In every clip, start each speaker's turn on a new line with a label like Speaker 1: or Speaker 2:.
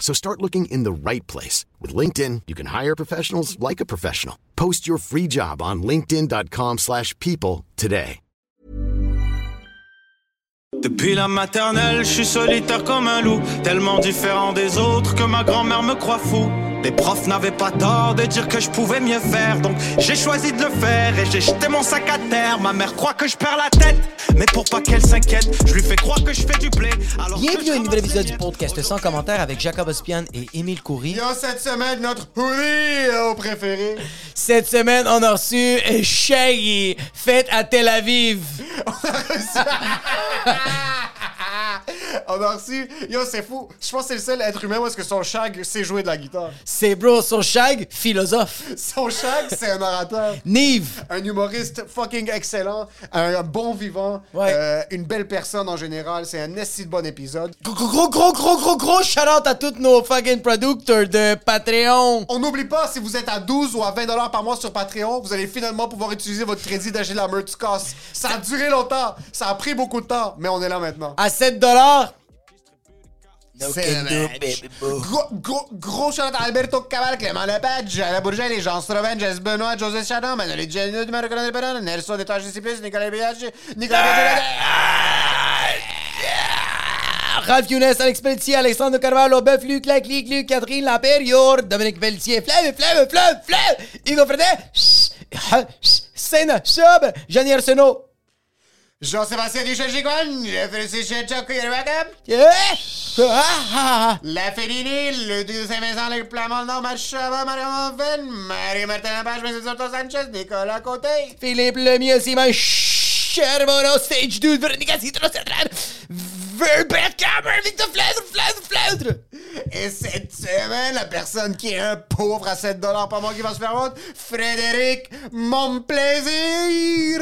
Speaker 1: So start looking in the right place. With LinkedIn, you can hire professionals like a professional. Post your free job on linkedin.com slash people today.
Speaker 2: Depuis la maternelle, je suis solitaire comme un loup, tellement différent des autres que ma grand-mère me croit fou. Les profs n'avaient pas tort de dire que je pouvais mieux faire, donc j'ai choisi de le faire et j'ai jeté mon sac à terre. Ma mère croit que je perds la tête, mais pour pas qu'elle s'inquiète, je lui fais croire que je fais du blé. Alors que
Speaker 3: Bienvenue
Speaker 2: je
Speaker 3: à un nouvel
Speaker 2: ramasse
Speaker 3: épisode
Speaker 2: les
Speaker 3: du
Speaker 2: miettes.
Speaker 3: podcast sans commentaire avec Jacob Ospian et Émile Coury.
Speaker 4: Yo, cette semaine, notre hoodie préféré.
Speaker 3: Cette semaine, on a reçu Shaggy, fête à Tel Aviv.
Speaker 4: On a reçu. Ah, Yo, c'est fou. Je pense que c'est le seul être humain où est-ce que son shag sait jouer de la guitare.
Speaker 3: C'est bro, son Shag, philosophe.
Speaker 4: Son shag, c'est un orateur.
Speaker 3: Nive,
Speaker 4: Un humoriste fucking excellent, un bon vivant,
Speaker 3: Ouais.
Speaker 4: euh, une belle personne en général. C'est un esti de bon épisode.
Speaker 3: gros, gros, gros, gros, gros, gros shout-out à tous nos fucking producteurs de Patreon.
Speaker 4: On n'oublie pas, si vous êtes à 12 ou à 20 dollars par mois sur Patreon, vous allez finalement pouvoir utiliser votre crédit d'Agile la Mertzkos. Ça a duré longtemps, ça a pris beaucoup de temps, mais on est là maintenant.
Speaker 3: À 7 dollars.
Speaker 4: C'est Gros, gros, gros shout-out à Alberto Cabal, Clément Lepage, Jala Bourget, les gens Stroven, Jess Benoît, José Chadon, Manoli Giannino, Dumero Colonel Perron, Nelson de Tâche Plus, Nicolas Biaggi, Nicolas
Speaker 3: Euh,
Speaker 4: Biaggi,
Speaker 3: Ralph Younes, Alex Pelletier, Alexandre Carvalho, Beuf, Luc, Lac, Luc, Luc, Catherine Laperriore, Dominique Pelletier, Fleuve, Fleuve, Fleuve, Fleuve, Hugo Fredet, Chut, Ha, Chut, Seine, Chub, Johnny Arsenault,
Speaker 4: Jean-Sébastien Richard-Gigon, Félicie Chetchok, Yerwakam,
Speaker 3: Yeah! Ah, ah, ah.
Speaker 4: La Fellini, le Dieu de Saint-Vincent, le Plamont, Nord, Machaba, Marion Ven, Marie-Martin Lapage, Monsieur Soto Sanchez, Nicolas Côté.
Speaker 3: Philippe Lemieux, Simon Cherbono, Sage Dude, Veronica Citro, Central, Verbert Cameron, Victor Flandre, Flandre, Flandre!
Speaker 4: Et cette semaine, la personne qui est un pauvre à 7 par mois qui va se faire honte, Frédéric Monplaisir.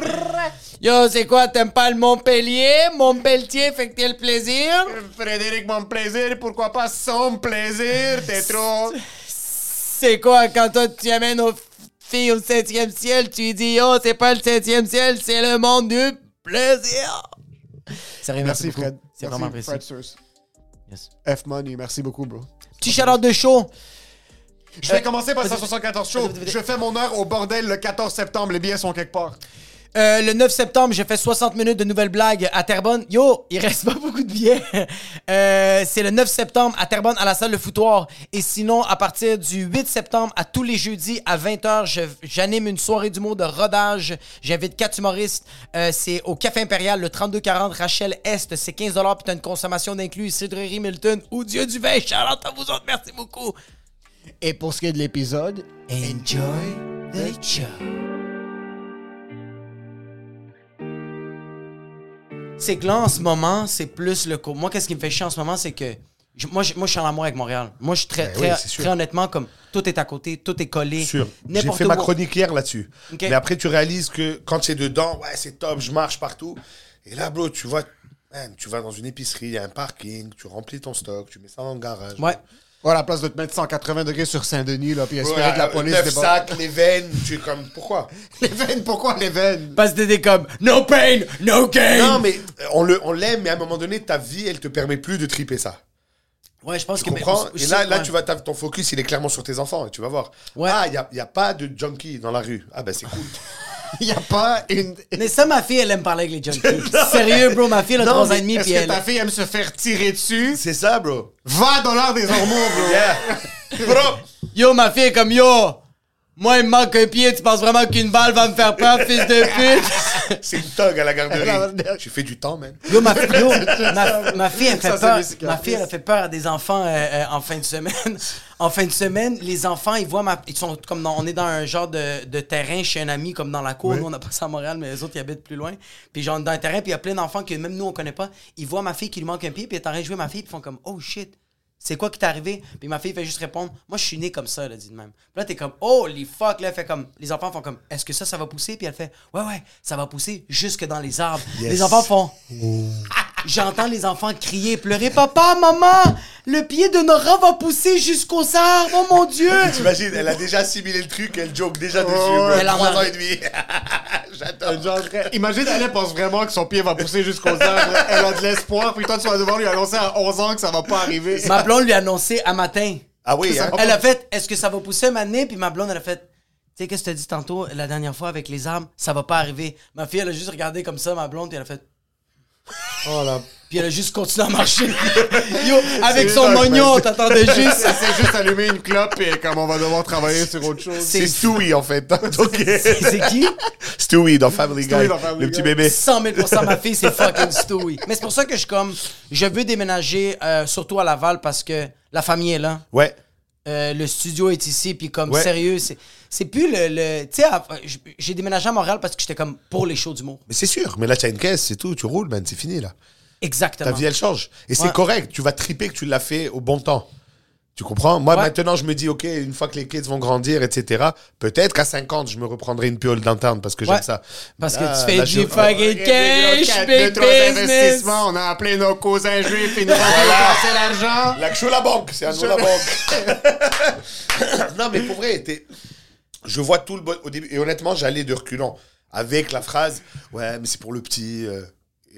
Speaker 3: Yo, c'est quoi, t'aimes pas le Montpellier? Montpellier, fait que t'es le plaisir?
Speaker 4: Frédéric Monplaisir, pourquoi pas son plaisir? T'es trop.
Speaker 3: C'est quoi, quand toi, tu amènes aux filles au 7e ciel, tu lui dis, yo, c'est pas le 7e ciel, c'est le monde du plaisir! Sérieux, merci, beaucoup. C'est vraiment
Speaker 4: Merci,
Speaker 3: apprécié.
Speaker 4: Fred Sears.
Speaker 3: Yes.
Speaker 4: F-Money, merci beaucoup, bro.
Speaker 3: Petit chaleur de show.
Speaker 4: Je
Speaker 3: Euh,
Speaker 4: vais commencer par 174 shows. Je fais mon heure au bordel le 14 septembre. Les billets sont quelque part.
Speaker 3: Euh, le 9 septembre, j'ai fait 60 minutes de nouvelles blagues à Terrebonne. Yo, il reste pas beaucoup de billets. Euh, c'est le 9 septembre à Terrebonne, à la salle Le Foutoir. Et sinon, à partir du 8 septembre, à tous les jeudis à 20h, je- j'anime une soirée du mot de rodage. J'invite quatre humoristes. Euh, c'est au Café Impérial, le 3240 Rachel Est. C'est 15 puis t'as une consommation d'inclus. Cidrerie Milton ou Dieu du vin. Charlotte, à vous autres, merci beaucoup.
Speaker 4: Et pour ce qui est de l'épisode,
Speaker 3: Enjoy the show. C'est que là, en ce moment, c'est plus le co- Moi, qu'est-ce qui me fait chier en ce moment, c'est que. je- moi, je, moi, je suis en amour avec Montréal. Moi, je suis très, très,
Speaker 5: Ben oui, c'est sûr.
Speaker 3: très honnêtement, comme tout est à côté, tout est collé.
Speaker 5: Sûr. J'ai
Speaker 3: N'importe
Speaker 5: fait ma
Speaker 3: où.
Speaker 5: chronique hier là-dessus.
Speaker 3: Ok.
Speaker 5: Mais après, tu réalises que quand tu es dedans, ouais, c'est top, je marche partout. Et là, bro, tu vois, man, tu vas dans une épicerie, il y a un parking, tu remplis ton stock, tu mets ça dans le garage.
Speaker 3: Ouais.
Speaker 4: à la place de te mettre 180 degrés sur Saint-Denis, là, puis
Speaker 5: Bro,
Speaker 4: espérer que la
Speaker 5: euh,
Speaker 4: police
Speaker 5: neuf
Speaker 4: débarque.
Speaker 5: sacs, les veines, tu es comme, pourquoi
Speaker 4: Les veines, pourquoi les veines?
Speaker 3: Parce que t'étais comme No pain, no gain.
Speaker 5: Non, mais euh, on le- on l'aime, mais à un moment donné, ta vie, elle te permet plus de triper ça.
Speaker 3: ouais, je pense
Speaker 5: Tu
Speaker 3: que.
Speaker 5: comprends
Speaker 3: mais-
Speaker 5: Et là, là
Speaker 3: ouais.
Speaker 5: tu vas, t'as- ton focus, il est clairement sur tes enfants, et tu vas voir.
Speaker 3: Ouais.
Speaker 5: Ah, il n'y a, y a pas de junkie dans la rue. Ah, ben c'est cool.
Speaker 4: Il n'y a pas une.
Speaker 3: Mais ça, ma fille, elle aime parler avec les junkies. Sérieux, bro, ma fille, elle a
Speaker 5: Non,
Speaker 3: 3 ans
Speaker 5: mais
Speaker 3: et demi,
Speaker 4: Est-ce
Speaker 3: puis
Speaker 4: que
Speaker 3: elle.
Speaker 4: ta fille aime se faire tirer dessus?
Speaker 5: c'est ça, bro.
Speaker 4: 20 dollars des hormones, bro.
Speaker 5: Yeah. bro,
Speaker 3: Yo, ma fille est comme Yo, Moi, il me manque un pied, tu penses vraiment qu'une balle va me faire peur, fils de pute?
Speaker 5: C'est une togue à la garderie. J'ai fait du temps, man.
Speaker 3: Yo, ma, yo, ma, ma fille, elle fait
Speaker 4: Ça, c'est
Speaker 3: peur.
Speaker 4: musical.
Speaker 3: Ma fille, elle a fait peur à des enfants euh, euh, en fin de semaine. en fin de semaine, les enfants, ils voient ma. Ils sont comme dans- on est dans un genre de, de terrain chez un ami, comme dans la cour. Nous, on a pas ça à Montréal, mais les autres, ils habitent plus loin. Puis, genre, dans un terrain, puis il y a plein d'enfants que même nous, on connaît pas. Ils voient ma fille qui lui manque un pied, puis elle est en train de jouer ma fille, puis ils font comme, oh shit. C'est quoi qui t'est arrivé? Puis ma fille fait juste répondre, moi je suis née comme ça, elle a dit de même. Puis là t'es comme, oh les fuck, là, elle fait comme, les enfants font comme, est-ce que ça, ça va pousser? Puis elle fait, ouais, ouais, ça va pousser jusque dans les arbres. Les enfants font, J'entends les enfants crier, pleurer, papa, maman, le pied de Nora va pousser jusqu'aux arbres, oh mon Dieu!
Speaker 5: T'imagines, elle a déjà assimilé le truc, elle joke déjà dessus.
Speaker 4: Oh.
Speaker 5: bro.
Speaker 3: elle en
Speaker 5: Trois
Speaker 3: a-
Speaker 5: ans et demi. J'attends.
Speaker 4: Genre, imagine, elle pense vraiment que son pied va pousser jusqu'aux arbres. Elle a de l'espoir, puis toi, tu vas devoir lui annoncer à 11 ans que ça va pas arriver.
Speaker 3: Ma blonde lui a annoncé à matin.
Speaker 5: Ah oui,
Speaker 4: Oh.
Speaker 5: hein?
Speaker 3: Elle a fait, est-ce que ça va pousser maintenant? Puis ma blonde, elle a fait, tu sais, qu'est-ce que t'as dit tantôt, la dernière fois avec les arbres, ça va pas arriver. Ma fille, elle a juste regardé comme ça, ma blonde, puis elle a fait,
Speaker 4: Oh là.
Speaker 3: puis elle a juste continué à marcher. Yo, avec
Speaker 4: C'est
Speaker 3: son
Speaker 4: dark,
Speaker 3: oignon,
Speaker 4: man.
Speaker 3: t'attendais juste.
Speaker 4: C'est juste allumer une clope et comme on va devoir travailler sur autre chose.
Speaker 5: C'est Stewie, en fait. Donc,
Speaker 3: C'est qui?
Speaker 5: Stewie dans Family Guy.
Speaker 4: Stewie dans Family
Speaker 5: Le petit
Speaker 4: Guy.
Speaker 5: bébé.
Speaker 3: 100 000 ma fille, c'est fucking Stewie. Mais c'est pour ça que je suis comme, je veux déménager euh, surtout à Laval parce que la famille est là.
Speaker 5: Ouais.
Speaker 3: Euh, le studio est ici, puis comme
Speaker 5: Ouais.
Speaker 3: sérieux, c'est, c'est plus le. le- tu sais, à- j- j'ai déménagé à Montréal parce que j'étais comme pour les shows d'humour.
Speaker 5: Mais c'est sûr, mais là, t'as une caisse, c'est tout, tu roules, man, c'est fini, là. Ta
Speaker 3: Exactement.
Speaker 5: vie, elle change. Et
Speaker 3: Ouais.
Speaker 5: c'est correct, tu vas triper que tu l'as fait au bon temps. Tu comprends Moi,
Speaker 3: Ouais.
Speaker 5: maintenant, je me dis, OK, une fois que les kids vont grandir, etc., peut-être qu'à 50, je me reprendrai une piole d'interne parce que
Speaker 3: Ouais.
Speaker 5: j'aime ça.
Speaker 3: Parce que
Speaker 5: Là,
Speaker 3: tu fais
Speaker 5: là,
Speaker 3: du
Speaker 5: je-
Speaker 3: fucking cash,
Speaker 4: Deux,
Speaker 3: big
Speaker 4: trois
Speaker 3: business.
Speaker 4: investissements, on a appelé nos cousins juifs, ils nous ont cassé l'argent.
Speaker 5: La la banque, c'est un nom la banque. non, mais pour vrai, t'es- je vois tout le bon. Au début, et honnêtement, j'allais de reculant avec la phrase Ouais, mais c'est pour le petit. euh,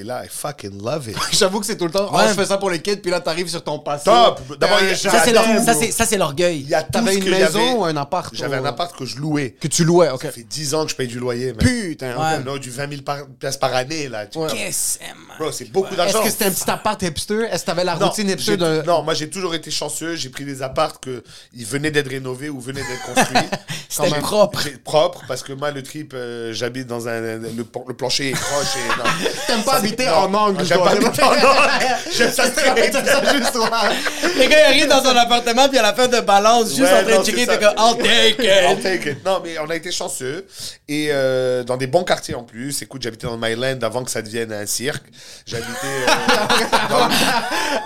Speaker 5: Et là, I fucking love it.
Speaker 4: J'avoue que c'est tout le temps, oh,
Speaker 3: Ouais.
Speaker 4: je fais ça pour les kids, puis là, t'arrives sur ton passé.
Speaker 5: Top!
Speaker 4: T'as
Speaker 5: D'abord,
Speaker 4: un
Speaker 5: il y a-
Speaker 3: Ça, c'est
Speaker 4: jardin.
Speaker 3: l'or- ça, c'est, ça, c'est l'orgueil.
Speaker 5: Il y a tout
Speaker 4: T'avais
Speaker 5: ce
Speaker 4: une
Speaker 5: que j'avais.
Speaker 4: maison ou un appart
Speaker 5: J'avais
Speaker 4: ou-
Speaker 5: un appart que je louais.
Speaker 4: Que tu louais, ok.
Speaker 5: Ça fait 10 ans que je paye du loyer. mec.
Speaker 4: Putain, ok.
Speaker 3: Ouais.
Speaker 5: Non, du 20 000 par, pièces par année, là. Tu-
Speaker 3: Yes, man.
Speaker 5: Bro, c'est beaucoup d'argent.
Speaker 4: Est-ce que c'était un petit appart hipster? Est-ce que t'avais la
Speaker 5: Non,
Speaker 4: routine hipster
Speaker 5: j'ai-
Speaker 3: euh,
Speaker 4: de.
Speaker 5: non, moi j'ai toujours été chanceux. J'ai pris des apparts que ils venaient d'être rénovés ou venaient d'être construits. Quand
Speaker 3: C'était
Speaker 5: même,
Speaker 3: propre.
Speaker 5: j'ai- Propre parce que moi le trip, euh, j'habite dans un le, pan- le plancher est proche et non.
Speaker 4: T'aimes pas
Speaker 5: Ça,
Speaker 4: habiter
Speaker 5: non,
Speaker 4: en angle,
Speaker 5: J'aime
Speaker 4: toi.
Speaker 5: pas habiter en angle. J'aime ça straight.
Speaker 4: T'aimes ça juste toi.
Speaker 3: Les gars, ils arrivent dans un appartement, puis à la fin de balance, juste
Speaker 5: Ouais,
Speaker 3: en train
Speaker 5: non,
Speaker 3: de checker,
Speaker 5: c'est
Speaker 3: t'es
Speaker 5: ça.
Speaker 3: comme, I'll take
Speaker 5: I'll
Speaker 3: it.
Speaker 5: take it. Non, mais on a été chanceux. Et euh, dans des bons quartiers en plus. Écoute, j'habitais dans le Myland avant que ça devienne un cirque. J'habitais. euh,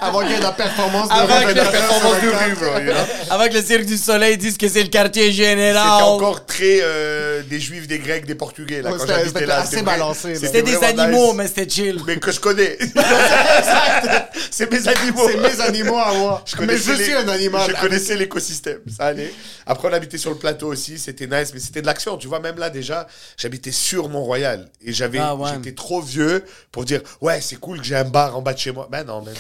Speaker 4: Avant qu'il y ait de la performance de
Speaker 3: Avant
Speaker 5: dans
Speaker 3: que
Speaker 4: Robin
Speaker 5: la
Speaker 3: le-
Speaker 5: performance de rue, bro, you know.
Speaker 3: Avant que le Cirque du Soleil dise que c'est le quartier
Speaker 5: C'était
Speaker 3: général.
Speaker 5: encore très euh, des juifs, des grecs, des portugais. Là,
Speaker 4: Ah, Ouais,
Speaker 5: quand
Speaker 4: c'était-
Speaker 5: j'habitais
Speaker 4: c'était
Speaker 5: là,
Speaker 4: assez
Speaker 5: vrai-
Speaker 4: balancé, là.
Speaker 3: C'était des
Speaker 5: vraiment
Speaker 3: animaux,
Speaker 5: nice.
Speaker 3: mais c'était chill.
Speaker 5: Mais que je connais. Exact. C'est mes animaux.
Speaker 4: C'est mes animaux à moi.
Speaker 5: Je
Speaker 4: mais
Speaker 5: connaissais
Speaker 4: je
Speaker 5: les-
Speaker 4: suis un animal.
Speaker 5: Je connaissais l'écosystème, ça allait. Après, on habitait sur le plateau aussi, c'était nice, mais c'était de l'action. Tu vois, même là, déjà, j'habitais sur Mont-Royal et j'avais,
Speaker 3: Ah ouais.
Speaker 5: j'étais trop vieux pour dire, ouais, c'est cool que j'ai un bar en bas de chez moi. Ben non, même.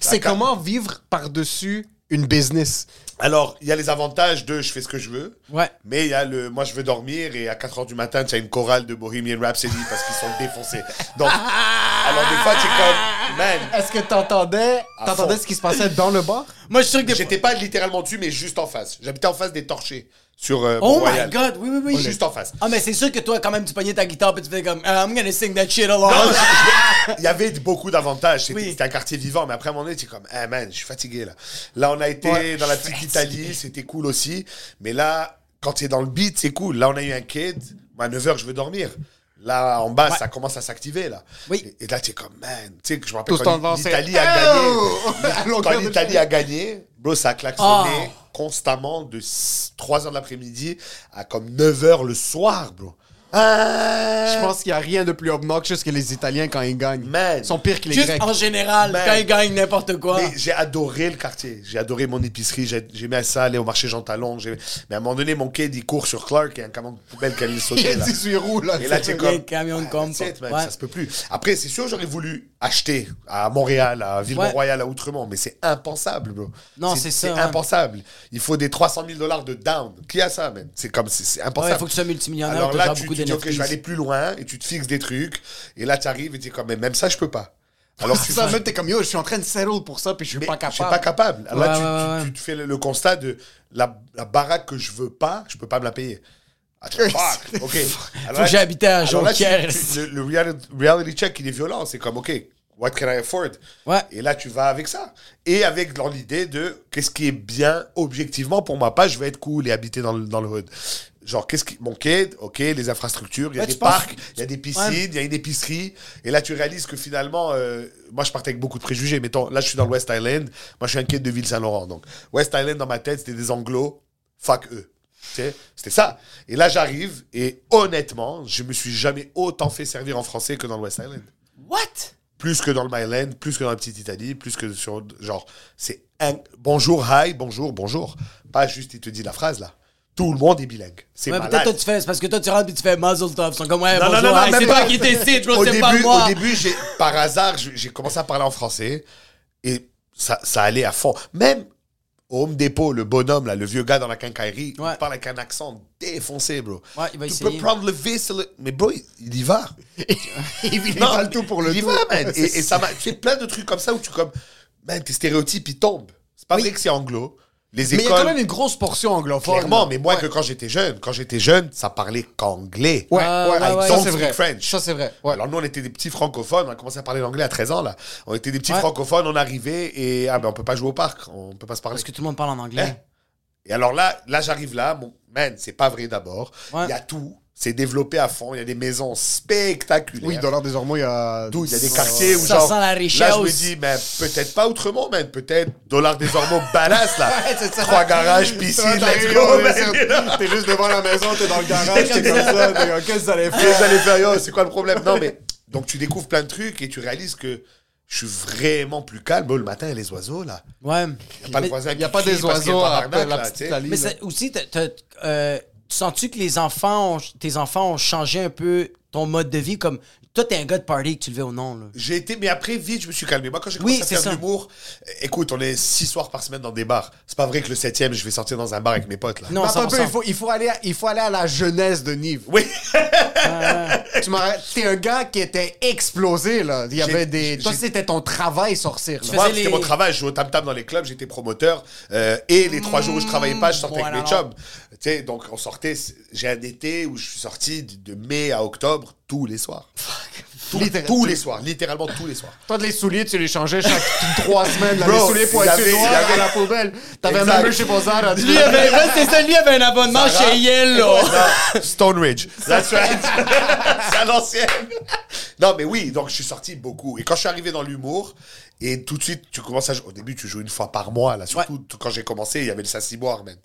Speaker 4: C'est comment vivre par-dessus une business.
Speaker 5: Alors, il y a les avantages de je fais ce que je veux.
Speaker 3: Ouais.
Speaker 5: Mais il y a le moi je veux dormir et à 4h du matin, tu as une chorale de Bohemian Rhapsody parce qu'ils sont défoncés. Donc, alors des fois, tu es comme, man,
Speaker 4: Est-ce que t'entendais,
Speaker 5: À
Speaker 4: t'entendais
Speaker 5: fond.
Speaker 4: ce qui se passait dans le bar?
Speaker 3: Moi, je suis sûr que des
Speaker 5: j'étais pas littéralement dessus, mais juste en face. J'habitais en face des torchés sur euh,
Speaker 3: Oh
Speaker 5: Mont-Royal.
Speaker 3: my god, oui, oui, oui.
Speaker 5: Juste en face.
Speaker 3: Ah, mais c'est sûr que toi, quand même, tu pognais ta guitare puis tu fais comme, Ah, I'm gonna sing that shit along.
Speaker 5: Non, je- Il y avait beaucoup d'avantages. C'était
Speaker 3: Oui.
Speaker 5: c'était un quartier vivant, mais après à un moment donné, tu es comme, ah man, je suis fatigué là. Là, on a été
Speaker 3: Ouais,
Speaker 5: dans la
Speaker 3: je suis
Speaker 5: petite
Speaker 3: fatigué.
Speaker 5: Italie, c'était cool aussi. Mais là, quand tu es dans le beat, c'est cool. Là, on a eu un kid. Moi, À 9h, je veux dormir. Là, en bas, ça commence à s'activer là.
Speaker 3: Oui.
Speaker 5: Et, et là, tu es comme, man, tu sais que je me rappelle
Speaker 4: Tout en
Speaker 5: quand
Speaker 4: dansant.
Speaker 5: l'Italie a gagné.
Speaker 4: Oh À longueur
Speaker 5: Quand
Speaker 4: de Ah.
Speaker 5: l'Italie a gagné, bro, ça a klaxonné
Speaker 3: Oh.
Speaker 5: constamment de 3h de l'après-midi à comme 9h le soir, bro. Ah,
Speaker 4: Je pense qu'il n'y a rien de plus obnoxious que les Italiens quand ils gagnent.
Speaker 5: Man.
Speaker 4: Ils sont pires que les
Speaker 3: Juste
Speaker 4: Grecs.
Speaker 3: en général,
Speaker 5: Ben.
Speaker 3: quand ils gagnent n'importe quoi.
Speaker 5: Mais j'ai adoré le quartier. J'ai adoré mon épicerie. J'ai- J'aimais ça, aller au marché Jean Talon. J'ai- Mais à un moment donné, mon kid, il court sur Clark et un camion de poubelle qui allait le
Speaker 4: Il y
Speaker 5: sauter.
Speaker 4: a
Speaker 5: là.
Speaker 4: 18 roues, là.
Speaker 5: Et là,
Speaker 4: c'est-
Speaker 5: t'es
Speaker 3: Les
Speaker 5: comme.
Speaker 3: camions de
Speaker 5: ah,
Speaker 3: compost.
Speaker 5: that's it, man,
Speaker 3: Ouais.
Speaker 5: Ça se peut plus. Après, c'est sûr, j'aurais voulu acheter à Montréal, à Ville-Mont-Royal, à Outremont, mais c'est impensable, bro.
Speaker 3: Non, c'est ça, hein.
Speaker 5: C'est
Speaker 3: ouais.
Speaker 5: impensable. Il faut des 300 000 dollars de down. Qui a ça, man? C'est comme. c'est- C'est impensable.
Speaker 3: Ouais, faut que tu sois multimillionnaire,
Speaker 5: Alors
Speaker 3: t'as
Speaker 5: là,
Speaker 3: déjà
Speaker 5: tu,
Speaker 3: beaucoup
Speaker 5: tu dis, ok,
Speaker 3: d'NFTs.
Speaker 5: je vais aller plus loin et tu te fixes des trucs. Et là, tu arrives et tu es comme, mais même ça, je peux pas. Alors,
Speaker 4: C'est
Speaker 5: tu-
Speaker 4: ça, même t'es comme yo, je suis en train de settle pour ça, puis je suis
Speaker 5: mais
Speaker 4: pas
Speaker 5: Je suis pas
Speaker 4: capable.
Speaker 5: capable. Alors là,
Speaker 3: Ouais,
Speaker 5: tu-
Speaker 3: ouais,
Speaker 5: tu,
Speaker 3: ouais.
Speaker 5: tu te fais le, le constat de la, la baraque que je veux pas, je peux pas me la payer. Ah, tu- fuck, ok. Alors
Speaker 3: Faut
Speaker 5: là,
Speaker 3: que j'habite à
Speaker 5: alors là, tu-
Speaker 3: Jonquière.
Speaker 5: tu- le le reality, reality check, il est violent. C'est comme, ok, what can I afford?
Speaker 3: Ouais.
Speaker 5: Et là, tu vas avec ça. Et avec dans l'idée de qu'est-ce qui est bien objectivement pour ma page, je vais être cool et habiter dans le, dans le hood. Genre, qu'est-ce qui. Mon quai, ok, les infrastructures, il y a
Speaker 3: Ouais,
Speaker 5: des
Speaker 3: tu penses-
Speaker 5: parcs, il y a des piscines, il
Speaker 3: Ouais.
Speaker 5: y a une épicerie. Et là, tu réalises que finalement, euh, moi, je partais avec beaucoup de préjugés. Mettons, là, je suis dans le West Island. Moi, je suis un quai de Ville-Saint-Laurent. Donc, West Island, dans ma tête, c'était des Anglos. Fuck eux. Tu sais, C'était ça. Et là, j'arrive et honnêtement, je me suis jamais autant fait servir en français que dans le West Island
Speaker 3: What?
Speaker 5: plus que dans le Myland, plus que dans la petite Italie, plus que sur genre c'est un bonjour hi, bonjour, bonjour. Pas juste il te dit la phrase là. Tout le monde est bilingue. C'est
Speaker 3: Ouais, peut-être
Speaker 5: malade.
Speaker 3: toi tu fais, c'est parce que toi tu rentres et tu fais Mazel Tov. Ils sont comme, ouais,
Speaker 5: Non, non,
Speaker 3: bonjour,
Speaker 5: non, non,
Speaker 3: hey,
Speaker 5: même
Speaker 3: c'est
Speaker 5: pas.
Speaker 3: toi qui décides, bro,
Speaker 5: au
Speaker 3: c'est
Speaker 5: début,
Speaker 3: pas moi.
Speaker 5: au début, j'ai par hasard, je- j'ai commencé à parler en français et ça, ça allait à fond. Même au Home Depot, le bonhomme là, le vieux gars dans la quincaillerie,
Speaker 3: Ouais.
Speaker 5: il parle avec un accent défoncé, bro.
Speaker 3: Ouais, il va
Speaker 5: tu
Speaker 3: essayer.
Speaker 5: peux prendre le vice, le- mais bro, il- il y va.
Speaker 4: Il
Speaker 5: Non,
Speaker 4: va le tout pour le
Speaker 5: il y
Speaker 4: tout.
Speaker 5: va, man. Et, et ça m'a. Tu sais, plein de trucs comme ça où tu comme. Man, tes stéréotypes, ils tombent. C'est pas vrai que c'est anglo. Les
Speaker 4: Mais il y a quand même
Speaker 5: écoles.
Speaker 4: une grosse portion anglophone.
Speaker 5: Clairement,
Speaker 4: là.
Speaker 5: mais moi, que quand j'étais jeune, quand j'étais jeune, ça parlait qu'anglais.
Speaker 4: Ouais,
Speaker 3: Ah,
Speaker 4: ouais,
Speaker 3: ouais, ouais.
Speaker 4: ça
Speaker 5: Don't
Speaker 4: c'est
Speaker 5: speak
Speaker 4: vrai.
Speaker 5: French.
Speaker 4: Ça c'est vrai. Ouais.
Speaker 5: Alors, nous, on était des petits francophones. On a commencé à parler l'anglais à 13 ans, là. On était des petits
Speaker 3: Ouais.
Speaker 5: francophones, on arrivait et. Ah, ben, on peut pas jouer au parc. On peut pas se parler.
Speaker 3: Parce que tout le monde parle en
Speaker 5: Hein
Speaker 3: anglais.
Speaker 5: Et alors là, là j'arrive là, bon, man, c'est pas vrai d'abord. Il
Speaker 3: Ouais.
Speaker 5: y a tout, c'est développé à fond, il y a des maisons spectaculaires.
Speaker 4: Oui, dans l'heure des hormones, il y a. euh,
Speaker 5: D'où il y a des quartiers où
Speaker 3: Ça
Speaker 5: genre,
Speaker 3: sent la
Speaker 5: Là,
Speaker 3: richesse.
Speaker 5: je me dis, mais peut-être pas autrement, man. Peut-être dollar des hormones balasse, là.
Speaker 4: Ouais, c'est ça.
Speaker 5: Trois garages, piscine,
Speaker 4: Ouais,
Speaker 5: let's
Speaker 4: t'arrives,
Speaker 5: go,
Speaker 4: ouais,
Speaker 5: man.
Speaker 4: c'est- T'es juste devant la maison, t'es dans le garage, t'es comme ça. t'es comme, Qu'est-ce que ça allait faire?
Speaker 5: Les allées faire, yo, c'est quoi le problème Non, mais donc tu découvres plein de trucs et tu réalises que je suis vraiment plus calme. Bon, le matin, les oiseaux, là.
Speaker 3: Ouais.
Speaker 5: Il n'y a pas le voisin
Speaker 4: Il n'y a
Speaker 5: qui
Speaker 4: pas
Speaker 5: crie
Speaker 4: des
Speaker 5: parce qu'il y a
Speaker 4: oiseaux à
Speaker 5: tabarnak,
Speaker 4: la
Speaker 5: là,
Speaker 4: petite
Speaker 5: tu sais.
Speaker 4: Italie.
Speaker 3: Mais
Speaker 4: là.
Speaker 3: ça- aussi, t'as- t'as- euh, tu sens-tu que les enfants, ont- tes enfants ont changé un peu ton mode de vie? Comme, toi, t'es un gars de party que tu le fais au nom, là.
Speaker 5: J'ai été, mais après, vite, je me suis calmé. Moi, quand j'ai
Speaker 3: Oui,
Speaker 5: commencé
Speaker 3: c'est
Speaker 5: à faire
Speaker 3: ça.
Speaker 5: de l'humour, euh, écoute, on est six soirs par semaine dans des bars. C'est pas vrai que le septième, je vais sortir dans un bar avec mes potes, là.
Speaker 3: Non,
Speaker 4: Attends un peu,
Speaker 3: 100%.
Speaker 4: il faut, il, faut aller à, il faut aller à la jeunesse de Nive.
Speaker 5: Oui.
Speaker 4: Tu m'as- T'es un gars qui était explosé, là. Il y avait des. Toi,
Speaker 5: j'ai-
Speaker 4: c'était ton travail, sortir. là.
Speaker 3: faisais
Speaker 5: Moi, c'était
Speaker 3: les-
Speaker 5: mon travail. Je jouais au tam-tam dans les clubs, j'étais promoteur. euh, et les trois jours où je travaillais pas, je sortais
Speaker 3: Mmh, voilà,
Speaker 5: avec mes chums. Tu sais, donc on sortait. c'est- J'ai un été où je suis sorti de de mai à octobre tous les soirs. Tous-
Speaker 4: Littér-
Speaker 5: tous
Speaker 4: tu-
Speaker 5: les soirs, littéralement tous les soirs.
Speaker 4: Toi, de les souliers, tu les changeais chaque trois semaines. Là, les
Speaker 5: Bro,
Speaker 4: souliers
Speaker 5: il y
Speaker 4: pointus
Speaker 5: avait-
Speaker 4: noirs
Speaker 5: il y avait-
Speaker 4: à la poubelle. T'avais un
Speaker 5: Exact.
Speaker 4: même chez Bozard. là, tu-
Speaker 3: Lui avait, ouais, c'est ça, lui avait un abonnement
Speaker 5: Sarah.
Speaker 3: chez Yellow.
Speaker 5: Non, Stone Ridge. That's right. C'est à l'ancienne. Non, mais oui, donc je suis sorti beaucoup. Et quand je suis arrivé dans l'humour, et tout de suite, tu commences à jouer. Au début, tu joues une fois par mois, là. Surtout t- quand j'ai commencé, il y avait le Sassiboire, man.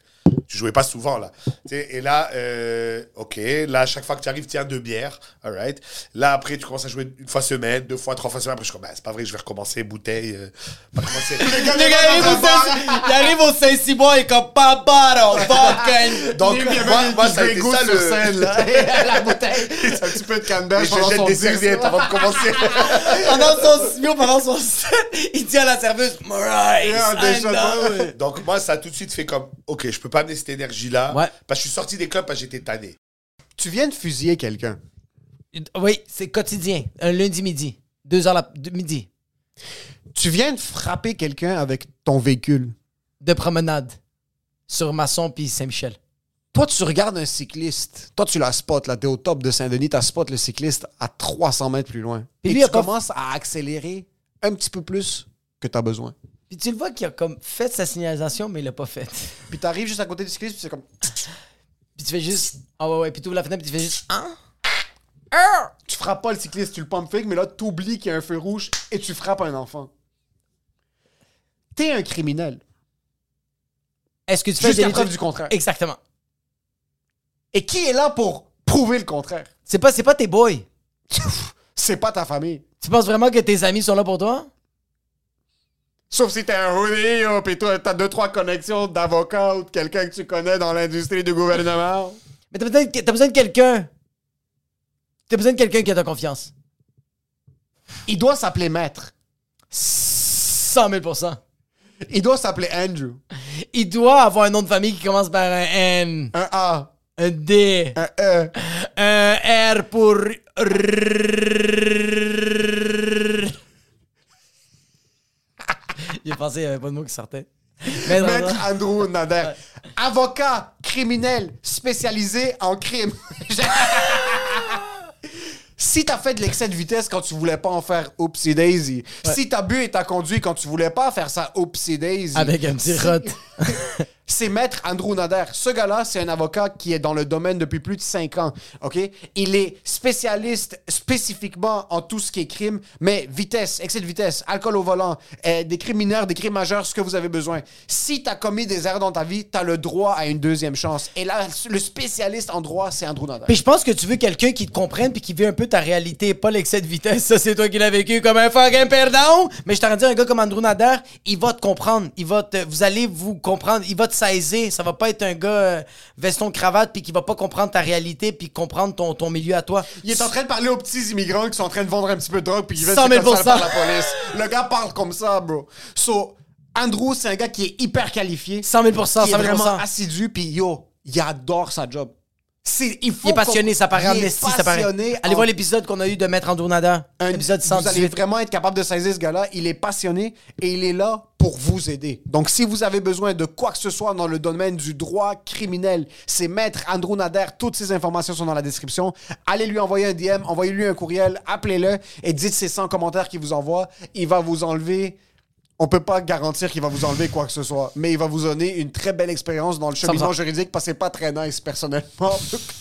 Speaker 5: Tu jouais pas souvent, là. Tu sais, et là, euh, ok, là, à chaque fois que tu arrives, tiens deux bières. All right. Là, après, tu commences à jouer une fois semaine, deux fois, trois fois semaine. Après, je suis comme, bah, c'est pas vrai, je vais recommencer, bouteille. euh, pas commencer.
Speaker 3: Le gars arrive au Saint- Il arrive au Saint-Cybois et comme Pabaro, vodka.
Speaker 5: donc,
Speaker 4: Il y avait
Speaker 5: moi,
Speaker 4: des
Speaker 5: moi, ça a été
Speaker 4: Gringo
Speaker 5: ça
Speaker 4: sur
Speaker 5: le.
Speaker 4: scène, là. Et à la bouteille. Un petit peu de
Speaker 5: Et
Speaker 4: canneberge
Speaker 5: je jette des serviettes avant de commencer.
Speaker 3: Pendant son Mio, pendant son set, il dit à la serveuse, Maurice,
Speaker 4: Yeah, des
Speaker 3: I know.
Speaker 4: shots, ouais.
Speaker 5: bah Donc moi, ça a tout de suite fait comme, ok, je peux pas amener cette énergie-là.
Speaker 3: Ouais.
Speaker 5: Parce que je suis sorti des clubs parce que j'étais tanné.
Speaker 4: Tu viens de fusiller quelqu'un.
Speaker 3: Oui, c'est quotidien. Un lundi midi. Deux heures la... de- midi.
Speaker 4: Tu viens de frapper quelqu'un avec ton véhicule.
Speaker 3: De promenade. Sur Masson puis Saint-Michel.
Speaker 4: Toi, tu regardes un cycliste. Toi, tu la spots, là. T'es au top de Saint-Denis, t'as spot le cycliste à 300 mètres plus loin.
Speaker 3: Puis
Speaker 4: Et
Speaker 3: lui, il a
Speaker 4: tu
Speaker 3: pas-
Speaker 4: commences à accélérer un petit peu plus que t'as besoin.
Speaker 3: Puis tu le vois qu'il a comme fait sa signalisation, mais il l'a pas faite.
Speaker 4: Puis t'arrives juste à côté du cycliste, puis c'est comme...
Speaker 3: Puis tu fais juste. Ah ouais, ouais. Puis tu ouvres la fenêtre, puis tu fais juste. Hein?
Speaker 4: Tu frappes pas le cycliste, tu le pompes fake, mais là, t'oublies qu'il y a un feu rouge et tu frappes un enfant. T'es un criminel.
Speaker 3: Est-ce que tu fais
Speaker 4: Jusqu'à
Speaker 3: des-
Speaker 4: preuve du contraire.
Speaker 3: Exactement.
Speaker 4: Et qui est là pour prouver le contraire?
Speaker 3: C'est pas, c'est pas tes boys.
Speaker 4: C'est pas ta famille.
Speaker 3: Tu penses vraiment que tes amis sont là pour toi?
Speaker 4: Sauf si t'es un hoodie, oh, pis toi, t'as deux, trois connexions d'avocat ou de quelqu'un que tu connais dans l'industrie du gouvernement.
Speaker 3: Mais t'as besoin de, t'as besoin de quelqu'un. T'as besoin de quelqu'un qui a ta confiance.
Speaker 4: Il doit s'appeler maître.
Speaker 3: 100 000
Speaker 4: Il doit s'appeler Andrew.
Speaker 3: Il doit avoir un nom de famille qui commence par un N,
Speaker 4: Un A,
Speaker 3: un D,
Speaker 4: un E.
Speaker 3: Euh, un R pour. R. pensé, il n'y avait pas de mot qui sortait.
Speaker 4: Maître Andrew Nader, avocat criminel spécialisé en crime. Si t'as fait de l'excès de vitesse quand tu voulais pas en faire oopsie daisy. Si t'as bu et t'as conduit quand tu voulais pas faire ça oopsie daisy.
Speaker 3: Avec un petit
Speaker 4: Si-
Speaker 3: rot.
Speaker 4: c'est maître Andrew Nader. Ce gars-là, c'est un avocat qui est dans le domaine depuis plus de 5 ans. OK? Il est spécialiste spécifiquement en tout ce qui est crime, mais vitesse, excès de vitesse, alcool au volant, euh, des crimes mineurs, des crimes majeurs, ce que vous avez besoin. Si tu as commis des erreurs dans ta vie, tu as le droit à une deuxième chance. Et là, le spécialiste en droit, c'est Andrew Nader.
Speaker 3: Puis je pense que tu veux quelqu'un qui te comprenne puis qui vit un peu ta réalité, pas l'excès de vitesse. Ça, c'est toi qui l'as vécu comme un fucking perdant. Mais je t'en dire, un gars comme Andrew Nader, il va te comprendre. Il va te, vous allez vous comprendre. Il va te saisir. Ça va pas être un gars euh, veston-cravate puis qui va pas comprendre ta réalité puis comprendre ton, ton milieu à toi.
Speaker 4: Il est en train de parler aux petits immigrants qui sont en train de vendre un petit peu de drogue puis ils veulent
Speaker 3: 100 000
Speaker 4: faire par la police. Le gars parle comme ça, bro. So, Andrew, c'est un gars qui est hyper qualifié.
Speaker 3: 100 000 100
Speaker 4: qui est
Speaker 3: 000
Speaker 4: vraiment assidu, puis yo, il adore sa job. C'est, il, faut
Speaker 3: Il est passionné,
Speaker 4: qu'on-
Speaker 3: ça paraît
Speaker 4: il est
Speaker 3: amnesty, ça paraît.
Speaker 4: passionné
Speaker 3: Allez
Speaker 4: en-
Speaker 3: voir l'épisode qu'on a eu de Maître Andrew Nader.
Speaker 4: un-
Speaker 3: Épisode
Speaker 4: Vous allez
Speaker 3: 118.
Speaker 4: vraiment être capable de saisir ce gars-là. Il est passionné et il est là pour vous aider. Donc, si vous avez besoin de quoi que ce soit dans le domaine du droit criminel, c'est Maître Andrew Nader. Toutes ces informations sont dans la description. Allez lui envoyer un DM, envoyez-lui un courriel, appelez-le et dites ces 100 commentaires qu'il vous envoie. Il va vous enlever... On peut pas garantir qu'il va vous enlever quoi que ce soit, mais il va vous donner une très belle expérience dans le cheminement juridique parce que c'est pas très nice personnellement.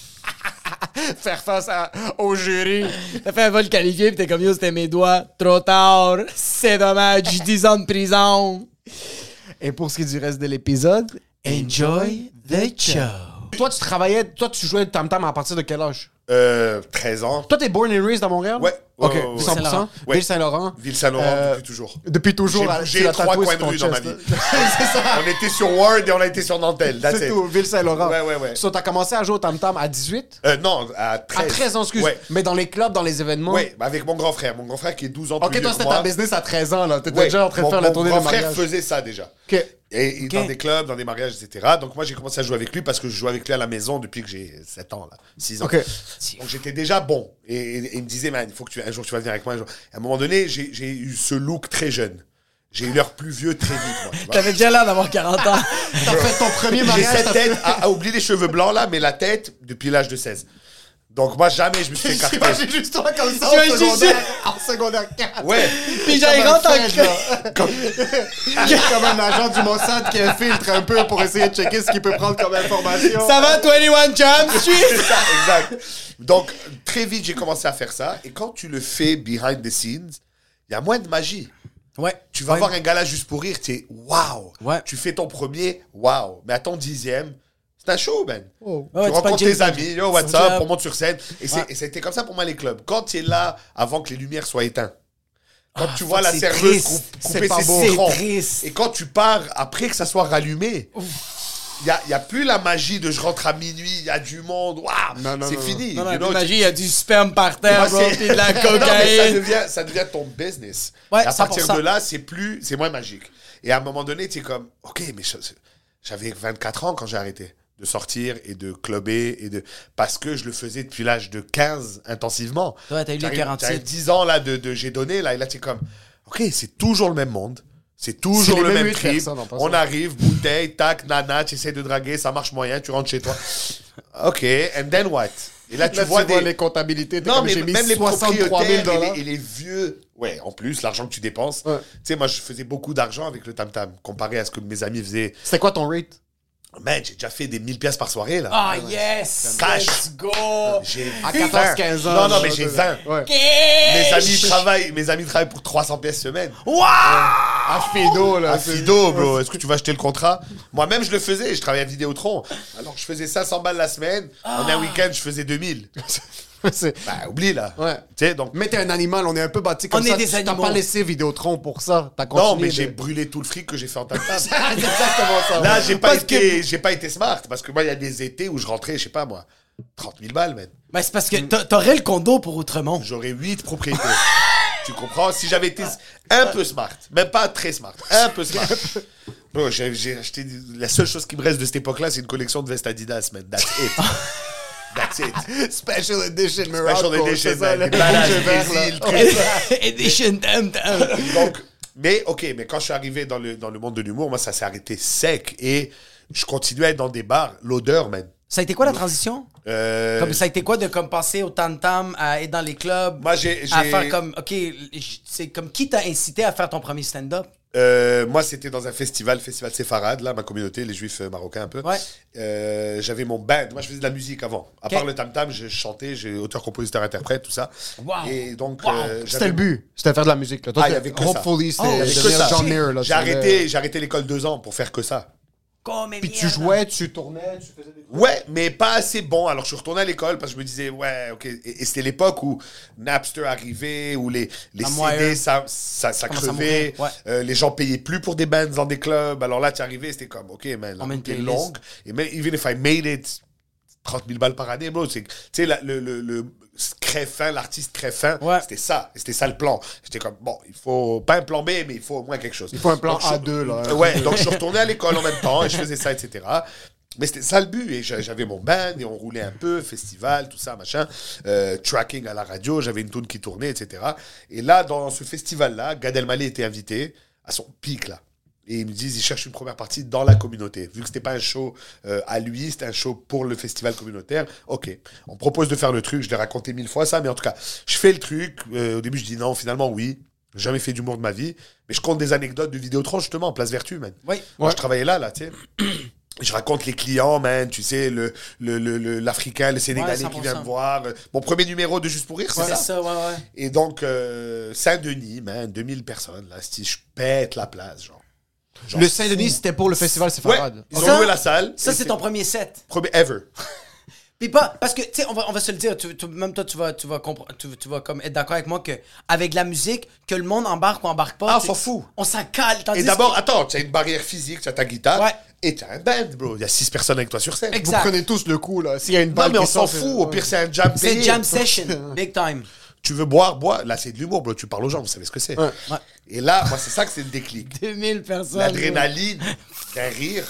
Speaker 4: Faire face à- au jury.
Speaker 3: T'as fait un vol qualifié pis t'es comme yo, c'était mes doigts. Trop tard. C'est dommage. 10 ans de prison.
Speaker 4: Et pour ce qui est du reste de l'épisode,
Speaker 3: Enjoy the show.
Speaker 4: toi tu travaillais, toi tu jouais du tam-tam à partir de quel âge
Speaker 5: Euh, 13 ans.
Speaker 4: Toi t'es born and raised à Montréal
Speaker 5: Ouais, ouais,
Speaker 4: Ok,
Speaker 5: ouais, ouais.
Speaker 4: 100%.
Speaker 5: Ouais.
Speaker 4: Ville-Saint-Laurent.
Speaker 5: Ville-Saint-Laurent,
Speaker 4: Euh,
Speaker 5: depuis toujours.
Speaker 4: Depuis toujours,
Speaker 5: J'ai
Speaker 4: là,
Speaker 5: bougé
Speaker 4: tu l'as
Speaker 5: trois
Speaker 4: tatoué
Speaker 5: coins
Speaker 4: sur
Speaker 5: de
Speaker 4: ton
Speaker 5: rue dans ma
Speaker 4: chest,
Speaker 5: vie.
Speaker 4: là. C'est ça.
Speaker 5: On était sur Ward et on a été sur Nantel. that's
Speaker 4: C'est
Speaker 5: it.
Speaker 4: tout, Ville-Saint-Laurent.
Speaker 5: Ouais, ouais, ouais.
Speaker 4: So, t'as commencé à jouer au tam-tam à 18
Speaker 5: Euh, non, à 13.
Speaker 4: À 13 ans, excuse.
Speaker 5: Ouais.
Speaker 4: Mais dans les clubs, dans les événements.
Speaker 5: Ouais, bah, avec mon grand frère. Mon grand frère qui est 12 ans plus
Speaker 4: Ok,
Speaker 5: vieux
Speaker 4: toi
Speaker 5: que
Speaker 4: c'était
Speaker 5: moi.
Speaker 4: ta business à 13 ans, là. T'étais
Speaker 5: Ouais,
Speaker 4: déjà en train de
Speaker 5: mon-
Speaker 4: faire la tournée de
Speaker 5: Mon grand frère
Speaker 4: mariage.
Speaker 5: faisait ça déjà.
Speaker 4: Ok.
Speaker 5: Et, et dans
Speaker 3: Ok.
Speaker 5: des clubs, dans des mariages, etc. Donc moi, j'ai commencé à jouer avec lui parce que je jouais avec lui à la maison depuis que j'ai 7 ans, là, 6 ans.
Speaker 4: Ok.
Speaker 5: Donc j'étais déjà bon. Et, et- et il me disait, man, il faut que tu, un jour tu vas venir avec moi. un jour. À un moment donné, j'ai j'ai eu ce look très jeune. J'ai eu l'air plus vieux très vite. Moi, tu vois.
Speaker 3: T'avais déjà l'air d'avoir 40 ans.
Speaker 4: T'as fait ton premier
Speaker 5: J'ai
Speaker 4: mariage.
Speaker 5: cette tête, à, à oublier les cheveux blancs là, mais la tête depuis l'âge de 16. Donc moi, jamais je me suis écarté.
Speaker 4: J'imagine juste toi comme ça en
Speaker 3: J'imagine
Speaker 4: secondaire, en secondaire 4.
Speaker 5: Ouais.
Speaker 3: Puis j'arrive rentre en cra-
Speaker 4: comme un agent du Mossad qui infiltre un peu pour essayer de checker ce qu'il peut prendre comme information.
Speaker 3: Ça va, 21 Jump Street?
Speaker 5: C'est ça, exact. Donc, très vite, j'ai commencé à faire ça. Et quand tu le fais behind the scenes, il y a moins de magie.
Speaker 3: Ouais.
Speaker 5: Tu vas
Speaker 3: Ouais.
Speaker 5: voir un gala juste pour rire, tu es waouh.
Speaker 3: Ouais.
Speaker 5: Tu fais ton premier, waouh. Mais à ton dixième, c'est un show, Ben. tu
Speaker 3: Oh. Ouais, tu
Speaker 5: rencontres
Speaker 3: punches
Speaker 5: tes amis, yo, what's
Speaker 3: Sur le
Speaker 5: up,
Speaker 3: club.
Speaker 5: on monte sur scène. Et c'est- et c'était comme ça pour moi, les clubs. Quand tu es là avant que les lumières soient éteintes, quand tu vois
Speaker 3: fuck,
Speaker 5: la
Speaker 3: Ah, c'est
Speaker 5: serveuse
Speaker 3: triste.
Speaker 5: coupe-
Speaker 3: C'est
Speaker 5: couper
Speaker 3: pas
Speaker 5: ses
Speaker 3: beau.
Speaker 5: citrons,
Speaker 3: C'est triste.
Speaker 5: et quand tu pars après que ça soit rallumé, il n'y a, y a plus la magie de je rentre à minuit, il y a du monde, waouh, c'est fini.
Speaker 3: Non, non,
Speaker 5: you know,
Speaker 3: imagine, il y a du sperme par terre,
Speaker 5: moi,
Speaker 3: bro,
Speaker 5: c'est-
Speaker 3: pis de la
Speaker 5: Non, mais ça,
Speaker 3: cocaïne.
Speaker 5: devient, ça devient ton business.
Speaker 3: Ouais,
Speaker 5: et à partir
Speaker 3: 100%.
Speaker 5: de là, c'est plus, c'est moins magique. Et à un moment donné, tu es comme, ok, mais je- j'avais 24 ans quand j'ai arrêté de sortir et de clubber et de parce que je le faisais depuis l'âge de 15 intensivement.
Speaker 3: Ouais, t'as eu les
Speaker 5: J'arrive-
Speaker 3: 47.
Speaker 5: j'arrive 10 ans là de, de- j'ai donné là et là tu es comme, ok, c'est toujours le même monde. C'est toujours
Speaker 4: C'est les
Speaker 5: le
Speaker 4: mêmes
Speaker 5: même
Speaker 4: huit
Speaker 5: trip.
Speaker 4: personnes, en passant.
Speaker 5: On arrive, bouteille, tac, nana, tu essaies de draguer, ça marche moyen, tu rentres chez toi. OK, and then what? Et là, Ah, tu
Speaker 4: Là,
Speaker 5: vois des,
Speaker 4: les comptabilités. t'es
Speaker 5: non,
Speaker 4: comme,
Speaker 5: mais
Speaker 4: j'ai mis
Speaker 5: même les
Speaker 4: 63 000
Speaker 5: propriétaires et
Speaker 4: dollars.
Speaker 5: les, et les vieux. Ouais, en plus, l'argent que tu dépenses.
Speaker 4: Ouais.
Speaker 5: Tu sais, moi, je faisais beaucoup d'argent avec le tam-tam, comparé à ce que mes amis faisaient.
Speaker 4: C'était quoi ton rate?
Speaker 5: Man, j'ai déjà fait des 1000 piastres par soirée, là.
Speaker 3: Ah, yes!
Speaker 5: Cash.
Speaker 3: Let's go!
Speaker 5: J'ai
Speaker 4: À
Speaker 5: 20.
Speaker 4: 14-15 ans.
Speaker 5: Non, non, mais j'ai 20.
Speaker 4: Ouais.
Speaker 5: Mes amis, travaillent, mes amis travaillent pour 300 pièces semaine.
Speaker 4: À Fido, là.
Speaker 5: À
Speaker 4: c'est-
Speaker 5: Fido, bro, est-ce que tu vas acheter le contrat Moi-même, je le faisais, je travaillais à Vidéotron. Alors, je faisais 500 balles la semaine. En
Speaker 3: Ah.
Speaker 5: un week-end, je faisais 2000.
Speaker 4: c'est-
Speaker 5: bah, oublie, là.
Speaker 4: Ouais.
Speaker 5: Tu sais, donc.
Speaker 4: Mais t'es un animal, on est un peu bâti comme
Speaker 3: On
Speaker 4: ça.
Speaker 3: est des
Speaker 4: Tu- T'as
Speaker 3: animaux.
Speaker 4: pas laissé Vidéotron pour ça. T'as continué.
Speaker 5: Non, mais
Speaker 4: de-
Speaker 5: j'ai brûlé tout le fric que j'ai fait en tam
Speaker 4: C'est exactement ça.
Speaker 5: Là, j'ai pas,
Speaker 3: Parce
Speaker 5: été, j'ai pas été smart parce que moi, il y a des étés où je rentrais, je sais pas moi, 30 000 balles, man.
Speaker 3: Mais c'est parce que t'a- t'aurais le condo pour Outremont.
Speaker 5: J'aurais 8 propriétés. tu comprends Si j'avais été un peu smart, même pas très smart, un peu smart. Bro, j'ai, j'ai acheté. La seule chose qui me reste de cette époque-là, c'est une collection de vestes Adidas, man. That's it. That's it.
Speaker 4: Special Edition Miracle.
Speaker 5: Special
Speaker 4: c'est
Speaker 5: Edition,
Speaker 4: ça,
Speaker 5: man.
Speaker 4: le
Speaker 5: Les balages,
Speaker 4: rouge et vert,
Speaker 5: les
Speaker 4: là.
Speaker 5: îles, tout ça.
Speaker 3: Edition Tam Tam.
Speaker 5: Donc, Mais ok, mais quand je suis arrivé dans le, dans le monde de l'humour, moi, ça s'est arrêté sec. Et je continuais à être dans des bars. L'odeur, man.
Speaker 3: Ça a été quoi la transition?
Speaker 5: Euh,
Speaker 3: Comme, ça a été quoi de comme passer au tam-tam, à être dans les clubs,
Speaker 5: Moi, j'ai-
Speaker 3: à
Speaker 5: j'ai-
Speaker 3: faire comme... OK, j- c'est comme qui t'a incité à faire ton premier stand-up?
Speaker 5: euh, moi, c'était dans un festival, Festival Séfarade, là, ma communauté, les juifs euh, marocains un peu.
Speaker 3: Ouais.
Speaker 5: Euh, J'avais mon band. Moi, je faisais de la musique avant. À
Speaker 3: Ok.
Speaker 5: part le tam-tam, je chantais, j'ai auteur, compositeur, interprète, tout ça.
Speaker 3: Wow.
Speaker 5: Et donc,
Speaker 3: Wow.
Speaker 5: euh,
Speaker 4: C'était
Speaker 5: j'avais-
Speaker 4: le but. C'était de faire de la musique. Là. Toi,
Speaker 5: Ah, il y
Speaker 4: t'es-
Speaker 5: avait que ça.
Speaker 4: Hopefully,
Speaker 3: Oh, il y
Speaker 4: c'était
Speaker 3: avait
Speaker 4: devenir
Speaker 3: que ça.
Speaker 4: John Mayer. là,
Speaker 5: J'ai
Speaker 4: tu voulais-
Speaker 5: arrêté, j'ai arrêté l'école deux ans pour faire que ça.
Speaker 3: Comme
Speaker 4: Puis tu jouais, tu tournais, tu faisais des
Speaker 5: Ouais, mais pas assez bon. Alors, je suis retourné à l'école parce que je me disais, ouais, ok. Et, et c'était l'époque où Napster arrivait, où les, les
Speaker 3: Ah,
Speaker 5: CD,
Speaker 3: moi, euh,
Speaker 5: ça, ça, ça
Speaker 3: commence à
Speaker 5: crevait.
Speaker 3: mourir, ouais.
Speaker 5: Euh, les gens payaient plus pour des bands dans des clubs. Alors là, tu arrivais, c'était comme, ok, man, la
Speaker 3: On met une
Speaker 5: route est
Speaker 3: playlist.
Speaker 5: longue. Et même, even if I made it, 30 000 balles par année, bro. c'est- Tu sais, la- le, le, le créfin, l'artiste créfin,
Speaker 3: Ouais.
Speaker 5: c'était ça. C'était ça le plan. J'étais comme, bon, il faut pas un plan B, mais il faut au moins quelque chose.
Speaker 4: Il faut un plan
Speaker 5: Donc, je-
Speaker 4: A2, là.
Speaker 5: euh, Ouais, donc je suis retourné à l'école en même temps et je faisais ça, etc. Mais c'était ça le but. Et j'a- j'avais mon band et on roulait un peu, festival, tout ça, machin. Euh, tracking à la radio, j'avais une tune qui tournait, etc. Et là, dans ce festival-là, Gad Elmaleh était invité à son pic, là. Et ils me disent, ils cherchent une première partie dans la communauté. Vu que c'était pas un show euh, à lui, c'était un show pour le festival communautaire. Ok, on propose de faire le truc. Je l'ai raconté mille fois ça, mais en tout cas, je fais le truc. Euh, au début, je dis non. Finalement, oui. J'ai Jamais fait d'humour de ma vie, mais je compte des anecdotes de Vidéotron justement en Place Vertu, man.
Speaker 3: Oui.
Speaker 5: Moi, je travaillais là, là, tu sais. Je raconte les clients, man, tu sais, le- le- le- le- l'Africain, le, Sénégalais qui vient
Speaker 3: 100%.
Speaker 5: me voir. Euh, Mon premier numéro de Juste pour Rire, c'est
Speaker 3: C'est
Speaker 5: ça.
Speaker 3: ça, ouais, ouais.
Speaker 5: Et donc, euh, Saint-Denis, man, 2000 personnes, là, si je pète la place, genre.
Speaker 4: trucs. Le Saint-Denis, c'était pour le festival
Speaker 5: Ouais,
Speaker 4: Séfarade.
Speaker 5: ils ont
Speaker 3: Ça-
Speaker 5: loué la salle.
Speaker 3: Ça,
Speaker 5: et
Speaker 3: c'est ton premier set.
Speaker 5: premier ever.
Speaker 3: Puis pas, parce que, tu sais, on va, on va se le dire, tu- tu- même toi, tu vas, tu vas, compre- tu, tu vas comme être d'accord avec moi que avec la musique, que le monde embarque ou embarque pas.
Speaker 5: Ah, on
Speaker 3: tu-
Speaker 5: s'en fout.
Speaker 3: On s'en cale. tandis
Speaker 5: Et d'abord, attends, tu as une barrière physique, tu as ta guitare
Speaker 3: Ouais.
Speaker 5: et tu as un band, bro. Il y a six personnes avec toi sur scène.
Speaker 3: Exact.
Speaker 4: Vous prenez tous le coup, là. S'il y a une
Speaker 5: Non,
Speaker 4: balle
Speaker 5: mais on
Speaker 4: qui
Speaker 5: s'en
Speaker 4: sort,
Speaker 5: fout. Au pire, c'est un jam
Speaker 3: que c'est
Speaker 5: payé.
Speaker 3: jam session, big time.
Speaker 5: Tu veux boire, bois. Là, c'est de l'humour, bro. Tu parles aux gens, vous savez ce que c'est.
Speaker 3: Ouais.
Speaker 5: Et là, moi, c'est ça que c'est le déclic.
Speaker 3: 2000 personnes.
Speaker 5: L'adrénaline, un rire.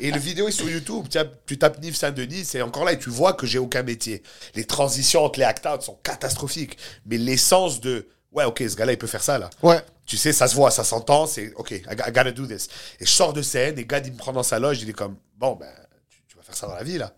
Speaker 5: Et le vidéo est sur YouTube. Tu, tapes- tu tapes Nive Saint-Denis, c'est encore là et tu vois que j'ai aucun métier. Les transitions entre les act-out sont catastrophiques. Mais l'essence de ouais, ok, ce gars-là, il peut faire ça là.
Speaker 4: Ouais.
Speaker 5: Tu sais, ça se voit, ça s'entend, c'est ok, I, I gotta do this. Et je sors de scène et Gad, il me prend dans sa loge, il est comme bon, ben, tu, tu vas faire ça dans la vie là.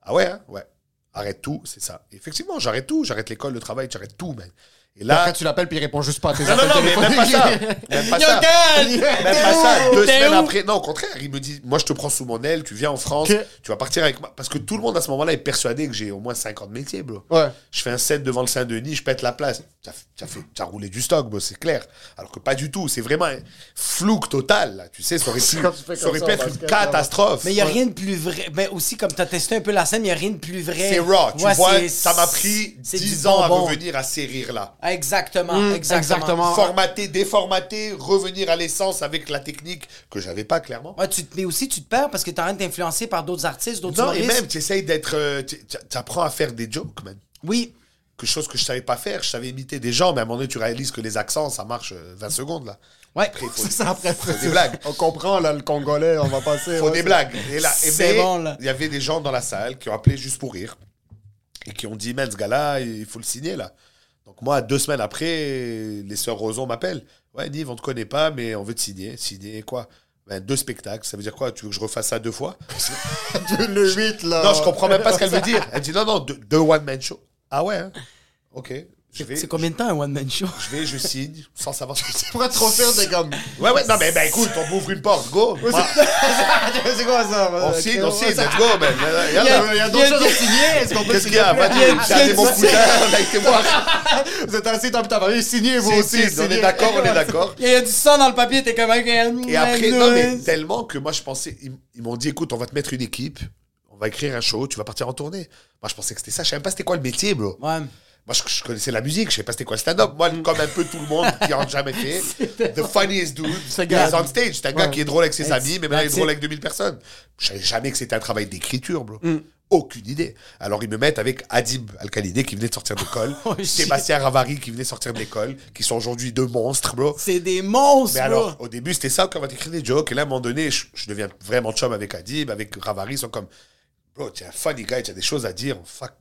Speaker 5: Ah ouais, hein? ouais. Arrête tout, c'est ça. Et effectivement, j'arrête tout, j'arrête l'école, le travail, j'arrête tout, man. Et là.
Speaker 4: Après, tu l'appelles, puis il répond juste pas à tes
Speaker 5: Non, non, non, mais même pas ça. Même pas ça. Même pas ça. Deux
Speaker 3: T'es
Speaker 5: semaines
Speaker 3: où
Speaker 5: après, non, au contraire, il me dit Moi, je te prends sous mon aile, tu viens en France,
Speaker 4: Ok.
Speaker 5: tu vas partir avec moi. Parce que tout le monde à ce moment-là est persuadé que j'ai au moins 50 métiers, bro.
Speaker 4: Ouais.
Speaker 5: Je fais un set devant le Saint-Denis, je pète la place. Ça f- ça fait- ça a roulé du stock, bro, c'est clair. Alors que pas du tout, c'est vraiment un flouk total, là. Tu sais, ça aurait pu,
Speaker 4: quand tu fais
Speaker 5: ça
Speaker 4: comme
Speaker 5: aurait
Speaker 4: ça,
Speaker 5: pu
Speaker 4: en
Speaker 5: être une
Speaker 4: basket, là-bas.
Speaker 5: catastrophe.
Speaker 3: Mais il n'y a rien de plus vrai. Mais aussi, comme tu as testé un peu la scène, il n'y a rien de plus vrai.
Speaker 5: C'est raw, tu
Speaker 3: Ouais,
Speaker 5: vois,
Speaker 3: c'est-
Speaker 5: ça m'a pris
Speaker 3: c'est du
Speaker 5: 10 ans à
Speaker 3: bonbon.
Speaker 5: revenir à ces rires-là.
Speaker 3: Ah, Exactement, exactement.
Speaker 4: exactement.
Speaker 5: formater, déformater, revenir à l'essence avec la technique que j'avais pas clairement.
Speaker 3: Ouais, tu te, mais aussi, tu te perds parce que tu train d'influencer par d'autres artistes, d'autres
Speaker 5: non, et
Speaker 3: humoristes.
Speaker 5: même, tu essayes d'être. euh, tu- tu- T'apprends à faire des jokes, man.
Speaker 3: Oui,
Speaker 5: Quelque chose que je savais pas faire. Je savais imiter des gens, mais à un moment donné, tu réalises que les accents, ça marche euh, 20 secondes, là.
Speaker 3: ouais.
Speaker 5: Après, il faut,
Speaker 4: C'est ça, après.
Speaker 5: faut des blagues.
Speaker 4: On comprend, là, le Congolais, on va passer.
Speaker 5: Faut
Speaker 4: ouais,
Speaker 5: des
Speaker 4: c'est-
Speaker 5: blagues. Et là, et
Speaker 3: C'est
Speaker 5: mais,
Speaker 3: bon, là.
Speaker 5: Il y avait des gens dans la salle qui ont appelé juste pour rire et qui ont dit, man, ce gars-là, il faut le signer, là. Donc, moi, deux semaines après, les sœurs Roson m'appellent. Ouais, Nive, on te connaît pas, mais on veut te signer. Signer quoi Ben, deux spectacles. Ça veut dire quoi Tu veux que je refasse ça deux fois
Speaker 4: Le 8, là.
Speaker 5: Non, je comprends même pas ce qu'elle veut dire. Elle dit non, non, deux, deux one-man show. Ah ouais, hein Ok. Je vais,
Speaker 3: C'est combien de temps un one-man show?
Speaker 5: je vais, je signe, sans savoir ce que c'est.
Speaker 4: Pourquoi trop faire des gommes
Speaker 5: Ouais, ouais, non, mais ben, écoute, on m'ouvre une porte, go. Moi,
Speaker 4: C'est quoi ça
Speaker 5: on
Speaker 4: ok,
Speaker 5: signe, on
Speaker 4: ouais,
Speaker 5: signe,
Speaker 4: ça-
Speaker 5: let's go, man. Ah, Y en
Speaker 4: Il y
Speaker 5: a-
Speaker 4: a- il y a d'autres choses à signer. Est-ce qu'on peut
Speaker 5: Qu'est-ce qu'il y a
Speaker 4: s'il vous plaît
Speaker 5: Vas-y, j'ai appelé mon cousin, on a été voir.
Speaker 4: Vous êtes assis dans ta famille, signez vous
Speaker 5: Si,
Speaker 4: aussi.
Speaker 5: si, on est
Speaker 4: signez.
Speaker 5: d'accord, on est d'accord.
Speaker 3: Il y a du sang dans le papier, t'es comme... Et
Speaker 5: Et après, non, mais tellement que moi, je pensais, ils, ils m'ont dit, écoute, on va te mettre une équipe, on va écrire un show, tu vas partir en tournée. Moi, je pensais que c'était ça, je savais même pas c'était quoi le métier, bro.
Speaker 3: Ouais.
Speaker 5: Moi, je, je connaissais la musique, je sais pas c'était quoi le stand-up. Moi,
Speaker 3: Mm.
Speaker 5: comme un peu tout le monde qui en a jamais fait, the funniest dude,
Speaker 4: C'est
Speaker 5: il est
Speaker 4: gars.
Speaker 5: on stage. C'est un gars qui est drôle avec ses
Speaker 3: That's-
Speaker 5: amis, mais maintenant il est
Speaker 3: that's
Speaker 5: drôle
Speaker 3: it.
Speaker 5: avec 2000 personnes. Je savais jamais que c'était un travail d'écriture, bro.
Speaker 3: Mm.
Speaker 5: Aucune idée. Alors, ils me mettent avec Adib Al-Khalidé qui venait de sortir d'école,
Speaker 3: Oh, shit.
Speaker 5: Sébastien Ravari qui venait de sortir d'école, qui sont aujourd'hui deux monstres, bro.
Speaker 3: C'est des monstres,
Speaker 5: Mais
Speaker 3: bro.
Speaker 5: alors, au début, c'était ça, quand on va t'écrire des jokes. Et là, à un moment donné, je, je deviens vraiment chum avec Adib, avec Ravari. Ils sont comme, bro, t'es un funny guy, t'as des choses à dire. Fuck,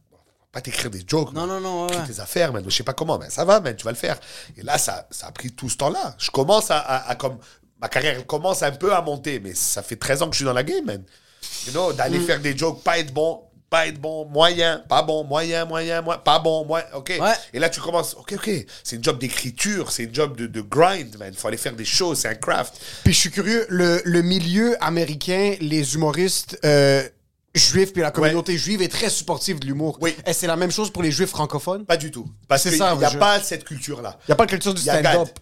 Speaker 5: Pas t'écrire des jokes.
Speaker 3: Non,
Speaker 5: man.
Speaker 3: non, non, ouais,
Speaker 5: Écris
Speaker 3: ouais.
Speaker 5: tes affaires, man. Je sais pas comment, mais ça va, man. Tu vas le faire. Et là, ça, ça a pris tout ce temps-là. Je commence à, à- à comme. Ma carrière elle commence un peu à monter, mais ça fait 13 ans que je suis dans la game, man. You know, d'aller
Speaker 3: Mm.
Speaker 5: faire des jokes, pas être bon, pas être bon, moyen, pas bon, moyen, moyen, moyen, pas bon, moyen, ok.
Speaker 3: Ouais.
Speaker 5: Et là, tu commences, ok, ok, c'est une job d'écriture, c'est une job de, de grind, man. Faut aller faire des choses, c'est un craft.
Speaker 4: Puis je suis curieux, le, le milieu américain, les humoristes euh, juifs, puis la communauté juive est très supportive de l'humour.
Speaker 5: Oui.
Speaker 4: Et c'est la même chose pour les juifs francophones?
Speaker 5: Pas du tout. Parce
Speaker 4: C'est
Speaker 5: qu'il n'y
Speaker 4: ça,
Speaker 5: a
Speaker 4: je-
Speaker 5: pas cette culture-là.
Speaker 4: Il n'y a pas de culture du
Speaker 5: Y a Gad.
Speaker 4: stand-up.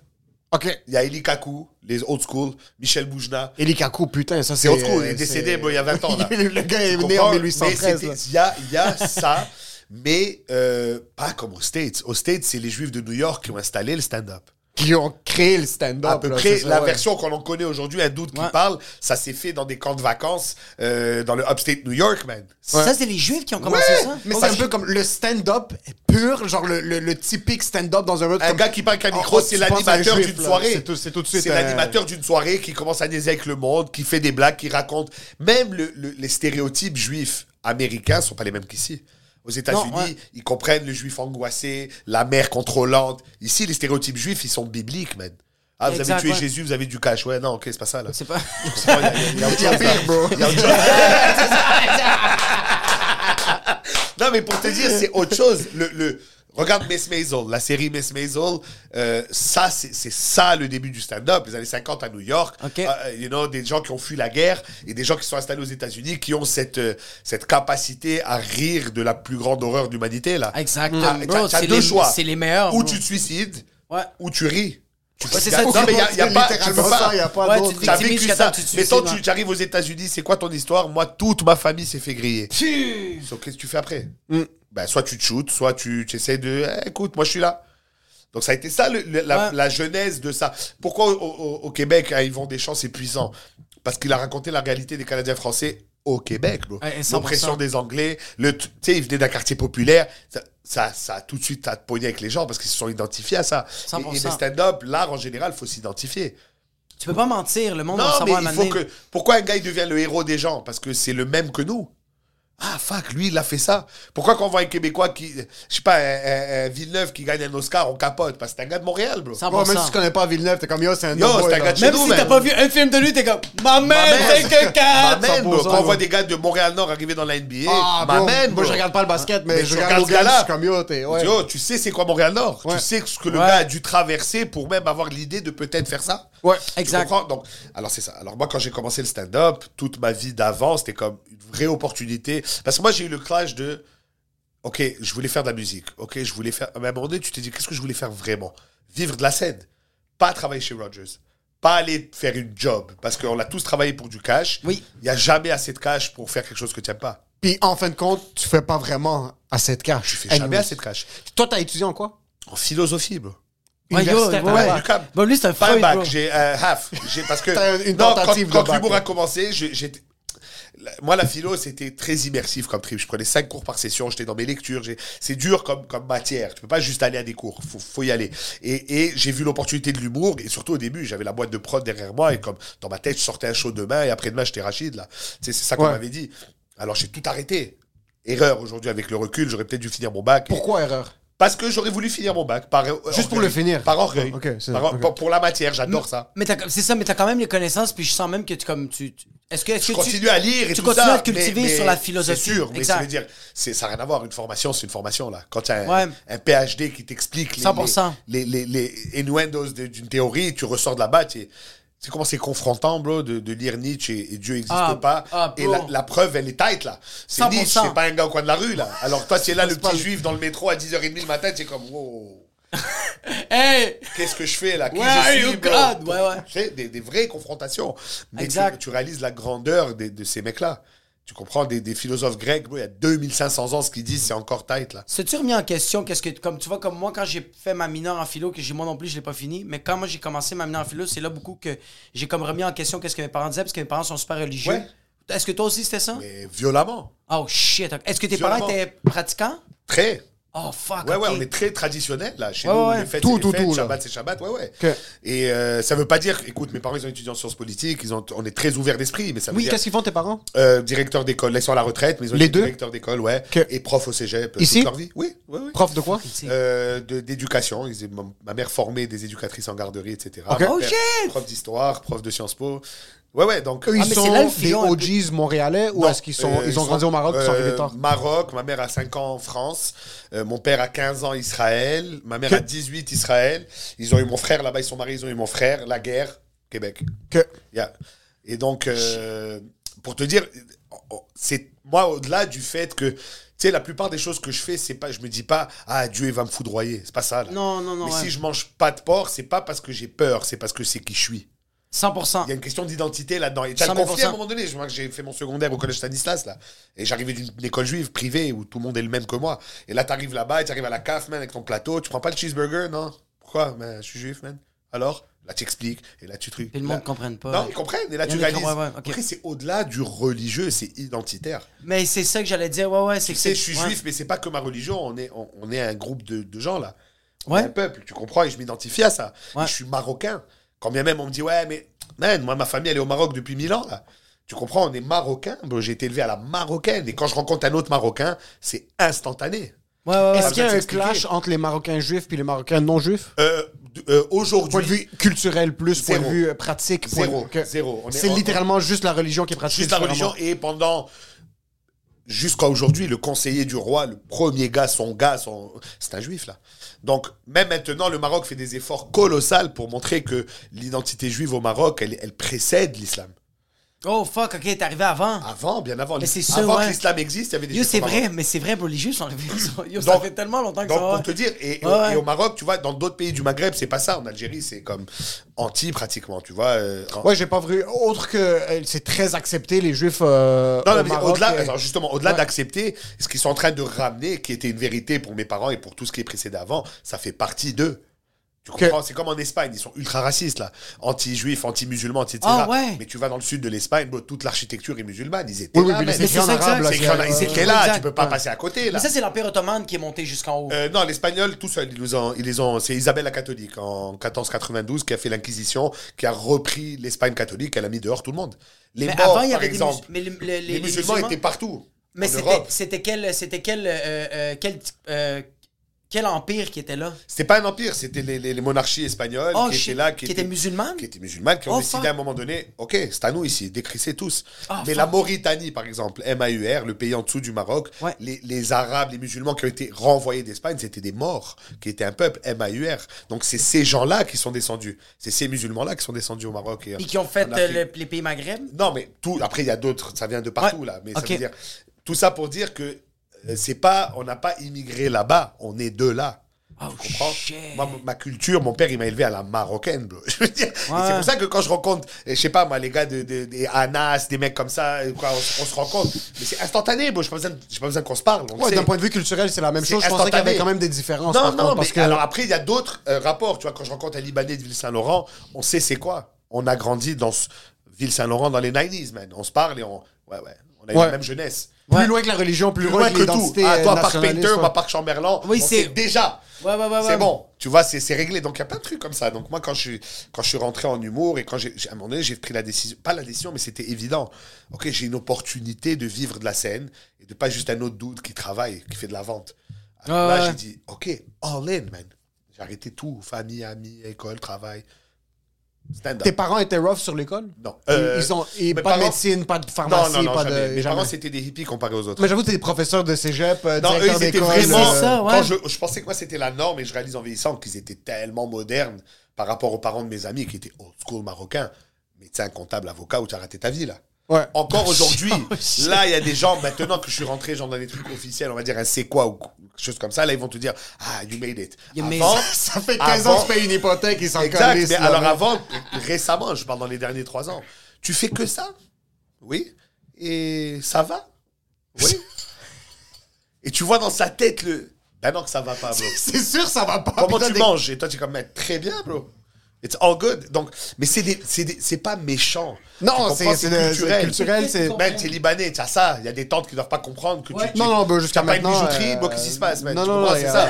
Speaker 4: OK.
Speaker 5: Il y a Eli Kaku, les old school, Michel Boujna.
Speaker 4: Eli Kaku, putain, ça c'est...
Speaker 5: C'est old school, il est
Speaker 4: euh,
Speaker 5: décédé
Speaker 4: c'est-
Speaker 5: bon, il y a 20 ans. Là.
Speaker 4: le gars est
Speaker 5: Tu
Speaker 4: né en
Speaker 5: comprends?
Speaker 4: 1813.
Speaker 5: Mais
Speaker 4: là.
Speaker 5: c'était- Il y a, il y a ça, mais euh, pas comme aux States. Aux States, c'est les Juifs de New York qui ont installé le stand-up.
Speaker 4: Qui ont créé le stand-up.
Speaker 5: à peu
Speaker 4: là,
Speaker 5: près
Speaker 4: c'est ça,
Speaker 5: la
Speaker 4: ouais.
Speaker 5: version qu'on en connaît aujourd'hui, un doute
Speaker 3: Ouais.
Speaker 5: qui parle, ça s'est fait dans des camps de vacances euh, dans le upstate New York, man.
Speaker 3: Ça, c'est les Juifs qui ont
Speaker 4: Ouais,
Speaker 3: commencé ça?
Speaker 4: mais
Speaker 5: Parce
Speaker 4: c'est un
Speaker 5: que-
Speaker 4: peu comme le stand-up pur, genre le, le- le typique stand-up dans un mode
Speaker 5: Un
Speaker 4: comme-
Speaker 5: gars qui parle qu'un
Speaker 4: Oh,
Speaker 5: micro,
Speaker 4: oh,
Speaker 5: c'est
Speaker 4: tu penses à un
Speaker 5: l'animateur
Speaker 4: juif,
Speaker 5: d'une
Speaker 4: là.
Speaker 5: soirée.
Speaker 4: C'est tout, c'est tout de suite.
Speaker 5: C'est
Speaker 4: euh,
Speaker 5: l'animateur d'une soirée qui commence à niaiser avec le monde, qui fait des blagues, qui raconte. Même le- le- les stéréotypes juifs américains sont pas les mêmes qu'ici. Aux États-Unis,
Speaker 3: ouais.
Speaker 5: ils comprennent le juif angoissé, la mère contrôlante. Ici, les stéréotypes juifs, ils sont bibliques, man. Ah, vous
Speaker 3: Exact,
Speaker 5: avez tué
Speaker 3: ouais.
Speaker 5: Jésus, vous avez du cash. Ouais, non, ok, c'est pas ça, là.
Speaker 3: C'est pas...
Speaker 5: Il y a- il y a autre chose, là. Il y a autre chose. Non, mais pour te dire, c'est autre chose. Le, le- Regarde Miss Maisel, la série Miss Maisel. euh, ça, c'est c'est ça le début du stand-up, les années 50 à New York.
Speaker 3: Ok.
Speaker 5: Euh, you know, des gens qui ont fui la guerre et des gens qui sont installés aux États-Unis qui ont cette, euh, cette capacité à rire de la plus grande horreur d'humanité. là.
Speaker 3: Exactement,
Speaker 5: Ah,
Speaker 3: bro,
Speaker 5: t'as- T'as
Speaker 3: c'est
Speaker 5: deux
Speaker 3: les-
Speaker 5: choix.
Speaker 3: c'est les meilleurs,
Speaker 5: Ou
Speaker 3: bro.
Speaker 5: tu te suicides,
Speaker 3: Ouais.
Speaker 5: ou tu ris. Tu
Speaker 3: Ouais, c'est
Speaker 5: te-
Speaker 3: ça,
Speaker 5: non,
Speaker 3: tu-
Speaker 5: mais il y a- il y a
Speaker 4: c'est
Speaker 5: pas. tu
Speaker 4: littéralement
Speaker 5: peux pas.
Speaker 4: ça, il y a pas
Speaker 3: Ouais, tu
Speaker 4: d'autre.
Speaker 3: te
Speaker 5: T'as
Speaker 3: victimes
Speaker 5: vécu
Speaker 3: jusqu'à
Speaker 5: ça.
Speaker 3: temps que tu te
Speaker 5: Mais toi,
Speaker 3: suicides,
Speaker 5: tu arrives aux États-Unis, c'est quoi ton histoire Moi, toute ma famille s'est fait griller. So, qu'est-ce que tu fais après
Speaker 3: Mm.
Speaker 5: ben, Soit tu te shootes, soit tu, tu essaies de. Eh, écoute, moi, je suis là. Donc, ça a été ça, le- le- la,
Speaker 3: Ouais.
Speaker 5: la genèse de ça. Pourquoi au, au- au Québec, hein, à Yvon Deschamps, c'est puissant Parce qu'il a raconté la réalité des Canadiens français au Québec, bro.
Speaker 3: Ouais, et 100%.
Speaker 5: L'oppression des Anglais, le, tu sais, il venait d'un quartier populaire. Ça, ça, ça a tout de suite, t'as pogné avec les gens parce qu'ils se sont identifiés à ça. Et- Et,
Speaker 3: 100%.
Speaker 5: le stand-up, l'art en général, faut s'identifier.
Speaker 3: Tu peux pas mentir, le monde va le
Speaker 5: Non, mais
Speaker 3: savoir à
Speaker 5: il
Speaker 3: un
Speaker 5: faut
Speaker 3: moment
Speaker 5: que.
Speaker 3: donné.
Speaker 5: Pourquoi un gars il devient le héros des gens Parce que c'est le même que nous. Ah, fuck, lui, il a fait ça. Pourquoi quand on voit un Québécois qui. Je sais pas, un, un- un Villeneuve qui gagne un Oscar, on capote Parce que c'est un gars de Montréal, bro.
Speaker 3: 100%.
Speaker 4: Ouais, même si tu connais pas Villeneuve, t'es comme yo, c'est un
Speaker 5: Yo,
Speaker 4: no-boy,
Speaker 5: c'est un
Speaker 4: là.
Speaker 5: gars de chez
Speaker 3: Même
Speaker 5: nous,
Speaker 3: si
Speaker 5: man.
Speaker 3: t'as pas vu un film de lui, t'es comme « Ma mère, c'est que
Speaker 5: Ma
Speaker 3: quatre!
Speaker 5: Ah, man, bro.
Speaker 4: 100%,
Speaker 5: Quand on voit
Speaker 4: ouais.
Speaker 5: des gars de Montréal-Nord arriver dans la NBA,
Speaker 4: Ah,
Speaker 5: ma
Speaker 4: bro,
Speaker 5: man,
Speaker 4: Moi,
Speaker 5: bro.
Speaker 4: je regarde pas le basket, mais,
Speaker 5: Mais
Speaker 4: je
Speaker 5: tu
Speaker 4: regarde
Speaker 5: regardes
Speaker 4: le gars
Speaker 5: ce
Speaker 4: là.
Speaker 5: gars-là.
Speaker 4: Je suis comme yo, t'es. Ouais.
Speaker 5: Yo, tu sais c'est quoi Montréal-Nord
Speaker 4: Ouais.
Speaker 5: Tu sais ce que le
Speaker 3: Ouais.
Speaker 5: gars a dû traverser pour même avoir l'idée de peut-être faire ça
Speaker 4: Ouais.
Speaker 5: Tu
Speaker 3: Exact.
Speaker 5: comprends Donc, alors c'est ça. Alors moi, quand j'ai commencé le stand-up, toute ma vie d'avant, c'était comme une vraie opportunité. Parce que moi, j'ai eu le clash de, ok, je voulais faire de la musique. Ok, je voulais faire. Mais à un moment donné, tu t'es dit, qu'est-ce que je voulais faire vraiment Vivre de la scène, pas travailler chez Rogers, pas aller faire une job, parce qu'on a tous travaillé pour du cash.
Speaker 3: Oui.
Speaker 5: Il y a jamais assez de cash pour faire quelque chose que tu n'aimes pas.
Speaker 4: Puis en fin de compte, tu fais pas vraiment à cette carte.
Speaker 5: Tu fais jamais assez de cash.
Speaker 4: Toi, t'as étudié en quoi
Speaker 5: En philosophie, bro.
Speaker 3: Ouais, yo,
Speaker 4: Universitaire,
Speaker 3: ouais.
Speaker 4: ouais.
Speaker 5: Du cap.
Speaker 3: Bon, lui, c'est un
Speaker 5: Pas un
Speaker 3: Freud,
Speaker 5: bac,
Speaker 3: bro.
Speaker 5: j'ai un half. J'ai- Parce que
Speaker 4: T'as une
Speaker 5: non, quand,
Speaker 4: tentative de
Speaker 5: quand
Speaker 4: bac,
Speaker 5: l'humour
Speaker 4: ouais.
Speaker 5: a commencé, j'ai- j'étais. la- Moi, la philo, c'était très immersif comme trip. Je prenais cinq cours par session, j'étais dans mes lectures. j'ai- C'est dur comme, comme matière. Tu peux pas juste aller à des cours. Faut, faut y aller. Et, et j'ai vu l'opportunité de l'humour. Et surtout au début, j'avais la boîte de prod derrière moi. Et comme dans ma tête, je sortais un show demain. Et après-demain, j'étais Rachid. là. Tu sais, C'est ça qu'on
Speaker 4: Ouais.
Speaker 5: m'avait dit. Alors, j'ai tout arrêté. Erreur aujourd'hui avec le recul. J'aurais peut-être dû finir mon bac. Et-
Speaker 4: Pourquoi erreur
Speaker 5: Parce que j'aurais voulu finir mon bac. Par,
Speaker 4: Juste pour le finir.
Speaker 5: Par orgueil.
Speaker 4: Ah, ok, c'est-
Speaker 5: Par or-
Speaker 4: ok.
Speaker 5: pour- pour la matière, j'adore ça.
Speaker 3: Mais t'as- c'est ça, mais t'as quand même les connaissances, puis je sens même que tu comme tu. tu- Est-ce que, est
Speaker 5: tu
Speaker 3: que
Speaker 5: continues
Speaker 3: tu
Speaker 5: à lire et
Speaker 3: tu
Speaker 5: tout
Speaker 3: continues
Speaker 5: ça,
Speaker 3: à te cultiver
Speaker 5: mais-
Speaker 3: sur
Speaker 5: mais
Speaker 3: la philosophie.
Speaker 5: C'est sûr, mais
Speaker 3: Exact.
Speaker 5: ça veut dire, c'est- ça n'a rien à voir. Une formation, c'est une formation, là. Quand tu as un,
Speaker 3: Ouais.
Speaker 5: un PhD qui t'explique les,
Speaker 3: 100%.
Speaker 5: les, les, les, les innuendos de- d'une théorie, tu ressors de là-bas, tu es- tu sais comment c'est confrontant, bro, de, de lire Nietzsche et, et Dieu n'existe
Speaker 3: Ah,
Speaker 5: pas.
Speaker 3: ah,
Speaker 5: et
Speaker 3: bro.
Speaker 5: la, la preuve, elle est tight, là. C'est
Speaker 3: 100%.
Speaker 5: Nietzsche, c'est pas un gars au coin de la rue, là. Alors toi, c'est là le
Speaker 4: C'est pas
Speaker 5: petit
Speaker 4: le-
Speaker 5: juif dans le métro à 10h30 le matin, tu es comme, wow,
Speaker 3: Hey!
Speaker 5: qu'est-ce que je fais, là Qui
Speaker 3: Where are
Speaker 5: je suis,
Speaker 3: you,
Speaker 5: bro
Speaker 3: God? Ouais, ouais.
Speaker 5: Tu sais, des, des vraies confrontations. Mais tu,
Speaker 3: Exact.
Speaker 5: tu réalises la grandeur des- de, ces mecs-là. Tu comprends, des, des philosophes grecs, bro, il y a 2500 ans, ce qu'ils disent, c'est encore tight, là.
Speaker 3: Se-tu remis en question qu'est-ce que comme tu vois comme moi quand j'ai fait ma mineure en philo que j'ai moi non plus je l'ai pas fini mais quand moi j'ai commencé ma mineure en philo c'est là beaucoup que j'ai comme remis en question qu'est-ce que mes parents disaient parce que mes parents sont super religieux.
Speaker 5: Ouais.
Speaker 3: Est-ce que toi aussi c'était ça
Speaker 5: Mais violemment.
Speaker 3: Oh shit. Est-ce que tes
Speaker 5: Violemment.
Speaker 3: parents étaient pratiquants
Speaker 5: Très.
Speaker 3: Oh fuck.
Speaker 5: Ouais, ouais,
Speaker 3: ok.
Speaker 5: on est très traditionnel là. Chez
Speaker 3: Ouais,
Speaker 5: nous,
Speaker 3: ouais.
Speaker 5: les fêtes,
Speaker 4: Tout,
Speaker 5: c'est les
Speaker 4: tout,
Speaker 5: fêtes,
Speaker 4: tout, là.
Speaker 5: Shabbat, c'est Shabbat, ouais, ouais.
Speaker 4: Ok.
Speaker 5: Et euh, ça veut pas dire, écoute, mes parents, ils ont étudié en sciences politiques, ils ont, on est très ouverts d'esprit, mais ça veut
Speaker 4: Oui,
Speaker 5: dire
Speaker 4: qu'est-ce qu'ils font tes parents
Speaker 5: euh, directeur d'école, là, ils sont à la retraite, mais ils ont
Speaker 4: Les
Speaker 5: été
Speaker 4: deux
Speaker 5: directeur d'école, ouais,
Speaker 4: Ok.
Speaker 5: et prof au cégep euh,
Speaker 4: Ici
Speaker 5: toute leur vie. Oui, oui, oui.
Speaker 4: Prof de quoi
Speaker 5: Euh, de- d'éducation. Ils- ma- Ma mère formait des éducatrices en garderie, etc.
Speaker 4: Ok.
Speaker 5: Mon
Speaker 4: Oh,
Speaker 5: père, Prof d'histoire, prof de Sciences Po. Ouais, ouais, donc.
Speaker 4: Eux,
Speaker 3: mais
Speaker 4: ils
Speaker 3: c'est
Speaker 4: sont
Speaker 3: là le
Speaker 4: des
Speaker 3: filon, un peu.
Speaker 4: OGs montréalais ou
Speaker 5: Non,
Speaker 4: est-ce qu'ils sont,
Speaker 5: euh,
Speaker 4: ils ont grandi au Maroc, ils sont
Speaker 5: euh,
Speaker 4: arrivés tard
Speaker 5: Maroc, ma mère a 5 ans en France, euh, mon père a 15 ans Israël, ma mère
Speaker 4: Que-
Speaker 5: a 18 Israël, ils ont eu mon frère là-bas, ils sont mariés, ils ont eu mon frère, la guerre, Québec.
Speaker 4: Que-
Speaker 5: Yeah. Et donc, euh, pour te dire, oh, c'est moi au-delà du fait que, tu sais, la plupart des choses que je fais, c'est pas, je me dis pas, ah Dieu il va me foudroyer, c'est pas ça. là.
Speaker 3: Non, non, non.
Speaker 5: Mais
Speaker 3: ouais.
Speaker 5: si je mange pas de porc, c'est pas parce que j'ai peur, c'est parce que c'est qui je suis.
Speaker 3: 100%.
Speaker 5: Il y a une question d'identité là-dedans. Et tu le
Speaker 3: 100 000%.
Speaker 5: conflit à un moment donné. Je vois que j'ai fait mon secondaire au collège Stanislas, là. Et j'arrivais d'une d'une école juive privée où tout le monde est le même que moi. Et là, t'arrives là-bas et t'arrives à la CAF, man, avec ton plateau. Tu prends pas le cheeseburger, non Pourquoi Ben, Je suis juif, man. Alors Là, tu expliques. Et là, tu trucs.
Speaker 3: Puis le
Speaker 5: Là-
Speaker 3: monde ne comprenne pas.
Speaker 5: Non, ils comprennent. Et là,
Speaker 3: Il y
Speaker 5: tu
Speaker 3: en a qui
Speaker 5: réalises.
Speaker 3: comprennent, ouais, ok.
Speaker 5: Après, c'est au-delà du religieux, c'est identitaire.
Speaker 3: Mais c'est ça que j'allais dire. Ouais, ouais. C'est
Speaker 5: Tu
Speaker 3: que
Speaker 5: sais,
Speaker 3: c'est.
Speaker 5: je suis
Speaker 3: ouais.
Speaker 5: juif, mais c'est pas que ma religion. On est, on, on est un groupe de, de gens, là. On est
Speaker 3: Ouais.
Speaker 5: un peuple, tu comprends, et je m'identifie à ça.
Speaker 3: Ouais.
Speaker 5: Et Je suis marocain. Quand bien même on me dit, ouais, mais man, moi, ma famille, elle est au Maroc depuis 1000 ans, là. Tu comprends, on est marocain. Bon, J'ai été élevé à la marocaine. Et quand je rencontre un autre marocain, c'est instantané.
Speaker 3: Ouais, ouais, ouais.
Speaker 4: Est-ce
Speaker 5: ça,
Speaker 4: qu'il y a
Speaker 5: c'est
Speaker 4: un
Speaker 5: expliqué.
Speaker 4: clash entre les Marocains juifs puis les Marocains non juifs
Speaker 5: Euh, d- euh,
Speaker 4: Point de
Speaker 5: Aujourd'hui,
Speaker 4: vue culturel plus, point de
Speaker 5: Zéro.
Speaker 4: vue euh, pratique. point de-
Speaker 5: zéro.
Speaker 4: que-
Speaker 5: zéro. On est-
Speaker 4: C'est
Speaker 5: on-
Speaker 4: littéralement juste la religion qui est pratiquée.
Speaker 5: Juste la religion.
Speaker 4: différemment.
Speaker 5: Et pendant. Jusqu'à aujourd'hui, le conseiller du roi, le premier gars, son gars, son... c'est un juif, là. Donc, même maintenant, le Maroc fait des efforts colossaux pour montrer que l'identité juive au Maroc, elle, elle précède l'islam.
Speaker 3: Oh fuck, ok, t'es arrivé avant.
Speaker 5: Avant, bien avant.
Speaker 3: Mais c'est ça,
Speaker 5: avant
Speaker 3: ouais.
Speaker 5: que l'islam existe, il y avait des
Speaker 3: Yo,
Speaker 5: juifs
Speaker 3: c'est
Speaker 5: au Maroc.
Speaker 3: vrai, mais c'est vrai, bro, les juifs sont arrivés. ils sont- Yo, ça
Speaker 5: Donc-
Speaker 3: fait tellement longtemps que
Speaker 5: Donc,
Speaker 3: ça va.
Speaker 5: pour te dire, et, et-
Speaker 3: Ouais, ouais.
Speaker 5: et au Maroc, tu vois, dans d'autres pays du Maghreb, c'est pas ça. En Algérie, c'est comme anti, pratiquement, tu vois. euh, en-
Speaker 4: Ouais, j'ai pas vu. Autre que euh, c'est très accepté, les juifs. euh,
Speaker 5: Non, non,
Speaker 4: au
Speaker 5: mais
Speaker 4: Maroc,
Speaker 5: au-delà,
Speaker 4: euh,
Speaker 5: alors justement, au-delà
Speaker 4: ouais.
Speaker 5: d'accepter ce qu'ils sont en train de ramener, qui était une vérité pour mes parents et pour tout ce qui est précédé avant, ça fait partie d'eux. Tu
Speaker 4: Que-
Speaker 5: comprends C'est comme en Espagne, ils sont ultra racistes, là. Anti-juifs, anti-musulmans, etc.
Speaker 3: Ah ouais.
Speaker 5: Mais tu vas dans le sud de l'Espagne, bro, toute l'architecture est musulmane. Ils étaient
Speaker 4: Oui, oui,
Speaker 5: là,
Speaker 4: mais
Speaker 5: man.
Speaker 4: les écrits en
Speaker 3: ça que
Speaker 4: arabe,
Speaker 3: c'est.
Speaker 4: là,
Speaker 5: C'est écrit en- Ils
Speaker 4: euh,
Speaker 5: étaient là,
Speaker 3: Exact.
Speaker 5: tu peux pas
Speaker 3: Ouais.
Speaker 5: passer à côté,
Speaker 3: Mais
Speaker 5: là.
Speaker 3: ça, c'est l'Empire Ottoman qui est monté jusqu'en haut.
Speaker 5: Euh, non, l'espagnol, tout seul, ils nous ont, ils les ont. C'est Isabelle la catholique en 1492 qui a fait l'inquisition, qui a repris l'Espagne catholique, elle a mis dehors tout le monde. Les
Speaker 3: mais
Speaker 5: morts,
Speaker 3: avant, il y
Speaker 5: par
Speaker 3: avait
Speaker 5: exemple,
Speaker 3: des mus- mais le- le-
Speaker 5: les, musulmans, étaient partout.
Speaker 3: Mais
Speaker 5: en
Speaker 3: c'était
Speaker 5: Europe.
Speaker 3: c'était quel, c'était quel, euh, euh, quel, euh, quel empire qui était là?
Speaker 5: C'était pas un empire, c'était les, les- les monarchies espagnoles
Speaker 3: Oh,
Speaker 5: qui
Speaker 3: shit.
Speaker 5: étaient là, qui,
Speaker 3: Qui étaient musulmanes?
Speaker 5: qui étaient musulmanes, qui ont
Speaker 3: Oh,
Speaker 5: décidé
Speaker 3: fuck.
Speaker 5: à un moment donné, ok, c'est à nous ici, décrissez tous.
Speaker 3: Ah,
Speaker 5: Mais
Speaker 3: fuck.
Speaker 5: la Mauritanie, par exemple, MAUR, le pays en dessous du Maroc,
Speaker 3: Ouais.
Speaker 5: les, les Arabes, les musulmans qui ont été renvoyés d'Espagne, c'était des morts, qui étaient un peuple MAUR. Donc c'est ces gens-là qui sont descendus, c'est ces musulmans-là qui sont descendus au Maroc. Et,
Speaker 3: Et qui ont fait
Speaker 5: en
Speaker 3: euh,
Speaker 5: Afrique.
Speaker 3: le- les pays maghreb?
Speaker 5: Non, mais tout. Après, il y a d'autres. Ça vient de partout
Speaker 3: Ouais.
Speaker 5: là. Mais
Speaker 3: Ok.
Speaker 5: ça veut dire tout ça pour dire que euh, c'est pas. On n'a pas immigré là-bas. On est de là.
Speaker 3: Oh,
Speaker 5: Tu comprends
Speaker 3: shit.
Speaker 5: Moi, m- ma culture, mon père, il m'a élevé à la marocaine, bro. Je veux dire, et
Speaker 3: Ouais.
Speaker 5: c'est pour ça que quand je rencontre, euh, je sais pas, moi, les gars de, de- des Anas, des mecs comme ça, euh, quoi, on, s- on se rencontre. Mais c'est instantané, bro. J'ai pas besoin, de- j'ai pas besoin qu'on se parle. on le
Speaker 4: Ouais,
Speaker 5: sait.
Speaker 4: d'un point de vue culturel, c'est la même
Speaker 5: C'est
Speaker 4: chose. Je pensais qu'il y avait
Speaker 5: instantané.
Speaker 4: quand même des différences.
Speaker 5: Non,
Speaker 4: par
Speaker 5: non,
Speaker 4: contre,
Speaker 5: mais
Speaker 4: parce que
Speaker 5: alors après, il y a d'autres euh, rapports. Tu vois, quand je rencontre un Libanais de Ville-Saint-Laurent, on sait c'est quoi. On a grandi dans ce- Ville-Saint-Laurent dans les 90s, man. On se parle et on. Ouais, ouais. On a eu
Speaker 4: Ouais.
Speaker 5: la même jeunesse.
Speaker 4: plus
Speaker 3: Ouais.
Speaker 4: loin que la religion, plus,
Speaker 5: Plus loin
Speaker 4: que
Speaker 5: que tout.
Speaker 4: l'identité.
Speaker 5: Ah,
Speaker 4: euh,
Speaker 5: toi, Parc
Speaker 4: nationaliste,
Speaker 5: Painter,
Speaker 4: ouais.
Speaker 5: moi, Parc Chamberlain.
Speaker 3: Oui,
Speaker 5: on
Speaker 3: c'est-
Speaker 5: sait déjà.
Speaker 3: Ouais, ouais, ouais. ouais.
Speaker 5: C'est bon, tu vois, c'est c'est réglé. Donc il y a plein de trucs comme ça. Donc moi, quand je suis, quand je suis rentré en humour et quand j'ai, j'ai- à un moment donné, j'ai pris la décision, pas la décision, mais c'était évident. Ok, j'ai une opportunité de vivre de la scène et de pas juste un autre dude qui travaille, qui fait de la vente. Alors
Speaker 3: Ouais,
Speaker 5: là,
Speaker 3: ouais.
Speaker 5: j'ai dit, ok, all in, man. J'ai arrêté tout, famille, amis, école, travail, stand-up.
Speaker 4: Tes parents étaient rough sur l'école
Speaker 5: Non.
Speaker 4: Ils-
Speaker 5: Euh,
Speaker 4: Ils ont et
Speaker 5: mes
Speaker 4: pas de
Speaker 5: parents-
Speaker 4: médecine, pas de
Speaker 5: Non,
Speaker 4: pharmacie,
Speaker 5: non, non,
Speaker 4: pas
Speaker 5: jamais.
Speaker 4: de.
Speaker 5: Mes
Speaker 4: jamais.
Speaker 5: parents, c'était des hippies comparés aux autres.
Speaker 4: Mais j'avoue, t'es des professeurs de cégep, euh,
Speaker 5: Non, eux,
Speaker 4: directeur
Speaker 5: ils étaient
Speaker 4: d'école,
Speaker 5: vraiment.
Speaker 4: euh,
Speaker 3: C'est ça, ouais.
Speaker 5: quand je, je pensais que moi, c'était la norme, et je réalise en vieillissant qu'ils étaient tellement modernes par rapport aux parents de mes amis qui étaient old school marocains. Médecin, comptable, avocat, où tu as raté ta vie, là.
Speaker 4: Ouais.
Speaker 5: Encore aujourd'hui,
Speaker 3: Oh, shit.
Speaker 5: là, il y a des gens, maintenant que je suis rentré, genre dans des trucs officiels, on va dire un c'est quoi ou quelque chose comme ça, là, ils vont te dire Ah, you made it.
Speaker 3: You made
Speaker 5: Avant-
Speaker 3: it.
Speaker 4: Ça fait 15 ans que
Speaker 5: avant-
Speaker 4: tu payes une hypothèque, ils s'en
Speaker 5: Exact,
Speaker 4: calissent,
Speaker 5: mais
Speaker 4: là,
Speaker 5: alors
Speaker 4: là.
Speaker 5: avant, récemment, je parle dans les derniers trois ans, tu fais que ça Oui. Et ça va Oui. Et tu vois dans sa tête le. Ben non, que ça va pas, bro.
Speaker 4: C'est sûr, ça va pas.
Speaker 5: Comment
Speaker 4: putain,
Speaker 5: tu
Speaker 4: des-
Speaker 5: manges Et toi, tu es comme, mais très bien, bro. It's all good. Donc, mais c'est des, c'est des- c'est pas méchant. Tu
Speaker 4: Non,
Speaker 5: comprends,
Speaker 4: c'est c'est de- c'est
Speaker 5: culturel.
Speaker 4: culturel, c'est.
Speaker 3: Bon.
Speaker 5: Mec, t'es libanais, t'as ça. Il y a des tantes qui doivent pas comprendre que tu-
Speaker 3: Ouais.
Speaker 5: tu.
Speaker 4: Non, non, bah,
Speaker 5: t'as
Speaker 4: jusqu'à
Speaker 5: pas
Speaker 4: maintenant,
Speaker 5: une bijouterie,
Speaker 4: euh,
Speaker 5: bon, qu'est-ce qui se passe, mec
Speaker 4: non,
Speaker 5: Tu
Speaker 4: non,
Speaker 5: comprends,
Speaker 4: non,
Speaker 5: c'est
Speaker 4: y a-
Speaker 5: ça.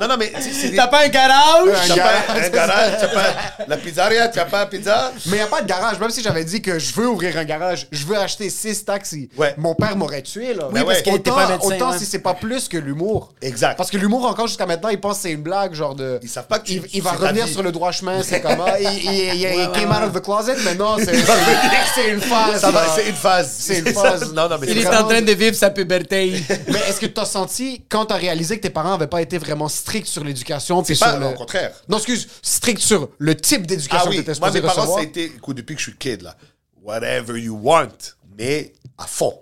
Speaker 5: Non, non, mais c'est- c'est des-
Speaker 3: T'as pas un garage?
Speaker 5: T'as
Speaker 4: garage,
Speaker 5: pas un
Speaker 4: c'est
Speaker 5: garage, t'as pas eh, la pizzeria, t'as pas la pizza.
Speaker 4: Mais il a pas de garage. Même si j'avais dit que je veux ouvrir un garage, je veux acheter six taxis,
Speaker 5: Ouais.
Speaker 4: mon père m'aurait tué. Là.
Speaker 5: Oui, parce
Speaker 4: Autant-
Speaker 5: qu'il
Speaker 3: était pas médecin,
Speaker 4: Autant
Speaker 3: ouais.
Speaker 4: si c'est pas plus que l'humour.
Speaker 5: Exact.
Speaker 4: Parce que l'humour, encore jusqu'à maintenant, ils pensent que c'est une blague, genre de.
Speaker 5: Ils savent pas que tu-
Speaker 4: Il, il va
Speaker 5: c'est ta
Speaker 4: revenir
Speaker 5: vie.
Speaker 4: sur le droit chemin, c'est comment. Il, il, il- il came out of the closet, mais non, c'est c'est une phase.
Speaker 5: Ça va,
Speaker 4: là.
Speaker 5: c'est une phase.
Speaker 4: C'est une phase.
Speaker 5: Non, non, mais
Speaker 4: Il
Speaker 5: c'est
Speaker 4: est
Speaker 5: vraiment-
Speaker 4: en train de
Speaker 3: vivre sa puberté.
Speaker 4: Mais est-ce que t'as senti, quand t'as réalisé que tes parents avaient pas été vraiment stricts sur l'éducation, puis
Speaker 5: C'est pas,
Speaker 4: sur le-
Speaker 5: non, au contraire.
Speaker 4: Non, excuse, strict sur le type d'éducation
Speaker 5: Ah
Speaker 4: que
Speaker 5: oui,
Speaker 4: t'étais
Speaker 5: moi,
Speaker 4: supposé
Speaker 5: mes parents,
Speaker 4: recevoir.
Speaker 5: ça a été, écoute, depuis que je suis kid, là, whatever you want, mais à fond.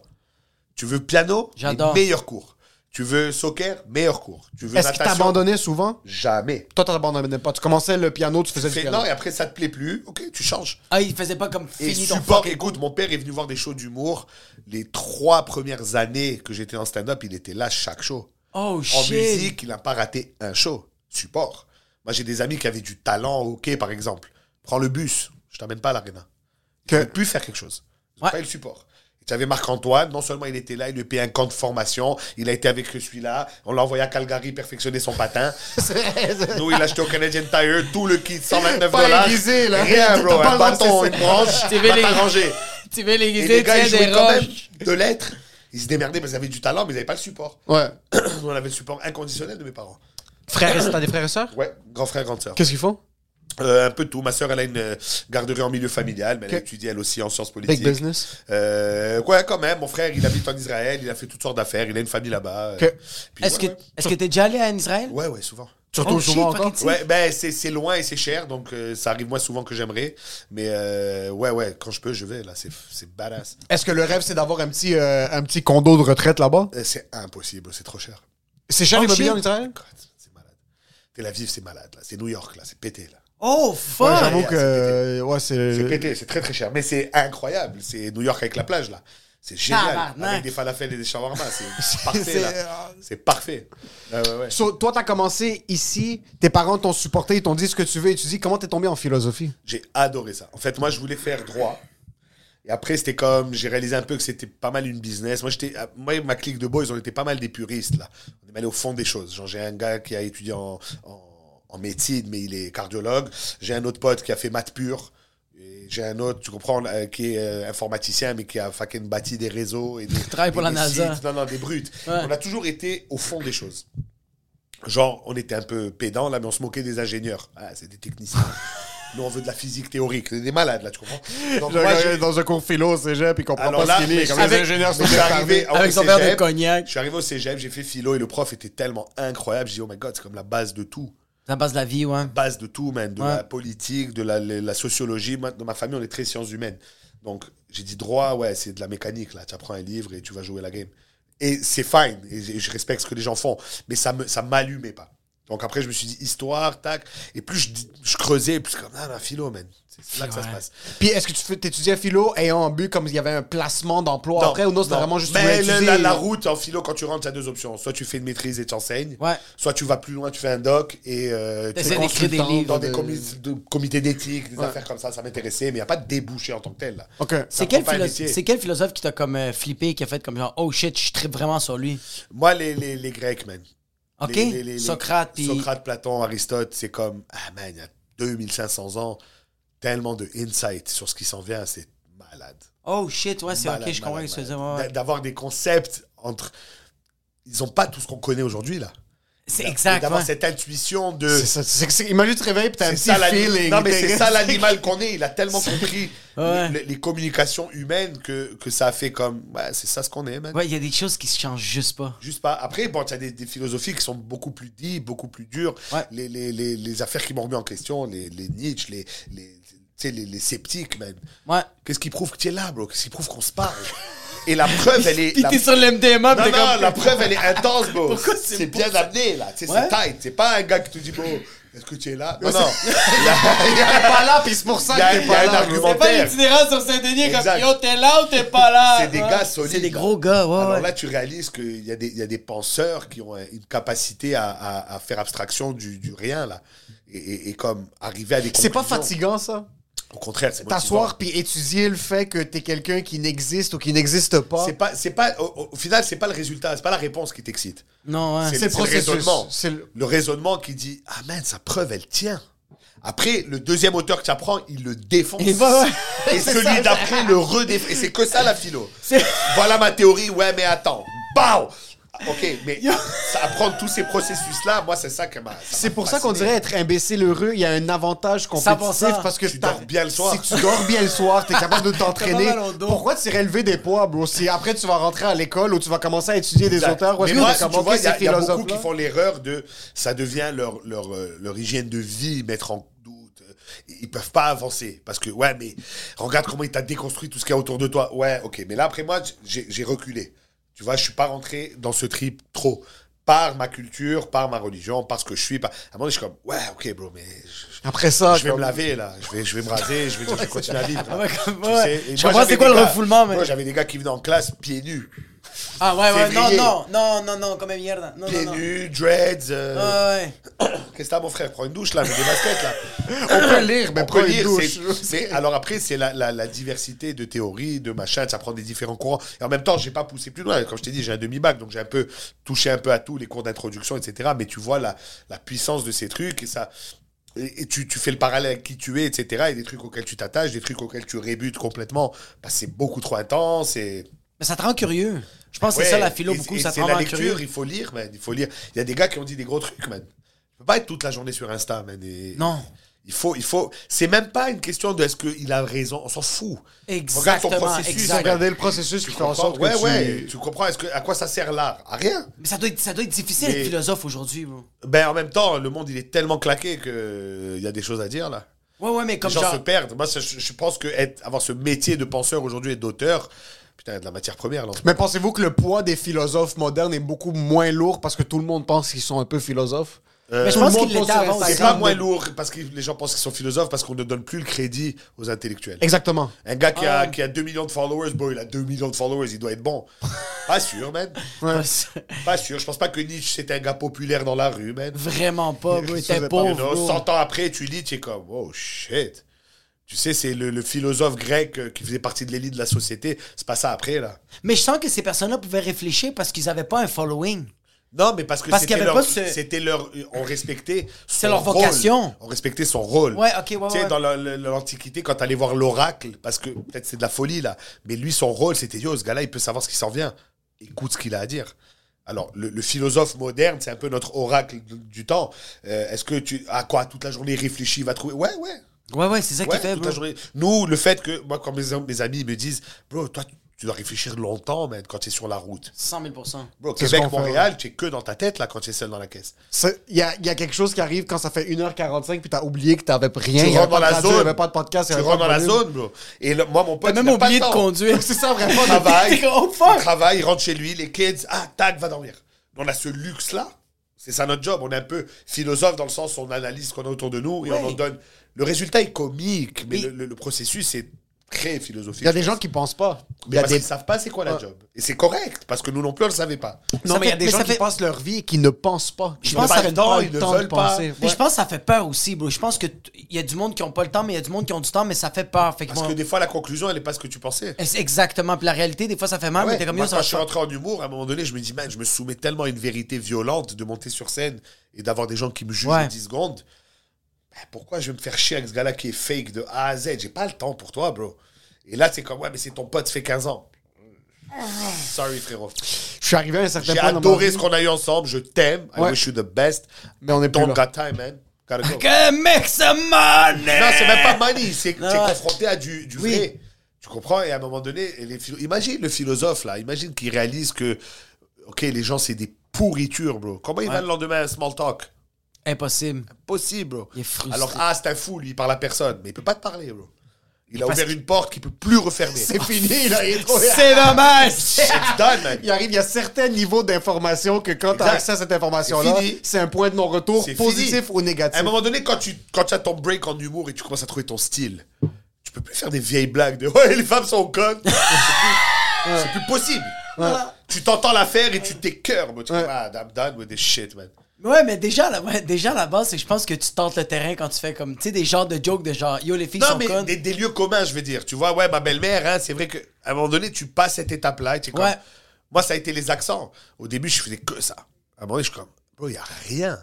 Speaker 5: Tu veux piano, les
Speaker 3: J'adore.
Speaker 5: meilleur cours. Tu veux soccer, meilleur cours. Tu veux
Speaker 4: Est-ce que
Speaker 5: natation,
Speaker 4: t'abandonnais souvent?
Speaker 5: Jamais.
Speaker 4: Toi, t'abandonnais pas. Tu commençais le piano, tu faisais du
Speaker 5: Fais-
Speaker 4: piano.
Speaker 5: non, et après, ça te plaît plus, ok, tu changes.
Speaker 3: Ah, il faisait pas comme
Speaker 5: Et
Speaker 3: fini ton
Speaker 5: support,
Speaker 3: fucking-
Speaker 5: écoute, mon père est venu voir des shows d'humour. Les trois premières années que j'étais en stand-up, il était là chaque show.
Speaker 3: Oh
Speaker 5: en
Speaker 3: shit.
Speaker 5: musique, il n'a pas raté un show. Support. Moi, j'ai des amis qui avaient du talent au hockey, par exemple. Prends le bus, je t'amène pas à l'aréna. Ils
Speaker 4: Que-
Speaker 5: ne plus faire quelque chose. Ils ont
Speaker 3: Ouais.
Speaker 5: pas eu le support. Et tu avais Marc-Antoine, non seulement il était là, il lui payait un camp de formation, il a été avec celui-là, on l'a envoyé à Calgary perfectionner son patin. Nous, il a acheté au Canadian Tire tout le kit, 129
Speaker 4: Pas
Speaker 5: dollars.
Speaker 4: aiguisé, là.
Speaker 5: Rien,
Speaker 4: T'as
Speaker 5: bro.
Speaker 4: pas
Speaker 5: Un
Speaker 4: le droit de
Speaker 5: bâton,
Speaker 4: faire
Speaker 5: une
Speaker 4: ça.
Speaker 5: branche,
Speaker 3: Tu veux les-
Speaker 5: pas t'arranger.
Speaker 3: Tu veux
Speaker 5: Et
Speaker 3: les
Speaker 5: les
Speaker 3: tu
Speaker 5: gars, ils
Speaker 3: tiens
Speaker 5: jouaient
Speaker 3: des
Speaker 5: quand même
Speaker 3: roches.
Speaker 5: de lettres. Ils se démerdaient parce qu'ils avaient du talent, mais ils n'avaient pas le support.
Speaker 4: Ouais.
Speaker 5: Nous, on avait le support inconditionnel de mes parents.
Speaker 4: Frères, t'as des frères et sœurs?
Speaker 5: Ouais, grand frère, grande sœur.
Speaker 4: Qu'est-ce qu'ils font?
Speaker 5: Euh, un peu de tout. Ma sœur, elle a une euh, garderie en milieu familial, mais elle
Speaker 4: Ok.
Speaker 5: étudie elle aussi en sciences politiques.
Speaker 4: Big business.
Speaker 5: Euh, ouais, quand même. Mon frère, il habite en Israël, il a fait toutes sortes d'affaires, il a une famille là-bas. euh.
Speaker 4: Ok.
Speaker 5: Puis
Speaker 3: Est-ce
Speaker 5: ouais,
Speaker 3: que est-ce que t'es déjà allé à Israël?
Speaker 5: Ouais, ouais, ouais, souvent.
Speaker 4: Tu
Speaker 3: Oh
Speaker 4: retournes
Speaker 3: shit,
Speaker 4: souvent
Speaker 3: fucking
Speaker 4: encore?
Speaker 3: sick.
Speaker 5: Ouais, ben c'est c'est loin et c'est cher, donc euh, ça arrive moins souvent que j'aimerais. Mais euh, ouais, ouais, quand je peux, je vais. Là, c'est c'est badass.
Speaker 4: Est-ce que le rêve, c'est d'avoir un petit, euh, un petit condo de retraite là-bas?
Speaker 5: Euh, C'est impossible, c'est trop cher.
Speaker 4: C'est cher
Speaker 3: Oh,
Speaker 4: l'immobilier
Speaker 3: shit.
Speaker 4: en Israël?
Speaker 5: God, C'est malade. Tel Aviv, c'est malade. Là, c'est New York, là, c'est pété. Là,
Speaker 3: Oh
Speaker 4: Ouais,
Speaker 3: fuck.
Speaker 4: j'avoue
Speaker 5: Ah, c'est
Speaker 4: que. euh, Ouais,
Speaker 5: c'est
Speaker 4: c'est.
Speaker 5: pété, c'est très très cher. Mais c'est incroyable. C'est New York avec la plage là. C'est génial.
Speaker 3: Tabarnak.
Speaker 5: Avec des falafels et des shawarma, c'est parfait.
Speaker 4: c'est-
Speaker 5: là. C'est parfait. Ouais, ouais, ouais.
Speaker 4: So, toi, t'as commencé ici, tes parents t'ont supporté, ils t'ont dit ce que tu veux et tu dis comment t'es tombé en philosophie?
Speaker 5: J'ai adoré ça. En fait, moi, je voulais faire droit. Et après, c'était comme, j'ai réalisé un peu que c'était pas mal une business. Moi, j'étais, euh, moi, et ma clique de boys, on était pas mal des puristes, là. On est allé au fond des choses. Genre, j'ai un gars qui a étudié en, en, en médecine, mais il est cardiologue. J'ai un autre pote qui a fait maths pure. Et J'ai un autre, tu comprends, euh, qui est euh, informaticien, mais qui a fucking bâti des réseaux et des.
Speaker 3: travaille pour
Speaker 5: et
Speaker 3: la
Speaker 5: des
Speaker 3: NASA.
Speaker 5: sites. Non, non, des brutes.
Speaker 3: Ouais.
Speaker 5: On a toujours été au fond des choses. Genre, on était un peu pédant là, mais on se moquait des ingénieurs. Ah, c'est des techniciens. Nous, on veut de la physique théorique. C'est des malades, là, tu comprends Donc, moi, j'ai-
Speaker 4: dans un cours philo, cégep, puis comprend
Speaker 5: Alors là, mais avec- mais je suis arrivé au
Speaker 3: Avec son verre de
Speaker 5: cégep. Je
Speaker 3: cognac.
Speaker 5: suis arrivé au cégep, j'ai fait philo et le prof était tellement incroyable. J'ai dit, oh my god, c'est comme la base de tout.
Speaker 3: Ça passe la vie, ouais.
Speaker 5: Base de tout, man. De
Speaker 3: Ouais.
Speaker 5: la politique, de la, la- la sociologie. Moi, Dans ma famille, on est très sciences humaines. Donc, j'ai dit droit, ouais, c'est de la mécanique, là. Tu apprends un livre et tu vas jouer la game. Et c'est fine. Et je- je respecte ce que les gens font. Mais ça me, ça m'allumait pas. Donc après, je me suis dit histoire, tac. Et plus je, dis- je creusais, plus comme, ah, la philo, man. C'est c'est là que ça se
Speaker 3: Ouais.
Speaker 5: passe.
Speaker 4: Puis est-ce que tu fais- t'étudiais philo ayant un but comme il y avait un placement d'emploi après ou non, c'était vraiment juste tu voulais
Speaker 5: Mais Ben,
Speaker 4: étudier-
Speaker 5: le- la, la route en philo, quand tu rentres, tu as deux options. Soit tu fais une maîtrise et tu enseignes,
Speaker 3: Ouais.
Speaker 5: soit tu vas plus loin, tu fais un doc et euh, tu
Speaker 3: T'essaies
Speaker 5: es
Speaker 3: d'écrire des
Speaker 5: consultant
Speaker 3: livres
Speaker 5: dans des
Speaker 4: de-
Speaker 5: comités, de- comités d'éthique, des affaires comme ça. Ça m'intéressait, mais il n'y a pas de débouché en tant que tel. là.
Speaker 4: Ok.
Speaker 5: Ça
Speaker 3: C'est quel,
Speaker 5: prend pas
Speaker 3: philo-
Speaker 5: un métier.
Speaker 3: c'est quel philosophe qui t'a comme euh, flippé, qui a fait comme genre, oh shit, je tripe vraiment sur lui.
Speaker 5: Moi, les, les, les Grecs, man.
Speaker 3: OK?
Speaker 5: Les- les- les- les-
Speaker 3: Socrate, puis.
Speaker 5: Socrate, Platon, Aristote, c'est comme, ah man, il y a 2500 ans, tellement de insight sur ce qui s'en vient, c'est malade.
Speaker 3: Oh shit, ouais, c'est
Speaker 5: Malade,
Speaker 3: OK, je comprends
Speaker 5: malade,
Speaker 3: ce que tu veux dire.
Speaker 5: malade.
Speaker 3: ouais, ouais.
Speaker 5: D'a- D'avoir des concepts entre. Ils n'ont pas tout ce qu'on connaît aujourd'hui, là.
Speaker 3: C'est
Speaker 5: D'a-
Speaker 3: exact,
Speaker 5: D'avoir
Speaker 3: ouais.
Speaker 5: cette intuition de.
Speaker 4: C'est ça, c'est- c'est- Imagine tu te réveilles puis t'as un
Speaker 5: C'est
Speaker 4: petit
Speaker 5: ça, la-
Speaker 4: feeling.
Speaker 5: non, mais c'est
Speaker 4: t'es-
Speaker 5: ça l'animal qu'on est. Il a tellement compris
Speaker 3: Ouais.
Speaker 5: le- le- les communications humaines que, que ça a fait comme. Ouais, c'est ça ce qu'on est, man.
Speaker 3: Ouais, il y a des choses qui se changent juste pas.
Speaker 5: Juste pas. Après, bon, tu as des, des philosophies qui sont beaucoup plus deep, beaucoup plus dures.
Speaker 3: Ouais.
Speaker 5: Les, les, les, les affaires qui m'ont remis en question, les, les Nietzsche, les, les, tu sais, les, les sceptiques, man.
Speaker 3: Ouais.
Speaker 5: Qu'est-ce qui prouve que tu es là, bro Qu'est-ce qui prouve qu'on se parle Et la preuve, elle est.
Speaker 3: Puis
Speaker 5: la-
Speaker 3: t'es sur l'MDMA,
Speaker 5: Non,
Speaker 3: t'es
Speaker 5: non,
Speaker 3: comme.
Speaker 5: la preuve, elle est intense, bro.
Speaker 3: Pourquoi c'est
Speaker 5: C'est
Speaker 3: pour
Speaker 5: bien
Speaker 3: ça?
Speaker 5: amené, là. Tu sais,
Speaker 3: Ouais.
Speaker 5: C'est tight. C'est pas un gars qui te dit, bro, est-ce que tu es là Non,
Speaker 4: Ouais,
Speaker 5: non. Il y a- il y a-
Speaker 4: T'es pas là puis c'est pour ça
Speaker 5: Il y a-
Speaker 4: que t'es
Speaker 5: il y a
Speaker 4: pas
Speaker 5: un
Speaker 4: là.
Speaker 5: argument.
Speaker 3: C'est pas l'itinérance sur Saint-Denis, comme
Speaker 5: Exact.
Speaker 3: yo, t'es là ou t'es pas là.
Speaker 5: C'est des
Speaker 3: ouais.
Speaker 5: gars solides.
Speaker 3: C'est des
Speaker 5: là.
Speaker 3: gros gars, ouais.
Speaker 5: Alors
Speaker 3: ouais.
Speaker 5: là, tu réalises qu'il y, a des- il y a des penseurs qui ont euh, une capacité à, à- à faire abstraction du, du rien, là. et, et- et comme arriver à des
Speaker 4: C'est pas
Speaker 5: conclusions.
Speaker 4: fatigant, ça?
Speaker 5: Au contraire, c'est motivant.
Speaker 4: T'asseoir puis étudier le fait que t'es quelqu'un qui n'existe ou qui n'existe pas.
Speaker 5: C'est pas, c'est pas, au, au final, c'est pas le résultat, c'est pas la réponse qui t'excite.
Speaker 3: Non, ouais.
Speaker 5: c'est le raisonnement.
Speaker 4: C'est le-
Speaker 5: Le raisonnement qui dit Ah, man, sa preuve, elle tient. Après, le deuxième auteur que tu apprends, il le défonce.
Speaker 3: Il va- ouais.
Speaker 5: Et celui d'après le redéfonce. Et c'est que ça, la philo. Voilà ma théorie, ouais, mais attends. Bam Ok, mais ça, apprendre tous ces processus-là, moi, c'est ça que m'a.
Speaker 4: C'est pour ça qu'on dirait être imbécile heureux, il y a un avantage compétitif
Speaker 3: 100%.
Speaker 4: parce que
Speaker 5: Tu
Speaker 4: t'as-
Speaker 5: dors bien le soir.
Speaker 4: Si tu dors bien le soir, t'es capable de t'entraîner.
Speaker 3: T'as pas mal au dos.
Speaker 4: Pourquoi tu irais lever des poids, bro Si après tu vas rentrer à l'école ou tu vas commencer à étudier des auteurs, ou
Speaker 5: mais
Speaker 4: est-ce
Speaker 5: moi,
Speaker 4: que
Speaker 5: si
Speaker 4: t'as
Speaker 5: tu vois, il y, a- il y a beaucoup
Speaker 4: philosophes-là?
Speaker 5: qui font l'erreur de ça devient leur, leur, euh, leur hygiène de vie, mettre en doute. euh, Ils peuvent pas avancer parce que, ouais, mais regarde comment il t'a déconstruit tout ce qu'il y a autour de toi. Ouais, ok, mais là, après moi, j'ai j'ai reculé. Tu vois, je suis pas rentré dans ce trip trop par ma culture, par ma religion, parce que je suis. Par... À un moment, je suis comme, ouais, ok, bro, mais je,
Speaker 4: Après
Speaker 3: Ah,
Speaker 4: ça,
Speaker 5: je vais me
Speaker 4: comme-
Speaker 5: laver là, je vais, je vais me raser, je vais dire, je vais continuer à vivre. là.
Speaker 3: Ouais, comme-
Speaker 5: Tu
Speaker 3: ouais.
Speaker 5: sais,
Speaker 3: Je
Speaker 5: et moi,
Speaker 3: comprends,
Speaker 5: j'avais
Speaker 3: c'est quoi
Speaker 5: des
Speaker 3: le
Speaker 5: gars-
Speaker 3: refoulement, mais-
Speaker 5: Moi, j'avais des gars qui venaient en classe pieds nus.
Speaker 3: Ah, ouais, ouais. Non,
Speaker 5: Février.
Speaker 3: non, non, non, non, comme merde. Non,
Speaker 5: Pieds
Speaker 3: non, Ah, non.
Speaker 5: nus, dreads. euh,
Speaker 3: Ouais, ouais.
Speaker 5: Qu'est-ce que t'as, mon frère Prends une douche, là, mets des baskets, là.
Speaker 4: on peut lire, mais
Speaker 5: On peut
Speaker 4: prends une
Speaker 5: lire,
Speaker 4: douche.
Speaker 5: c'est- c'est- alors après, c'est la, la- la diversité de théories, de machin, ça prend des différents courants. Et en même temps, j'ai pas poussé plus loin. Comme je t'ai dit, j'ai un demi-bac, donc j'ai un peu touché un peu à tout, les cours d'introduction, etc. Mais tu vois la, la puissance de ces trucs et ça. Et et tu, tu fais le parallèle avec qui tu es, etc. Et des trucs auxquels tu t'attaches, des trucs auxquels tu rébutes complètement. Bah, c'est beaucoup trop intense. Et...
Speaker 3: Mais ça te rend curieux. Je pense que c'est
Speaker 5: Ouais,
Speaker 3: ça la philo
Speaker 5: et-
Speaker 3: beaucoup,
Speaker 5: et
Speaker 3: ça te
Speaker 5: c'est
Speaker 3: rend
Speaker 5: la
Speaker 3: vraiment
Speaker 5: lecture,
Speaker 3: curieux.
Speaker 5: il faut lire, man, il faut lire. Il y a des gars qui ont dit des gros trucs, man. Tu peux pas être toute la journée sur Insta, man. et-
Speaker 3: Non.
Speaker 5: Il faut, il faut. C'est même pas une question de est-ce qu'il a raison, on s'en fout. Regarde ton
Speaker 3: Exactement,
Speaker 5: processus.
Speaker 3: exactement.
Speaker 5: man.
Speaker 4: Regardez le processus
Speaker 5: Tu
Speaker 4: qui fait en
Speaker 5: comprends
Speaker 4: sorte
Speaker 5: Ouais,
Speaker 4: que
Speaker 5: ouais.
Speaker 4: tu...
Speaker 5: Tu comprends est-ce que, à quoi ça sert l'art À rien.
Speaker 3: Mais ça doit être, ça doit être difficile
Speaker 5: Mais-
Speaker 3: d'être philosophe aujourd'hui, bro.
Speaker 5: Ben en même temps, le monde il est tellement claqué que euh, il y a des choses à dire là.
Speaker 3: Ouais, ouais, mais comme
Speaker 5: Les gens
Speaker 3: genre.
Speaker 5: se perdent. Moi, ça, je, je pense que être, avoir ce métier de penseur aujourd'hui et d'auteur, putain, il y a de la matière première là.
Speaker 4: Mais pensez-vous que le poids des philosophes modernes est beaucoup moins lourd parce que tout le monde pense qu'ils sont un peu philosophes
Speaker 5: Euh,
Speaker 3: Mais je
Speaker 4: Tout le
Speaker 3: pense
Speaker 4: monde
Speaker 3: qu'il l'était
Speaker 4: pense
Speaker 3: avant.
Speaker 4: que
Speaker 5: C'est
Speaker 4: Instagram
Speaker 5: pas
Speaker 4: de-
Speaker 5: moins lourd parce que les gens pensent qu'ils sont philosophes parce qu'on ne donne plus le crédit aux intellectuels.
Speaker 4: Exactement.
Speaker 5: Un gars qui,
Speaker 3: Ah.
Speaker 5: a, qui a 2 millions de followers, bon, il a 2 millions de followers, il doit être bon. Pas sûr, man. Pas sûr. Je pense pas que Nietzsche, c'était un gars populaire dans la rue, man.
Speaker 3: Vraiment pas, bro. Il
Speaker 4: faisait
Speaker 3: était
Speaker 4: pas
Speaker 5: You
Speaker 3: pauvre.
Speaker 5: know,
Speaker 3: bro.
Speaker 5: 100 ans après, tu lis, tu es comme, oh shit. Tu sais, c'est le, le philosophe grec euh, qui faisait partie de l'élite de la société. C'est pas ça après, là.
Speaker 3: Mais je sens que ces personnes-là pouvaient réfléchir parce qu'ils n'avaient pas un following.
Speaker 5: Non, mais parce que
Speaker 3: Parce qu'il y
Speaker 5: c'était
Speaker 3: avait
Speaker 5: leur,
Speaker 3: pas ce-
Speaker 5: c'était leur- euh, On respectait.
Speaker 3: C'est
Speaker 5: son
Speaker 3: leur
Speaker 5: rôle.
Speaker 3: vocation.
Speaker 5: On respectait son rôle.
Speaker 3: Ouais, ok, ouais,
Speaker 5: Tu sais,
Speaker 3: ouais.
Speaker 5: dans la- la- l'Antiquité, quand t'allais voir l'oracle, parce que peut-être c'est de la folie, là. Mais lui, son rôle, c'était yo, ce gars-là, il peut savoir ce qui s'en vient. Écoute ce qu'il a à dire. Alors, le, le philosophe moderne, c'est un peu notre oracle du, du temps. Euh, Est-ce que tu. À quoi Toute la journée, il réfléchit, il va trouver. Ouais, ouais.
Speaker 3: Ouais, ouais, c'est ça
Speaker 5: Ouais,
Speaker 3: qu'il fait,
Speaker 5: toute
Speaker 3: bro.
Speaker 5: la journée. Nous, le fait que, moi, quand mes, am- mes amis me disent, bro, toi, tu- tu dois réfléchir longtemps, man, quand tu es sur la route.
Speaker 3: 100 000
Speaker 5: Bro,
Speaker 4: C'est ce qu'on fait,
Speaker 5: Québec-Montréal, tu es que dans ta tête, là, quand tu es seul dans la caisse.
Speaker 4: C'est- Il y a, il y a quelque chose qui arrive quand ça fait 1h45 puis t'as oublié que t'avais rien.
Speaker 5: Tu
Speaker 4: il y avait pas
Speaker 5: rentres dans
Speaker 4: de
Speaker 5: la
Speaker 4: radio,
Speaker 5: zone.
Speaker 4: Il y avait pas de podcast. il
Speaker 5: Tu
Speaker 4: y avait
Speaker 5: rentres
Speaker 4: pas
Speaker 5: dans
Speaker 4: de
Speaker 5: la
Speaker 4: volume.
Speaker 5: zone, bro. Et le- moi, mon pote.
Speaker 3: T'as même
Speaker 5: il a pas
Speaker 3: oublié
Speaker 5: le
Speaker 3: de
Speaker 5: temps.
Speaker 3: conduire.
Speaker 4: C'est ça, vraiment.
Speaker 5: Il travaille.
Speaker 3: T'es comme, oh, fuck.
Speaker 5: il travaille, il rentre chez lui, les kids. Ah, tac, va dormir. On a ce luxe-là. C'est ça notre job. On est un peu philosophe dans le sens où on analyse ce qu'on a autour de nous et on en donne. Le résultat est comique, mais
Speaker 3: Mais-
Speaker 5: le, le- le processus est très philosophique.
Speaker 4: Il y a des gens qui pensent pas. Il
Speaker 5: Mais
Speaker 4: y a
Speaker 5: parce
Speaker 4: des... Ah.
Speaker 5: qu'ils savent pas c'est quoi la job. Et c'est correct, parce que nous non plus, on le savait pas.
Speaker 4: Non,
Speaker 3: Ça
Speaker 4: mais il y a
Speaker 3: fait-
Speaker 4: des
Speaker 3: mais
Speaker 4: gens
Speaker 3: ça
Speaker 4: qui
Speaker 3: fait-
Speaker 4: passent leur vie et qui ne pensent pas. Qui
Speaker 3: Je
Speaker 4: n'ont
Speaker 3: pense
Speaker 4: pas
Speaker 3: que
Speaker 4: le
Speaker 3: ça
Speaker 4: temps,
Speaker 5: fait
Speaker 4: le
Speaker 5: temps, ils
Speaker 4: temps
Speaker 5: ne
Speaker 4: de
Speaker 5: veulent pas.
Speaker 4: penser.
Speaker 3: Mais
Speaker 4: Ouais.
Speaker 3: je pense que ça fait peur aussi, bro. Je pense que t- il y a du monde qui ont pas le temps, mais il y a du monde qui ont du temps, mais ça fait peur. Fait qu'ils
Speaker 5: Parce
Speaker 3: vont-
Speaker 5: que des fois, la conclusion, elle est pas ce que tu pensais.
Speaker 3: Est-ce- Exactement. Puis la réalité, des fois, ça fait mal, Ah, mais
Speaker 5: Ouais,
Speaker 3: t'es comme
Speaker 5: moi,
Speaker 3: yo, ça va
Speaker 5: quand je suis
Speaker 3: faire-
Speaker 5: rentré en humour, à un moment donné, je me dis, man, je me soumets tellement à une vérité violente de monter sur scène et d'avoir des gens qui me jugent
Speaker 3: Ouais.
Speaker 5: en 10 secondes. Ben, pourquoi je vais me faire chier avec ce gars-là qui est fake de A à Z J'ai pas le temps pour toi, bro. Et là, c'est comme, ouais, mais c'est ton pote, ça fait 15 ans. Sorry, frérot.
Speaker 4: Je suis arrivé à un certain
Speaker 5: J'ai
Speaker 4: point dans ma
Speaker 5: adoré
Speaker 4: vie,
Speaker 5: ce qu'on a eu ensemble. Je t'aime. I
Speaker 4: Ouais.
Speaker 5: wish you the best.
Speaker 4: mais on est plus
Speaker 5: Don't
Speaker 4: là.
Speaker 5: got time, man. Gotta go.
Speaker 3: Que make some money!
Speaker 5: Non, c'est même pas money, c'est
Speaker 3: Non,
Speaker 5: t'es
Speaker 3: ouais.
Speaker 5: confronté à du, du
Speaker 3: Oui.
Speaker 5: vrai. Tu comprends Et à un moment donné, les philo- imagine le philosophe, là, imagine qu'il réalise que, OK, les gens, c'est des pourritures, bro. Comment il va le lendemain à un small talk
Speaker 3: Impossible.
Speaker 5: Possible, bro.
Speaker 3: Il est frustré.
Speaker 5: Alors, ah, c'est un fou, lui, il parle à personne, mais il peut pas te parler, bro. Il a
Speaker 3: Parce
Speaker 5: ouvert
Speaker 3: que-
Speaker 5: une porte qu'il peut plus refermer.
Speaker 4: C'est fini, là. Il est trop-
Speaker 3: C'est dommage!
Speaker 5: It's done, man.
Speaker 4: Il arrive, il y a certains niveaux d'information que quand tu as
Speaker 5: Exact.
Speaker 4: accès à cette information-là,
Speaker 5: C'est fini.
Speaker 4: c'est un point de non-retour
Speaker 5: C'est
Speaker 4: positif
Speaker 5: fini.
Speaker 4: ou
Speaker 5: À un
Speaker 4: négatif.
Speaker 5: moment donné, quand tu quand tu as ton break en humour et tu commences à trouver ton style, tu peux plus faire des vieilles blagues de ouais les femmes sont connes. c'est plus, c'est plus possible. Tu t'entends la faire et tu t'écœures. bro. Tu dis,
Speaker 4: Ouais.
Speaker 5: ah, I'm done with this shit, man.
Speaker 3: Ouais, mais déjà, là, ouais, déjà à la base, c'est que je pense que tu tentes le terrain quand tu fais comme, tu sais, des genres de jokes de genre, yo, les filles
Speaker 5: Non,
Speaker 3: sont
Speaker 5: mais
Speaker 3: connes.
Speaker 5: des, des lieux communs, je veux dire. Tu vois, ouais, ma belle-mère, hein, c'est vrai qu'à un moment donné, tu passes cette étape-là. et tu es comme-
Speaker 3: Ouais.
Speaker 5: Moi, ça a été les accents. Au début, je faisais que ça. À un moment donné, je suis comme, bro, il n'y a rien.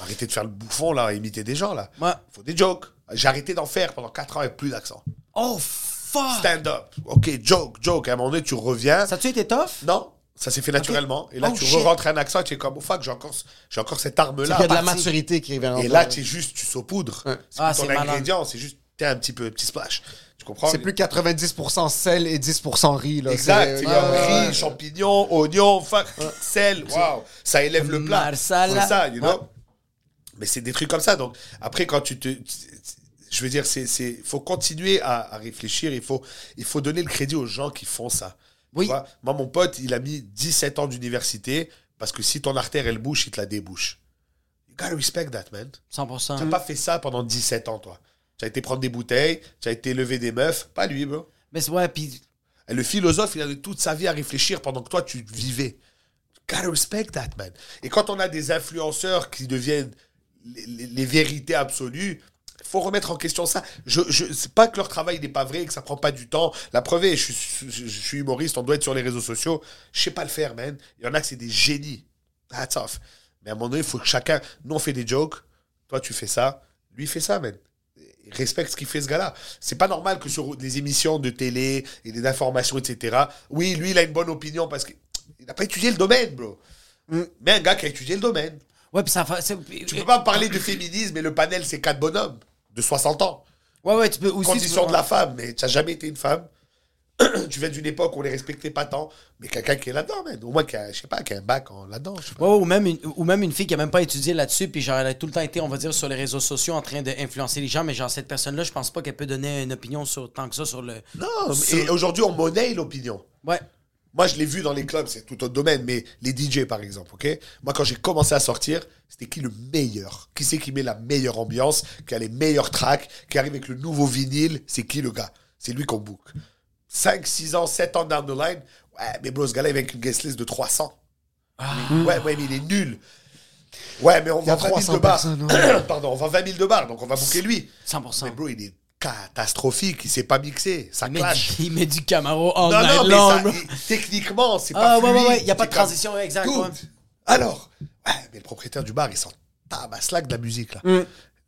Speaker 5: Arrêtez de faire le bouffon, là, et imiter des gens, là.
Speaker 3: Ouais.
Speaker 5: faut des jokes. J'ai arrêté d'en faire pendant 4 ans avec plus d'accent.
Speaker 3: Oh, fuck!
Speaker 5: Stand-up. OK, joke, joke. À un moment donné, tu reviens.
Speaker 3: Ça a-tu été tough?
Speaker 5: Non, ça s'est fait naturellement. Et là,
Speaker 3: Oh,
Speaker 5: tu
Speaker 3: shit.
Speaker 5: rentres un accent et tu es comme, oh fuck, j'ai encore, ce- j'ai encore cette arme-là.
Speaker 4: Il y a de la
Speaker 5: Parti.
Speaker 4: maturité qui vient en
Speaker 5: Et
Speaker 4: toi.
Speaker 5: là, tu es juste, tu saupoudres. C'est
Speaker 3: Ah,
Speaker 5: plus ton
Speaker 3: c'est malin.
Speaker 5: ingrédient, c'est juste, t'es un petit peu, un petit splash. Tu comprends
Speaker 4: C'est plus 90% sel et 10% riz. Là.
Speaker 5: Exact.
Speaker 4: C'est-
Speaker 5: Il y
Speaker 4: Ouais,
Speaker 5: a
Speaker 4: ouais,
Speaker 5: riz,
Speaker 4: ouais.
Speaker 5: champignons, oignons, fuck, sel. Waouh. Ça élève le plat.
Speaker 3: Marsala.
Speaker 5: C'est ça, you know.
Speaker 3: Ouais.
Speaker 5: Mais c'est des trucs comme ça. Donc, après, quand tu te. Je veux dire, c'est, c'est, faut continuer à, à réfléchir. Il faut, il faut donner le crédit aux gens qui font ça. Tu
Speaker 3: Oui.
Speaker 5: vois, Moi, mon pote, il a mis 17 ans d'université parce que si ton artère, elle bouche, il te la débouche. You gotta respect that, man. Tu
Speaker 4: Mm-hmm.
Speaker 3: 100%.
Speaker 5: n'as pas fait ça pendant 17 ans, toi. Tu as été prendre des bouteilles, tu as été lever des meufs. Pas lui, bro.
Speaker 3: Mais c'est- ouais, puis
Speaker 5: Et le philosophe, il avait toute sa vie à réfléchir pendant que toi, tu vivais. Gotta respect that, man. Et quand on a des influenceurs qui deviennent les, les- les vérités absolues, faut remettre en question ça. Je, je, c'est pas que leur travail n'est pas vrai et que ça prend pas du temps. La preuve est, je, suis- je- je suis humoriste, on doit être sur les réseaux sociaux. Je sais pas le faire, man. Il y en a que c'est des génies. That's off. Mais à un moment donné, il faut que chacun. Nous, on fait des jokes. Toi, tu fais ça. Lui, il fait ça, man respecte ce qu'il fait ce gars-là. C'est pas normal que sur des émissions de télé et des informations, etc. Oui, lui, il a une bonne opinion parce qu'il n'a pas étudié le domaine, bro.
Speaker 3: Mm.
Speaker 5: Mais un gars qui a étudié le domaine.
Speaker 3: ouais, puis ça fait. c'est-
Speaker 5: Tu peux pas me parler de féminisme et le panel, c'est quatre bonhommes de 60 ans.
Speaker 3: Ouais, ouais, tu peux aussi.
Speaker 5: Condition
Speaker 3: tu peux-
Speaker 5: de la femme, mais tu n'as jamais été une femme. tu viens d'une époque où on les respectait pas tant, mais quelqu'un qui est là-dedans, man. Au moins, qui a, je sais pas, qui a un bac en- là-dedans. je sais pas.
Speaker 3: Ouais, ouais, ou, même une, ou même une fille qui a même pas étudié là-dessus, puis genre, elle a tout le temps été, on va dire, sur les réseaux sociaux en train d'influencer les gens, mais genre, cette personne-là, je pense pas qu'elle peut donner une opinion sur, tant que ça sur le.
Speaker 5: Non, mais- et aujourd'hui, on monnaie l'opinion.
Speaker 3: Ouais.
Speaker 5: Moi, je l'ai vu dans les clubs, c'est tout autre domaine, mais les DJ, par exemple, ok Moi, quand j'ai commencé à sortir, c'était qui le meilleur Qui c'est qui met la meilleure ambiance Qui a les meilleurs tracks Qui arrive avec le nouveau vinyle C'est qui le gars C'est lui qu'on book. 5, 6 ans, 7 ans down the line, ouais, mais bro, ce gars-là, il vient avec une guest list de 300. Mais Ouais, ouais, mais il est nul. Ouais, mais on
Speaker 4: Ah. y a
Speaker 5: vend 20 000
Speaker 4: 300
Speaker 5: de bars.
Speaker 4: personnes,
Speaker 5: Pardon, on vend 20 000 de bars, donc on va booker lui.
Speaker 3: 100%.
Speaker 5: Mais bro, il est catastrophique, il s'est pas mixé, ça
Speaker 3: Il met,
Speaker 5: clash.
Speaker 3: du, il met du Camaro all
Speaker 5: Non,
Speaker 3: night
Speaker 5: non, mais
Speaker 3: long,
Speaker 5: ça,
Speaker 3: bro.
Speaker 5: il- techniquement, c'est
Speaker 3: Ah,
Speaker 5: pas
Speaker 3: ouais,
Speaker 5: fluide.
Speaker 3: ouais, ouais, y a pas
Speaker 5: c'est
Speaker 3: de
Speaker 5: comme-
Speaker 3: transition, ouais, exact,
Speaker 5: Good.
Speaker 3: ouais.
Speaker 5: Alors, ouais, mais le propriétaire du bar, il s'en tabasse là que de la musique, là.
Speaker 3: Mm.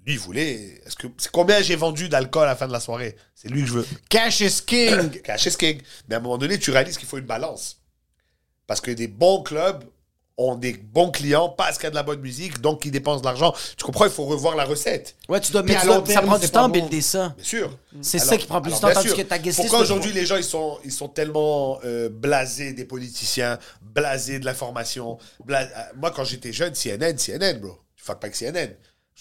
Speaker 5: Lui, il voulait... Est-ce que... C'est combien j'ai vendu d'alcool à la fin de la soirée C'est lui que je veux.
Speaker 4: Cash is king.
Speaker 5: Cash is king. Mais à un moment donné, tu réalises qu'il faut une balance. Parce que des bons clubs ont des bons clients parce qu'il y a de la bonne musique, donc ils dépensent de l'argent. Tu comprends Il faut revoir la recette.
Speaker 3: Ouais, tu dois,
Speaker 5: Puis
Speaker 3: mais
Speaker 5: à
Speaker 3: tu dois-
Speaker 5: long
Speaker 3: ça
Speaker 5: terme,
Speaker 3: prend
Speaker 5: c'est
Speaker 3: du
Speaker 5: pas
Speaker 3: temps
Speaker 5: bon.
Speaker 3: builder ça.
Speaker 5: Bien sûr.
Speaker 3: Mm. C'est
Speaker 5: Alors-
Speaker 3: ça qui prend plus de
Speaker 5: alors,
Speaker 3: temps,
Speaker 5: bien
Speaker 3: tandis
Speaker 5: sûr.
Speaker 3: que ta guest list,
Speaker 5: Pourquoi
Speaker 3: c'est
Speaker 5: aujourd'hui
Speaker 3: toujours-
Speaker 5: les gens ils sont, ils sont tellement euh, blasés des politiciens, blasés de l'information bla- euh, Moi quand j'étais jeune, CNN, CNN, bro. Tu fuck pas avec CNN.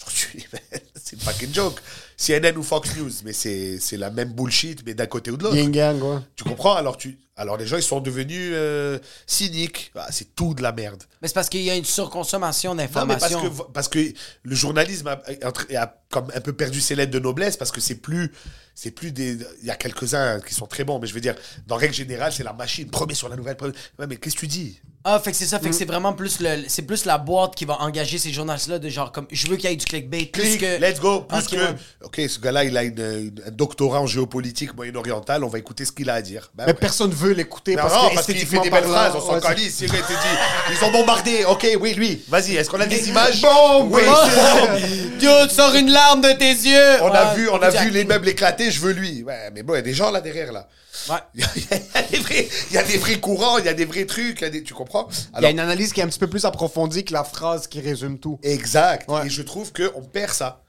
Speaker 5: Aujourd'hui, man, c'est une fucking joke. CNN ou Fox News, mais c'est c'est la même bullshit, mais d'un côté ou de l'autre.
Speaker 4: Yin yang, ouais.
Speaker 5: Tu comprends alors, tu... alors les gens ils sont devenus euh, cyniques. Ah, c'est tout de la merde.
Speaker 3: Mais c'est parce qu'il y a une surconsommation
Speaker 5: Non, mais parce
Speaker 3: d'informations.
Speaker 5: que, parce que le journalisme a, a- a comme un peu perdu ses lettres de noblesse parce que c'est plus, c'est plus des. Il y a quelques-uns qui sont très bons, mais je veux dire, dans règle générale, c'est la machine. Premier sur la nouvelle. premier- Ouais, mais qu'est-ce que tu dis
Speaker 3: Ah, fait que c'est ça,
Speaker 5: Mm.
Speaker 3: fait que c'est vraiment plus le, c'est plus la boîte qui va engager ces journalistes-là de genre comme je veux qu'il y ait du clickbait plus
Speaker 5: Click,
Speaker 3: que.
Speaker 5: let's go. Plus
Speaker 3: Ok,
Speaker 5: que.
Speaker 3: ouais.
Speaker 5: Ok, ce gars-là, il a une- une- un doctorat en géopolitique moyen-orientale, on va écouter ce qu'il a à dire. Ben
Speaker 4: Mais
Speaker 5: ouais.
Speaker 4: personne veut l'écouter
Speaker 5: Non,
Speaker 4: parce
Speaker 5: non,
Speaker 4: que
Speaker 5: parce qu'il fait
Speaker 4: esthétiquement
Speaker 5: des belles
Speaker 4: parlant,
Speaker 5: phrases, on
Speaker 4: ouais,
Speaker 5: s'en
Speaker 4: c'est-
Speaker 5: calisse. Il te dit, ils ont bombardé. Ok, oui, lui. Vas-y, est-ce qu'on a des images
Speaker 4: Bon,
Speaker 5: oui,
Speaker 4: bon.
Speaker 5: c'est bon.
Speaker 3: Dieu, tu sors une larme de tes yeux!
Speaker 5: On a
Speaker 3: Ouais,
Speaker 5: vu, on a
Speaker 3: exact.
Speaker 5: vu les meubles éclater, je veux lui. Ouais, mais bon, il y a des gens là derrière là.
Speaker 3: Ouais.
Speaker 5: Il y, a des vrais- il y a des vrais courants, il y a des vrais trucs, il y a des, tu comprends
Speaker 4: Il y a
Speaker 5: Alors,
Speaker 4: une analyse qui est un petit peu plus approfondie que la phrase qui résume tout.
Speaker 5: Exact.
Speaker 4: Ouais.
Speaker 5: Et je trouve qu'on perd ça.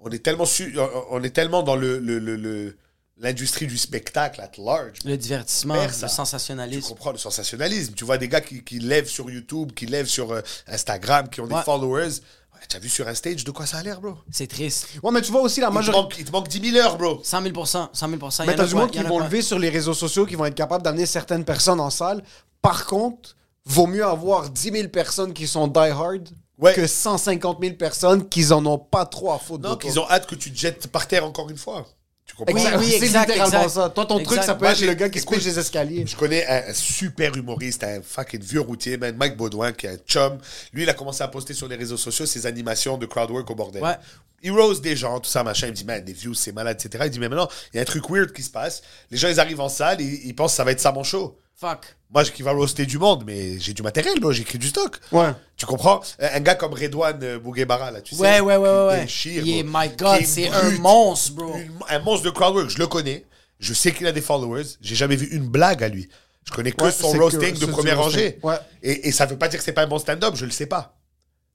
Speaker 5: On est tellement, su- on est tellement dans le, le- le- le- l'industrie du spectacle at large.
Speaker 3: Le divertissement,
Speaker 5: Faire ça.
Speaker 3: le
Speaker 5: Tu
Speaker 3: sensationnalisme.
Speaker 5: comprends le sensationnalisme. Tu vois des gars qui, qui lèvent sur YouTube, qui lèvent sur euh, Instagram, qui ont des
Speaker 3: Ouais.
Speaker 5: followers. Ouais, T'as vu sur un stage de quoi ça a l'air, bro
Speaker 3: C'est triste.
Speaker 4: Ouais, mais tu vois aussi la
Speaker 5: il te,
Speaker 4: majorité.
Speaker 5: manque, il te manque 10 000 heures, bro.
Speaker 3: 100 000 100 000 il y
Speaker 4: Mais
Speaker 3: en a
Speaker 4: t'as du
Speaker 3: pas,
Speaker 4: monde
Speaker 3: il y
Speaker 4: qui
Speaker 3: en a
Speaker 4: vont
Speaker 3: pas.
Speaker 4: lever sur les réseaux sociaux, qui vont être capables d'amener certaines personnes en salle. Par contre, vaut mieux avoir 10 000 personnes qui sont die-hard
Speaker 5: Ouais.
Speaker 4: que 150 000 personnes qui en ont pas trop à foutre de
Speaker 5: Non,
Speaker 4: toi.
Speaker 5: qu'ils ont hâte que tu te jettes par terre encore une fois. Tu Tu comprends?
Speaker 3: Exact. Oui,
Speaker 4: c'est
Speaker 3: exact,
Speaker 4: littéralement
Speaker 3: exact.
Speaker 4: ça. Toi, ton truc,
Speaker 3: Exact.
Speaker 4: ça peut
Speaker 5: Moi,
Speaker 4: être
Speaker 5: j'ai-
Speaker 4: le gars qui se
Speaker 5: écoute,
Speaker 4: couche des escaliers.
Speaker 5: Je connais un, un super humoriste, un fucking vieux routier, man, Mike Baudouin, qui est un chum. Lui, il a commencé à poster sur les réseaux sociaux ses animations de crowdwork au bordel.
Speaker 3: Ouais.
Speaker 5: Il rose des gens, tout ça, machin. Il me dit, man, des views, c'est malade, etc. Il dit, mais maintenant, il y a un truc weird qui se passe. Les gens, ils arrivent en salle, ils, ils pensent que ça va être ça mon show.
Speaker 3: Fuck.
Speaker 5: Moi, qui va roaster du monde, mais j'ai du matériel, moi, j'écris du stock.
Speaker 4: Ouais.
Speaker 5: Tu comprends Euh, Un gars comme Redouane euh, Bouguebara, là, tu
Speaker 3: Ouais,
Speaker 5: sais.
Speaker 3: ouais, ouais, ouais,
Speaker 5: qui
Speaker 3: ouais.
Speaker 5: déchire,
Speaker 3: Il est-
Speaker 5: bro,
Speaker 3: my God,
Speaker 5: qui
Speaker 3: c'est
Speaker 5: brute.
Speaker 3: un monstre, bro.
Speaker 5: Une- un monstre de crowdwork, je le connais. Je sais qu'il a des followers. J'ai jamais vu une blague à lui. Je connais que
Speaker 4: Ouais,
Speaker 5: son
Speaker 4: c'est que-
Speaker 5: roasting
Speaker 4: c'est du
Speaker 5: de première
Speaker 4: roasting.
Speaker 5: rangée.
Speaker 4: Ouais.
Speaker 5: Et, et ça veut pas dire que c'est pas un bon stand-up, je le sais pas.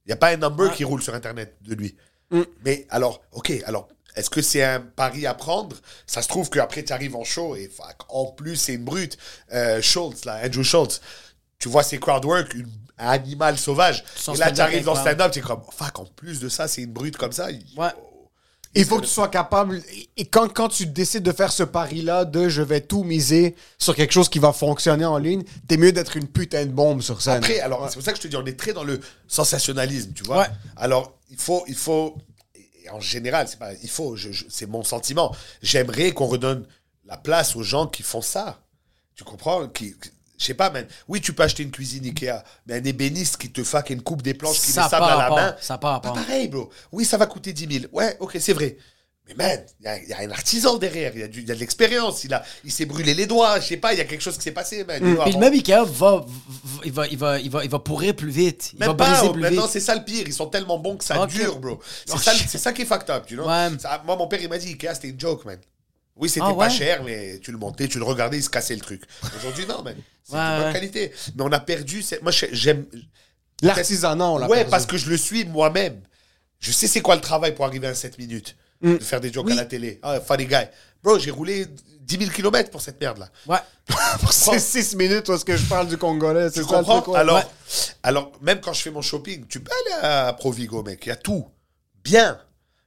Speaker 5: Il n'y a pas un number qui roule sur Internet de lui.
Speaker 3: Mm.
Speaker 5: Mais alors, ok, alors, est-ce que c'est un pari à prendre Ça se trouve qu'après, tu arrives en show et fuck, en plus, c'est une brute. Euh, Schultz, là, Andrew Schultz, tu vois ses crowdwork, une- un animal sauvage.
Speaker 3: Son
Speaker 5: et là, tu
Speaker 3: stand-up
Speaker 5: arrives en
Speaker 3: incroyable.
Speaker 5: stand-up, tu es comme, fuck, en plus de ça, c'est une brute comme ça. il-
Speaker 3: Ouais.
Speaker 4: Il faut que tu sois capable. Et quand, quand tu décides de faire ce pari-là de je vais tout miser sur quelque chose qui va fonctionner en ligne, t'es mieux d'être une putain de bombe sur scène.
Speaker 5: Après, alors, c'est pour ça que je te dis, on est très dans le sensationnalisme, tu vois.
Speaker 3: Ouais.
Speaker 5: Alors, il faut, il faut, et en général, c'est pas, il faut, je- je- c'est mon sentiment. J'aimerais qu'on redonne la place aux gens qui font ça. Tu comprends qui, qui- je sais pas, man. Oui, tu peux acheter une cuisine Ikea, mais un ébéniste qui te fuck une coupe des planches qui
Speaker 3: Ça
Speaker 5: les sable
Speaker 3: part
Speaker 5: à la
Speaker 3: rapport,
Speaker 5: main.
Speaker 3: ça part
Speaker 5: pas
Speaker 3: rapport.
Speaker 5: pareil, bro. Oui, ça va coûter 10 000. Ouais, ok, c'est vrai. Mais man, il y a- il y, a un artisan derrière, il y, a du- il y a de l'expérience, il, a- il s'est brûlé les doigts, je sais pas, il y a quelque chose qui s'est passé, man. Tu
Speaker 3: Mm.
Speaker 5: vois,
Speaker 3: Puis le
Speaker 5: bon.
Speaker 3: même Ikea va, v- il va, il va, il va, il va pourrir plus vite. Il
Speaker 5: Même
Speaker 3: va
Speaker 5: pas,
Speaker 3: briser
Speaker 5: oh,
Speaker 3: plus
Speaker 5: maintenant
Speaker 3: vite.
Speaker 5: c'est ça le pire, ils sont tellement bons que ça
Speaker 3: Ok.
Speaker 5: dure, bro. C'est
Speaker 3: Oh,
Speaker 5: ça,
Speaker 3: shit.
Speaker 5: c'est ça qui est fucked up, tu know.
Speaker 3: Ouais.
Speaker 5: Ça- moi, mon père, il m'a dit, Ikea, c'était une joke, man. Oui, c'était
Speaker 3: Ah,
Speaker 5: pas
Speaker 3: ouais?
Speaker 5: cher, mais tu le montais, tu le regardais, il se cassait le truc. Aujourd'hui, non, man. C'est
Speaker 3: Ouais,
Speaker 5: de bonne
Speaker 3: ouais.
Speaker 5: qualité. Mais on a perdu. cette- Moi, j'ai- j'aime.
Speaker 4: L'artisanat, on l'a
Speaker 5: Ouais,
Speaker 4: perdu.
Speaker 5: parce que je le suis moi-même. Je sais c'est quoi le travail pour arriver à 7 minutes.
Speaker 3: Mm.
Speaker 5: De faire des jokes à la télé. Ah, funny guy. Bro, j'ai roulé 10 000 km pour cette merde-là.
Speaker 3: Ouais.
Speaker 4: C'est six minutes où est-ce que je parle du Congolais. C'est
Speaker 5: Tu
Speaker 4: ça le
Speaker 5: comprends
Speaker 4: truc, ouais.
Speaker 5: alors,
Speaker 3: Ouais.
Speaker 5: alors, même quand je fais mon shopping, tu peux aller à Provigo, mec. Il y a tout. Bien.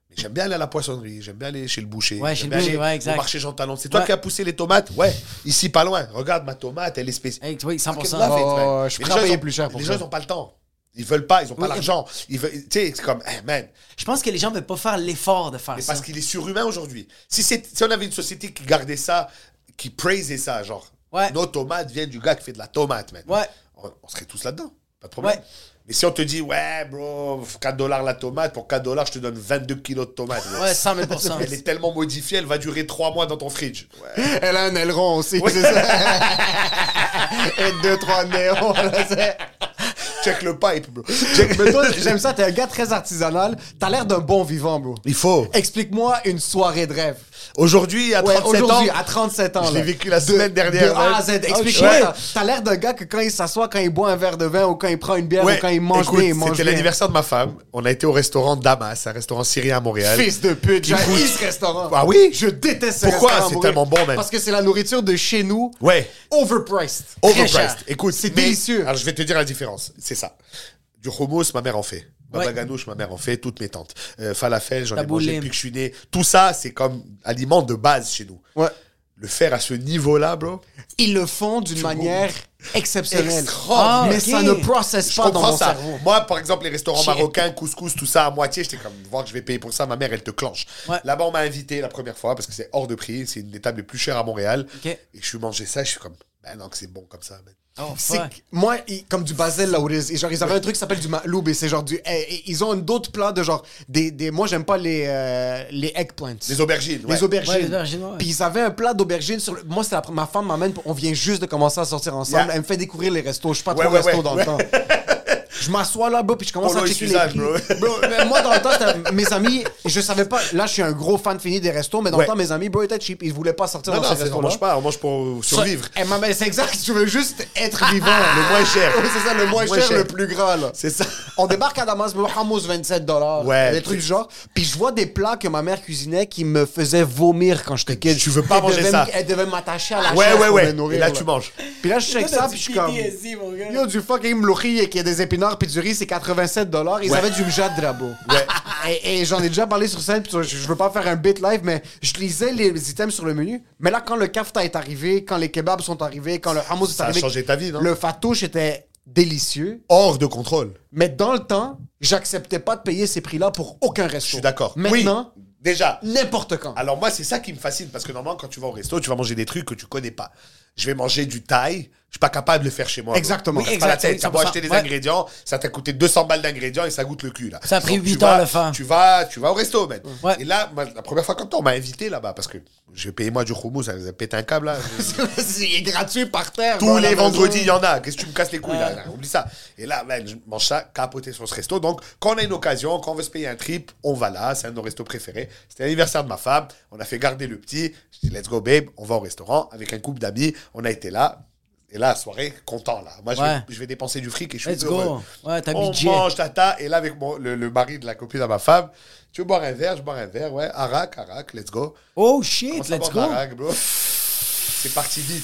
Speaker 5: Mais j'aime bien aller à la poissonnerie. J'aime bien aller chez le boucher.
Speaker 3: Ouais,
Speaker 5: j'aime
Speaker 3: chez le
Speaker 5: bien
Speaker 3: boucher,
Speaker 5: aller
Speaker 3: ouais, exact.
Speaker 5: Au marché Jean Talon. C'est toi
Speaker 3: Ouais.
Speaker 5: qui as poussé les tomates Ouais. Ici, pas loin. Regarde ma tomate, elle est spéciale.
Speaker 3: Hey, oui, 100%.
Speaker 5: Fucking love it,
Speaker 4: Oh,
Speaker 5: man.
Speaker 4: je
Speaker 5: Mais
Speaker 4: suis
Speaker 5: les gens,
Speaker 4: prêt à
Speaker 5: ils
Speaker 4: payer
Speaker 5: ont-
Speaker 4: plus cher pour
Speaker 5: Les
Speaker 4: ça.
Speaker 5: gens, ils n'ont pas le temps. Ils veulent pas, ils n'ont pas
Speaker 3: Oui.
Speaker 5: l'argent. Ils veulent- Tu sais, c'est comme, eh, man,
Speaker 3: Je pense que les gens ne veulent pas faire l'effort de faire
Speaker 5: mais
Speaker 3: ça.
Speaker 5: parce qu'il est surhumain aujourd'hui. Si, c'est- si on avait une société qui gardait ça, qui praisait ça, genre,
Speaker 3: Ouais.
Speaker 5: nos tomates viennent du gars qui fait de la tomate, man.
Speaker 3: Ouais.
Speaker 5: On, on serait tous là-dedans. Pas de problème.
Speaker 3: Ouais.
Speaker 5: Mais si on te dit, ouais, bro, 4 dollars la tomate, pour 4 dollars, je te donne 22 kilos de tomates. bro.
Speaker 3: Ouais, 100 000
Speaker 5: Elle est tellement modifiée, elle va durer 3 mois dans ton fridge. Ouais.
Speaker 4: Elle a un aileron aussi, c'est ça. Et deux, trois néons. là, c'est-
Speaker 5: Check le pipe, bro.
Speaker 4: Check- Mais toi, j'aime ça, t'es un gars très artisanal. T'as l'air d'un bon vivant, bro.
Speaker 5: Il faut.
Speaker 4: Explique-moi une soirée de rêve.
Speaker 5: Aujourd'hui, à
Speaker 4: Ouais,
Speaker 5: 37
Speaker 4: aujourd'hui,
Speaker 5: ans.
Speaker 4: à 37 ans.
Speaker 5: Je l'ai
Speaker 4: là.
Speaker 5: vécu la semaine dernière.
Speaker 4: De A à Z,
Speaker 5: man.
Speaker 4: explique-moi.
Speaker 5: Ouais. Oh,
Speaker 4: t'as- T'as l'air d'un gars que quand il s'assoit, quand il boit un verre de vin ou quand il prend une bière
Speaker 5: Ouais,
Speaker 4: ou quand il mange
Speaker 5: écoute,
Speaker 4: bien, il mange
Speaker 5: C'était
Speaker 4: bien.
Speaker 5: l'anniversaire de ma femme. On a été au restaurant Damas, un restaurant syrien à Montréal.
Speaker 4: Fils de pute, j'ai
Speaker 5: Écoute.
Speaker 4: ce restaurant.
Speaker 5: Ah oui
Speaker 4: Je déteste ce
Speaker 5: Pourquoi?
Speaker 4: restaurant.
Speaker 5: C'est
Speaker 4: bro.
Speaker 5: tellement bon, man.
Speaker 4: Parce que c'est la nourriture de chez nous.
Speaker 5: Ouais.
Speaker 4: Overpriced.
Speaker 3: cher.
Speaker 5: Overpriced. Écoute,
Speaker 4: C'est
Speaker 5: mais-
Speaker 4: délicieux.
Speaker 5: Alors je vais te dire la différence. C'est ça. Du hummus, ma mère en fait. Baba
Speaker 3: Ouais.
Speaker 5: ganoush, ma mère en fait. Toutes mes tantes. Euh, falafel, j'en ai
Speaker 3: Taboulim.
Speaker 5: mangé depuis que je suis né. Tout ça, c'est comme aliment de base chez nous.
Speaker 4: Ouais.
Speaker 5: Le faire à ce niveau-là, bro.
Speaker 4: Ils le font d'une manière exceptionnelle.
Speaker 5: Extraordinaire.
Speaker 4: Mais
Speaker 3: Ah,
Speaker 4: ça
Speaker 3: ok.
Speaker 4: ne processe
Speaker 5: Je
Speaker 4: pas dans
Speaker 5: comprends
Speaker 4: mon
Speaker 5: ça.
Speaker 4: cerveau.
Speaker 5: Moi, par exemple, les restaurants
Speaker 3: Shit.
Speaker 5: marocains, couscous, tout ça à moitié, j'étais comme, voir que je vais payer pour ça, ma mère, elle te clenche.
Speaker 3: Ouais.
Speaker 5: Là-bas, on m'a invité la première fois parce que c'est hors de prix, c'est une des tables les plus chères à Montréal.
Speaker 3: Ok.
Speaker 5: Et je suis mangé ça, je suis comme, ben non, que c'est bon comme ça. man.
Speaker 3: Oh,
Speaker 4: C'est
Speaker 3: fuck.
Speaker 4: que moi, ils- comme du basil là, où ils, genre, ils avaient un truc qui s'appelle du maloub et c'est genre du. eh, eh, ils ont d'autres plats de genre. Des, des, moi, j'aime pas les, euh, les eggplants.
Speaker 5: Les aubergines.
Speaker 4: Les
Speaker 5: ouais.
Speaker 4: aubergines.
Speaker 3: Ouais, les aubergines, ouais.
Speaker 4: Puis ils avaient un plat d'aubergines sur le... Moi, c'est la... pr- ma femme m'amène. On vient juste de commencer à sortir ensemble.
Speaker 5: Yeah.
Speaker 4: Elle me fait découvrir les restos. Je suis pas
Speaker 5: Ouais,
Speaker 4: trop
Speaker 5: ouais,
Speaker 4: resto
Speaker 5: ouais.
Speaker 4: dans
Speaker 5: Ouais.
Speaker 4: le temps. Je m'assois là, bas, puis je commence
Speaker 5: Polo
Speaker 4: à
Speaker 5: et
Speaker 4: checker les
Speaker 5: Suzanne,
Speaker 4: prix.
Speaker 5: bro.
Speaker 4: Bro, mais moi, dans le temps, c'était- mes amis, je savais pas... Là, je suis un gros fan fini des restos, mais dans
Speaker 5: Ouais.
Speaker 4: le temps, mes amis, bro, étaient cheap. Ils voulaient pas sortir
Speaker 5: Non,
Speaker 4: dans
Speaker 5: non,
Speaker 4: ces
Speaker 5: c'est- on
Speaker 4: restos-là.
Speaker 5: mange pas, on mange pour survivre. Ah.
Speaker 4: Eh, maman, c'est exact. Je veux juste être vivant. Le
Speaker 5: Le moins cher.
Speaker 4: Ouais, c'est ça, le moins
Speaker 5: Moins
Speaker 4: cher,
Speaker 5: cher.
Speaker 4: le plus grand, là.
Speaker 5: C'est ça.
Speaker 4: On débarque à Damas, le hummus 27 dollars,
Speaker 5: Ouais.
Speaker 4: des trucs du genre. Puis je vois des plats que ma mère cuisinait qui me faisaient vomir quand j'étais kid.
Speaker 5: Tu veux pas
Speaker 4: Elle
Speaker 5: manger
Speaker 4: devait
Speaker 5: ça.
Speaker 4: me- Elle devait m'attacher à la
Speaker 5: Ouais,
Speaker 4: chaise
Speaker 5: ouais,
Speaker 4: pour me
Speaker 5: ouais.
Speaker 4: nourrir,
Speaker 5: Et là, tu manges.
Speaker 4: Puis là, je check ça,
Speaker 3: du
Speaker 4: puis je suis comme...
Speaker 3: PTSD, mon gars.
Speaker 4: Yo, du fucking mlochi et qu'il y a des épinards puis du riz, c'est 87 dollars. Ils
Speaker 5: Ouais.
Speaker 4: avaient du mjadra, bro. Et, et j'en ai déjà parlé sur scène, puis je, je veux pas faire un bit live, mais je lisais les items sur le menu. Mais là, quand le kafta est arrivé, quand les kebabs sont arrivés, quand le hummus est
Speaker 5: a
Speaker 4: arrivé...
Speaker 5: changé ta vie, non?
Speaker 4: Le fatouche était délicieux.
Speaker 5: Hors de contrôle.
Speaker 4: Mais dans le temps, j'acceptais pas de payer ces prix-là pour aucun resto.
Speaker 5: Je suis d'accord.
Speaker 4: Maintenant,
Speaker 5: Oui. Ah. Déjà.
Speaker 4: N'importe quand.
Speaker 5: Alors moi, c'est ça qui me fascine parce que normalement, quand tu vas au resto, tu vas manger des trucs que tu connais pas. Je vais manger du thaï, je suis pas capable de le faire chez moi.
Speaker 4: Exactement.
Speaker 5: Je me casse pas la
Speaker 3: exact,
Speaker 5: tête.
Speaker 3: oui,
Speaker 5: T'as beau
Speaker 3: 100%,
Speaker 5: acheter des
Speaker 3: ouais.
Speaker 5: ingrédients, ça t'a coûté 200 balles d'ingrédients et ça goûte le cul là.
Speaker 3: Ça a pris
Speaker 5: Donc, tu
Speaker 3: huit ans,
Speaker 5: vas-
Speaker 3: la fin.
Speaker 5: Tu vas, tu vas au resto, mec.
Speaker 3: Ouais.
Speaker 5: Et là, moi, la première fois quand on m'a invité là-bas parce que j'ai payé moi du houmous, ça les a pété un câble là.
Speaker 4: Il est gratuit par terre.
Speaker 5: Tous
Speaker 4: dans la
Speaker 5: les
Speaker 4: maison.
Speaker 5: vendredis, il y en a. Qu'est-ce que tu me casses les couilles là, là Oublie ça. Et là, man, je mange ça, capoté sur ce resto. Donc, quand on a une occasion, quand on veut se payer un trip, on va là. C'est un de nos restos préférés. C'était l'anniversaire de ma femme. On a fait garder le petit. Je dis, let's go, babe. On va au restaurant avec un couple d'amis. On a été là. Et là, soirée, content là. Moi, je,
Speaker 3: Ouais.
Speaker 5: vais, je vais dépenser du fric et je suis
Speaker 3: Let's
Speaker 5: heureux.
Speaker 3: go. Ouais, t'as
Speaker 5: on
Speaker 3: budget.
Speaker 5: mange, tata. Et là, avec mon- le, le mari de la copine à ma femme, tu veux boire un verre Je bois un verre. Ouais, arak, arak, let's go.
Speaker 3: Oh
Speaker 5: On
Speaker 3: shit,
Speaker 5: s'en
Speaker 3: let's
Speaker 5: va
Speaker 3: go.
Speaker 5: en arak, bro. C'est parti vite.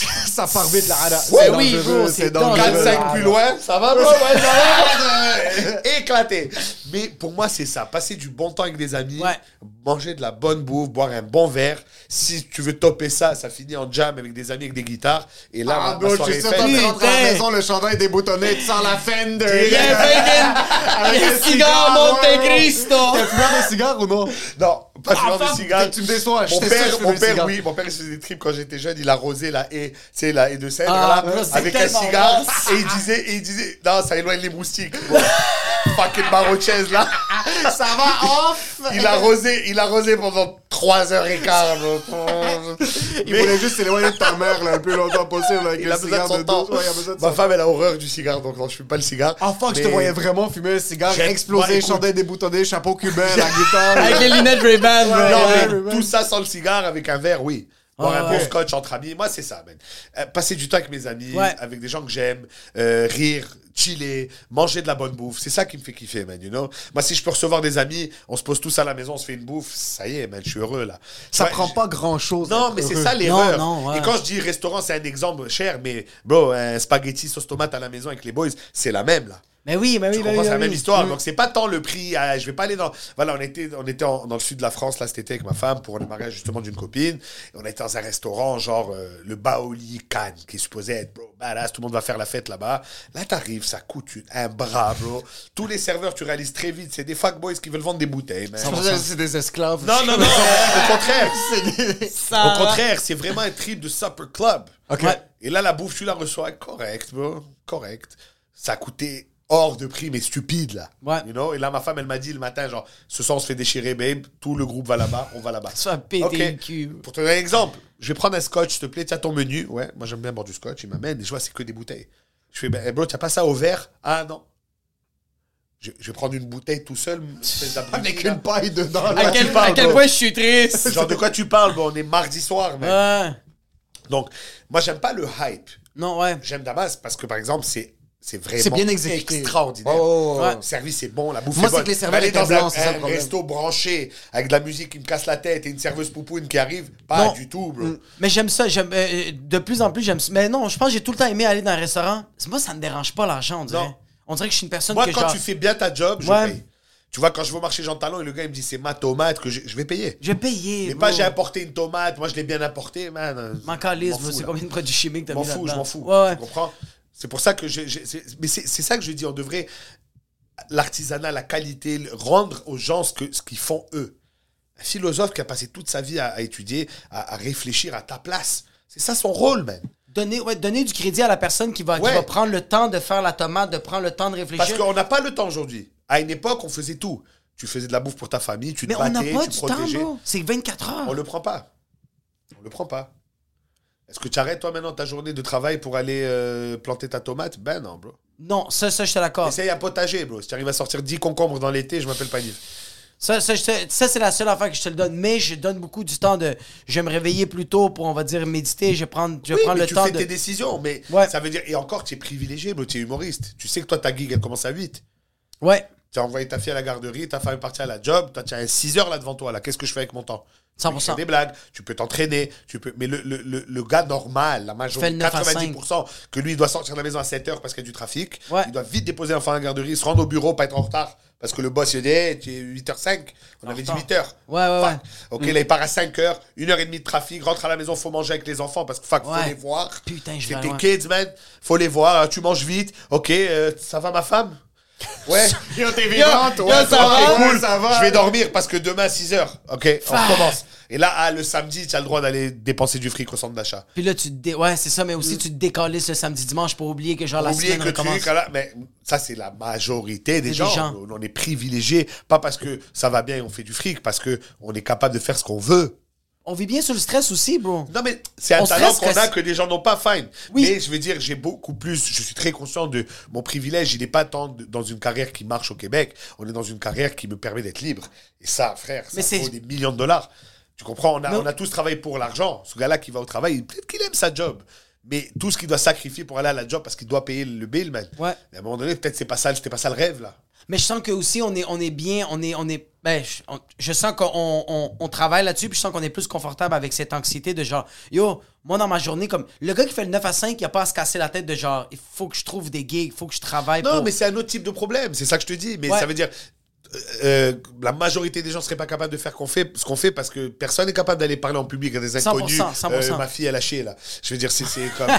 Speaker 4: Ça part vite, la hara.
Speaker 5: Ouais,
Speaker 4: C'est
Speaker 5: oui,
Speaker 4: dangereux,
Speaker 3: bro,
Speaker 4: c'est
Speaker 3: c'est
Speaker 4: dangereux.
Speaker 3: dangereux.
Speaker 5: 4-5 plus loin, ça va, bro Ouais, ça va Éclaté. Mais pour moi, c'est ça. Passer du bon temps avec des amis,
Speaker 3: Ouais.
Speaker 5: manger de la bonne bouffe, boire un bon verre. Si tu veux topper ça, ça finit en jam avec des amis, avec des guitares. Et là,
Speaker 4: Ah,
Speaker 5: ma- ma
Speaker 4: bro,
Speaker 5: soirée
Speaker 4: tu
Speaker 5: est
Speaker 4: sais,
Speaker 5: faite.
Speaker 4: toi, t'es rentré à la
Speaker 3: Putain.
Speaker 4: maison, le chandail déboutonné, tu sors la Fender.
Speaker 3: Yeah, fucking-
Speaker 4: Avec
Speaker 3: Le cigare Monte Cristo.
Speaker 4: T'as fumé des cigares ou non?
Speaker 5: Non, pas
Speaker 4: Ah,
Speaker 5: fumeur
Speaker 4: fuck,
Speaker 5: de cigare.
Speaker 4: tu me déçois, je
Speaker 5: Mon
Speaker 4: t'ai sûr, je
Speaker 5: père,
Speaker 4: fumais
Speaker 5: mon
Speaker 4: le
Speaker 5: père
Speaker 4: cigare.
Speaker 5: oui, mon père, il faisait des trips quand j'étais jeune. Il arrosait la haie, tu sais, la haie de cèdre,
Speaker 3: Ah,
Speaker 5: là,
Speaker 3: bro, c'est
Speaker 5: avec un
Speaker 3: tellement
Speaker 5: cigare.
Speaker 3: dense.
Speaker 5: Et il disait, et il disait, non, ça éloigne les moustiques. Fucking barochèse, là.
Speaker 4: Ça va off!
Speaker 5: Il a arrosé, il a arrosé pendant 3 heures et quart. là.
Speaker 4: Il voulait juste s'éloigner de ta mère là, le plus longtemps possible avec
Speaker 5: Il
Speaker 4: le
Speaker 5: a besoin de
Speaker 4: cigare de
Speaker 5: son temps.
Speaker 4: douze. Ouais, il a besoin de
Speaker 5: Ma
Speaker 4: son-
Speaker 5: femme, elle a horreur du cigare, donc non, je fume pas le cigare.
Speaker 4: Ah fuck, je te
Speaker 5: Mais-
Speaker 4: voyais vraiment fumer un cigare,
Speaker 5: J'ai- Bah,
Speaker 4: exploser,
Speaker 5: écoute.
Speaker 4: chandail déboutonné, chapeau cubain, la guitare.
Speaker 3: Avec les lunettes Ray-Ban, bro.
Speaker 4: Ouais,
Speaker 5: Non,
Speaker 4: ouais,
Speaker 5: mais
Speaker 4: ouais, ouais.
Speaker 5: tout ça sans le cigare, avec un verre, oui. Boire
Speaker 3: Ah,
Speaker 5: un bon
Speaker 3: ouais.
Speaker 5: scotch entre amis, moi, c'est ça, man. Euh, Passer du temps avec mes amis,
Speaker 3: Ouais.
Speaker 5: avec des gens que j'aime, euh, rire, chiller, manger de la bonne bouffe, c'est ça qui me fait kiffer, man, you know. Moi, si je peux recevoir des amis, on se pose tous à la maison, on se fait une bouffe, ça y est, man, je suis heureux, là.
Speaker 4: Ça
Speaker 5: Ouais,
Speaker 4: prend
Speaker 5: je-
Speaker 4: pas grand chose.
Speaker 5: Non, mais c'est ça l'erreur.
Speaker 3: Non, non, ouais.
Speaker 5: Et quand je dis restaurant, c'est un exemple cher, mais bro, un spaghetti sauce tomate à la maison avec les boys, c'est la même là.
Speaker 3: Mais oui, mais oui,
Speaker 5: Tu
Speaker 3: mais
Speaker 5: comprends,
Speaker 3: oui.
Speaker 5: c'est la
Speaker 3: mais
Speaker 5: même
Speaker 3: oui. Mm.
Speaker 5: histoire. Donc c'est pas tant le prix. euh, je vais pas aller dans. Voilà, on était, on était en- dans le sud de la France là cet été avec ma femme pour le mariage justement d'une copine. Et on était dans un restaurant genre euh, le Baoli Cannes qui est supposé être bro badass. Tout le monde va faire la fête là-bas. Là t'arrives, ça coûte une- un bras, bro. Tous les serveurs, tu réalises très vite, c'est des fuckboys qui veulent vendre des bouteilles. man.
Speaker 4: C'est des esclaves.
Speaker 5: Non, non, non. Au contraire.
Speaker 3: Ça
Speaker 5: Au
Speaker 3: va.
Speaker 5: contraire, c'est vraiment un trip de supper club.
Speaker 4: Ok.
Speaker 5: Ouais. Et là, la bouffe, tu la reçois correct, bro. Correct. Ça a coûté hors de prix, mais stupide, là.
Speaker 3: Ouais.
Speaker 5: You know? Et là, ma femme, elle m'a dit le matin, genre, ce soir, on se fait déchirer, babe. Tout le groupe va là-bas, on va là-bas.
Speaker 3: Ça va péter
Speaker 5: Ok.
Speaker 3: le cul.
Speaker 5: Pour te donner un exemple, je vais prendre un scotch, s'il te plaît. Tiens ton menu. Ouais, moi, j'aime bien boire du scotch. Il m'amène et je vois, c'est que des bouteilles. Je fais, ben, eh, bro, t'as pas ça au verre? Ah, non. Je, je vais prendre une bouteille tout seul, une espèce d'abruti,
Speaker 4: Avec
Speaker 5: là.
Speaker 4: une paille dedans.
Speaker 3: À
Speaker 4: là.
Speaker 3: quel,
Speaker 5: parles,
Speaker 3: à quel
Speaker 5: bro.
Speaker 3: point je suis triste.
Speaker 5: Genre, de quoi tu parles, bro? On est mardi soir, mec.
Speaker 3: Ouais.
Speaker 5: Donc, moi, j'aime pas le hype.
Speaker 3: Non, ouais.
Speaker 5: J'aime Damas parce que, par exemple, c'est c'est vraiment
Speaker 4: C'est bien exécuté.
Speaker 5: extraordinaire.
Speaker 4: Oh, oh, oh.
Speaker 3: Ouais.
Speaker 5: Le service est bon, la bouffe
Speaker 4: Moi,
Speaker 5: est
Speaker 4: c'est
Speaker 5: bonne.
Speaker 4: que les serveurs
Speaker 5: D'aller
Speaker 4: étaient
Speaker 5: dans
Speaker 4: blancs, c'est ça
Speaker 5: un,
Speaker 4: le
Speaker 5: un
Speaker 4: problème.
Speaker 5: resto branché avec de la musique qui me casse la tête et une serveuse poupoune qui arrive, pas
Speaker 3: Non. Mm.
Speaker 5: du tout, bro.
Speaker 4: Mm.
Speaker 3: Mais j'aime ça, j'aime euh, euh, de plus en plus j'aime ça. Mais non, je pense que j'ai tout le temps aimé aller dans un restaurant. Moi ça me dérange pas l'argent, on dirait.
Speaker 5: Non.
Speaker 3: On dirait que je suis une personne
Speaker 5: Moi,
Speaker 3: que
Speaker 5: quand
Speaker 3: genre,
Speaker 5: tu fais bien ta job, je
Speaker 3: Ouais.
Speaker 5: paye. Tu vois, quand je vais au marché Jean Talon et le gars il me dit c'est ma tomate que je, je vais payer.
Speaker 3: je vais payer.
Speaker 5: Mais
Speaker 3: bro.
Speaker 5: pas j'ai apporté une tomate, moi je l'ai bien apportée, man. euh,
Speaker 3: M'en
Speaker 5: je
Speaker 3: calisse,
Speaker 5: m'en
Speaker 3: bro,
Speaker 5: fous,
Speaker 3: c'est
Speaker 5: là.
Speaker 3: combien de produits chimiques t'as
Speaker 5: Je m'en
Speaker 3: mis
Speaker 5: fous, je
Speaker 3: là-dedans?
Speaker 5: m'en fous.
Speaker 3: Ouais, ouais.
Speaker 5: Tu comprends C'est pour ça que je. je- c'est- mais c'est c'est ça que je dis, on devrait l'artisanat, la qualité, le- rendre aux gens ce que- ce qu'ils font eux. Un philosophe qui a passé toute sa vie à, à étudier, à, à réfléchir à ta place. C'est ça son rôle, même.
Speaker 3: Donner, ouais, donner du crédit à la personne qui va, qui
Speaker 5: Ouais.
Speaker 3: va prendre le temps de faire la tomate, de prendre le temps de
Speaker 5: Parce
Speaker 3: réfléchir.
Speaker 5: qu'on n'a pas le temps aujourd'hui. À une époque, on faisait tout. Tu faisais de la bouffe pour ta famille, tu te
Speaker 3: Mais on n'a
Speaker 5: battais,
Speaker 3: pas
Speaker 5: tu
Speaker 3: du temps,
Speaker 5: protégeais.
Speaker 3: bro. C'est 24 heures.
Speaker 5: On le prend pas. On le prend pas. Est-ce que tu arrêtes, toi, maintenant, ta journée de travail pour aller euh, planter ta tomate Ben non, bro.
Speaker 3: Non, ça, ça, je te l'accorde.
Speaker 5: Essaye à potager, bro. Si tu arrives à sortir 10 concombres dans l'été, je m'appelle Panif.
Speaker 3: Ça, ça, je te- ça, c'est la seule affaire que je te le donne. Mais je donne beaucoup du temps de. Je vais me réveiller plus tôt pour, on va dire, méditer. Je vais prendre, je vais
Speaker 5: Oui,
Speaker 3: prendre
Speaker 5: mais
Speaker 3: le
Speaker 5: tu
Speaker 3: temps
Speaker 5: fais
Speaker 3: de.
Speaker 5: tes décisions, mais
Speaker 3: Ouais.
Speaker 5: ça veut dire... Et encore, tu es privilégié, bro, tu es humoriste. Tu sais que toi, ta gig, elle commence à 8.
Speaker 3: Ouais,
Speaker 5: Tu as envoyé ta fille à la garderie, ta femme est partie à la job, toi, tu as 6 heures là devant toi, là. Qu'est-ce que je fais avec mon temps Tu peux
Speaker 3: 100%.
Speaker 5: écrire des blagues, tu peux t'entraîner, tu peux... Mais le, le- le- le gars normal, la
Speaker 3: Fais
Speaker 5: majorité,
Speaker 3: le 9 à 5.
Speaker 5: 90%, que lui, il doit sortir de la maison à 7 heures parce qu'il y a du trafic,
Speaker 3: Ouais.
Speaker 5: il doit vite déposer l'enfant à la garderie, se rendre au bureau, pas être en retard. Parce que le boss, il dit, Hey, tu es 8h05, on avait dit
Speaker 3: retard.
Speaker 5: 8h.
Speaker 3: Ouais, ouais,
Speaker 5: Fuck.
Speaker 3: ouais. Mm.
Speaker 5: Ok, là, il part à 5h, 1h30 de trafic, rentre à la maison, faut manger avec les enfants parce que fuck,
Speaker 3: Ouais.
Speaker 5: faut les voir.
Speaker 3: Putain, je
Speaker 5: C'est
Speaker 3: vais
Speaker 5: tes
Speaker 3: loin.
Speaker 5: kids, man. Faut les voir. Tu manges vite. Ok, euh, ça va, ma femme Ouais.
Speaker 4: Yo, t'es vibrante,
Speaker 5: Yo,
Speaker 4: ouais,
Speaker 5: yo,
Speaker 4: ça, va,
Speaker 5: Ah, cool.
Speaker 4: ouais, ça va.
Speaker 5: Je vais dormir parce que demain, 6h. OK, on recommence. Et là, ah, le samedi, tu as le droit d'aller dépenser du fric au centre d'achat.
Speaker 3: Puis là, tu te dé... Ouais, c'est ça, mais aussi, tu te décales ce samedi-dimanche pour oublier que genre la
Speaker 5: Oubliez
Speaker 3: semaine
Speaker 5: Mm. que tu
Speaker 3: recommence.
Speaker 5: es là, mais ça c'est la majorité des
Speaker 3: Des
Speaker 5: gens.
Speaker 3: gens.
Speaker 5: On est privilégiés, pas parce que ça va bien et on fait du fric, parce que on est capable de faire ce qu'on veut.
Speaker 3: On vit bien sur le stress aussi, bro.
Speaker 5: Non mais c'est un
Speaker 3: On
Speaker 5: talent
Speaker 3: stresse,
Speaker 5: qu'on a
Speaker 3: stresse.
Speaker 5: que les gens n'ont pas, fine.
Speaker 3: Oui.
Speaker 5: Mais je veux dire, j'ai beaucoup plus. Je suis très conscient de mon privilège. Il n'est pas tant de- dans une carrière qui marche au Québec. On est dans une carrière qui me permet d'être libre. Et ça, frère,
Speaker 3: Mais
Speaker 5: ça
Speaker 3: c'est-
Speaker 5: vaut des millions de dollars. Tu comprends On a,
Speaker 3: Mais-
Speaker 5: on a tous travaillé pour l'argent. Ce gars-là qui va au travail, peut-être qu'il aime sa job. Mais tout ce qu'il doit sacrifier pour aller à la job parce qu'il doit payer le bill, man.
Speaker 3: Ouais.
Speaker 5: Mais à un moment donné, peut-être c'est pas ça, c'était pas ça le rêve là.
Speaker 3: Mais je sens que aussi on est, on est bien, on est, on est, ben, je, on- je sens qu'on on, on travaille là-dessus, puis je sens qu'on est plus confortable avec cette anxiété de genre, yo, moi dans ma journée, comme le gars qui fait le 9 à 5, il a pas à se casser la tête de genre, il faut que je trouve des gigs, il faut que je travaille.
Speaker 5: Non,
Speaker 3: pour-
Speaker 5: mais c'est un autre type de problème. C'est ça que je te dis. Mais
Speaker 3: Ouais.
Speaker 5: ça veut dire euh, euh, la majorité des gens seraient pas capables de faire qu'on fait ce qu'on fait parce que personne n'est capable d'aller parler en public à des inconnus. Euh,
Speaker 3: 100%, 100%.
Speaker 5: ma fille elle a chié là. Je veux dire c'est c'est comme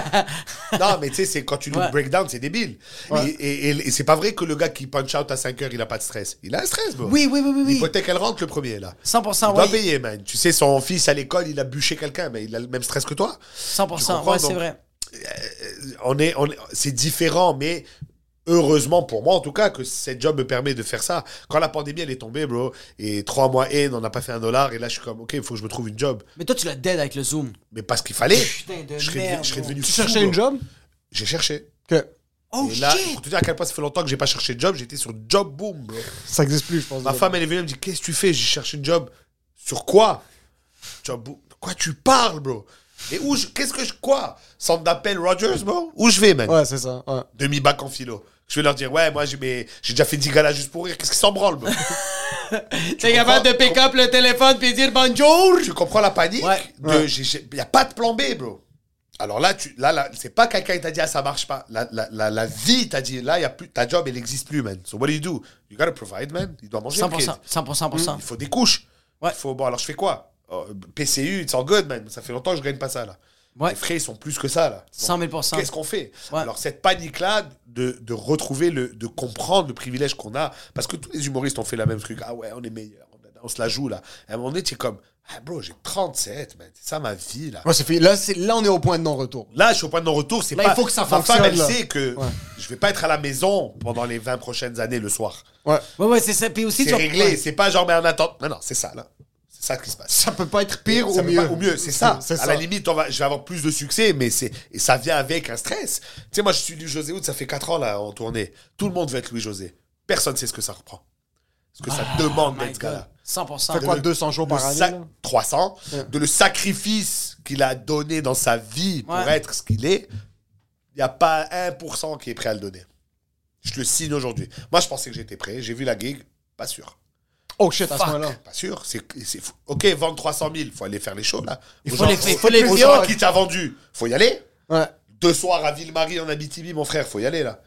Speaker 5: non mais tu sais c'est quand tu loues
Speaker 3: Ouais.
Speaker 5: le breakdown c'est débile. Et, et- et- et c'est pas vrai que le gars qui punch out à 5 heures il a pas de stress. Il a un stress. bro.
Speaker 3: Oui, oui, oui, oui, oui.
Speaker 5: L'hypothèque elle rentre le premier là.
Speaker 3: 100%,
Speaker 5: Il doit
Speaker 3: ouais.
Speaker 5: payer man. Tu sais son fils à l'école il a bûché quelqu'un mais il a le même stress que toi.
Speaker 3: 100%,
Speaker 5: comprends,
Speaker 3: ouais, c'est
Speaker 5: donc-
Speaker 3: vrai.
Speaker 5: on est, on est- c'est différent, mais heureusement pour moi en tout cas que cette job me permet de faire ça. Quand la pandémie elle est tombée, bro, et trois mois haine, on n'a pas fait un dollar, et là je suis comme, ok, il faut que je me trouve une job.
Speaker 3: Mais toi, tu l'as dead avec le Zoom.
Speaker 5: Mais parce qu'il fallait,
Speaker 3: Putain de
Speaker 5: je serais,
Speaker 3: merde,
Speaker 5: je serais
Speaker 3: bro.
Speaker 5: devenu.
Speaker 3: Tu
Speaker 5: fou,
Speaker 6: Chercher une
Speaker 5: bro.
Speaker 6: job
Speaker 5: J'ai cherché.
Speaker 6: Que
Speaker 3: Oh
Speaker 5: et là,
Speaker 3: shit!
Speaker 5: pour te dire à quel point ça fait longtemps que j'ai pas cherché de job, j'étais sur Job Boom, bro.
Speaker 6: ça existe plus, je pense.
Speaker 4: Bah,
Speaker 5: Ma femme elle est venue elle me dit, qu'est-ce que tu fais J'ai cherché une job. Sur quoi Job Boom. De quoi tu parles, bro Et où je- Qu'est-ce que je. Quoi Centre d'appel Rogers, bro Où je vais, man
Speaker 6: Ouais, c'est ça. ouais.
Speaker 5: demi-bac en philo. Je vais leur dire, ouais, moi j'ai mes- j'ai déjà fait 10 galas juste pour rire, qu'est-ce qu'ils s'en branlent bro
Speaker 3: T'es capable de pick up le téléphone puis dire bonjour!
Speaker 5: Tu comprends la panique
Speaker 3: Ouais.
Speaker 5: de, Il n'y a pas de plan B, bro. Alors là, tu, là, là c'est pas quelqu'un qui t'a dit, ah, ça marche pas. La, la, la, la vie t'a dit, là, y a plus, ta job, elle n'existe plus, man. So what do you do? You gotta provide, man. Il doit manger, le
Speaker 3: 100%,
Speaker 5: kid.
Speaker 3: 100%, 100%.
Speaker 5: Il faut des couches.
Speaker 3: Ouais.
Speaker 5: Il faut, bon, alors je fais quoi Oh, PCU, it's all good, man. Ça fait longtemps que je gagne pas ça, là.
Speaker 3: Ouais.
Speaker 5: Les frais, ils sont plus que ça, là.
Speaker 3: 100 000
Speaker 5: Qu'est-ce qu'on fait
Speaker 3: Ouais.
Speaker 5: Alors cette panique-là de, de retrouver le, de comprendre le privilège qu'on a, parce que tous les humoristes ont fait la même truc. Ah ouais, on est meilleur, on, on se la joue là. À un moment donné, tu es comme, ah bro, j'ai 37, man, c'est ça ma vie là.
Speaker 6: Ouais, c'est fait. Là, c'est- là, on est au point de non-retour.
Speaker 5: Là, je suis au point de non-retour. C'est
Speaker 6: Là,
Speaker 5: pas.
Speaker 6: il faut que ça
Speaker 5: ma femme,
Speaker 6: fonctionne,
Speaker 5: elle
Speaker 6: là.
Speaker 5: sait que
Speaker 6: Ouais.
Speaker 5: je vais pas être à la maison pendant les 20 prochaines années le soir.
Speaker 6: Ouais.
Speaker 3: Ouais, ouais, c'est ça. Puis aussi,
Speaker 5: C'est
Speaker 3: tu-
Speaker 5: réglé. C'est pas genre mais en attente. Non, non, c'est ça là. C'est ça qui se passe.
Speaker 6: Ça peut pas être pire
Speaker 5: Ça
Speaker 6: ou
Speaker 5: peut pas-
Speaker 6: mieux.
Speaker 5: Au mieux, c'est ça.
Speaker 6: C'est
Speaker 5: À
Speaker 6: ça.
Speaker 5: la limite, on va, je vais avoir plus de succès, mais c'est et ça vient avec un stress. Tu sais, moi, je suis Louis-José Hood, ça fait 4 ans là en tournée. Tout le monde veut être Louis-José. Personne sait ce que ça reprend. Ce que ça
Speaker 6: Ah,
Speaker 5: demande
Speaker 3: My
Speaker 5: d'être ce gars-là.
Speaker 3: God. 100%.
Speaker 6: Fait quoi,
Speaker 5: le-
Speaker 6: 200 jours
Speaker 5: Le
Speaker 6: par année
Speaker 5: sac-
Speaker 6: là
Speaker 5: 300.
Speaker 6: Ouais.
Speaker 5: De le sacrifice qu'il a donné dans sa vie pour
Speaker 3: Ouais.
Speaker 5: être ce qu'il est, il n'y a pas 1% qui est prêt à le donner. Je le signe aujourd'hui. Moi, je pensais que j'étais prêt. J'ai vu la gig. Pas sûr.
Speaker 6: Oh shit, à ce
Speaker 5: Fuck.
Speaker 6: moment-là.
Speaker 5: Pas sûr. C'est, c'est fou. Ok, vendre 300 000, faut aller faire les shows là.
Speaker 3: Il
Speaker 5: Aux
Speaker 3: faut
Speaker 5: gens-
Speaker 3: les faire- faut les
Speaker 5: aux
Speaker 3: faire.
Speaker 5: gens à qui t'as vendu, faut y aller.
Speaker 6: Ouais.
Speaker 5: Deux soirs à Ville-Marie en Abitibi, mon frère, faut y aller là.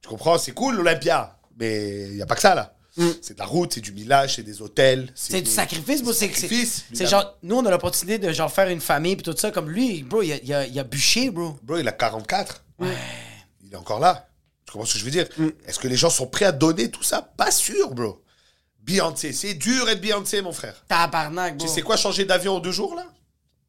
Speaker 5: Tu comprends C'est cool l'Olympia, mais il n'y a pas que ça là. C'est de la route, c'est du millage, c'est des hôtels.
Speaker 3: Mm. C'est du
Speaker 5: des-
Speaker 3: sacrifice, bro. C'est
Speaker 5: du
Speaker 3: c'est-
Speaker 5: sacrifice.
Speaker 3: c'est
Speaker 5: Lui,
Speaker 3: genre, nous, on a l'opportunité de genre faire une famille puis tout ça. Comme lui, bro, il a, il a- il a bûché, bro.
Speaker 5: Bro, il a 44. Il est encore là. Tu comprends ce que je veux dire
Speaker 3: Mm.
Speaker 5: Est-ce que les gens sont prêts à donner tout ça Pas sûr, bro. Beyoncé, c'est dur être Beyoncé, mon frère.
Speaker 3: Tabarnak, bro.
Speaker 5: Tu sais quoi changer d'avion en deux jours là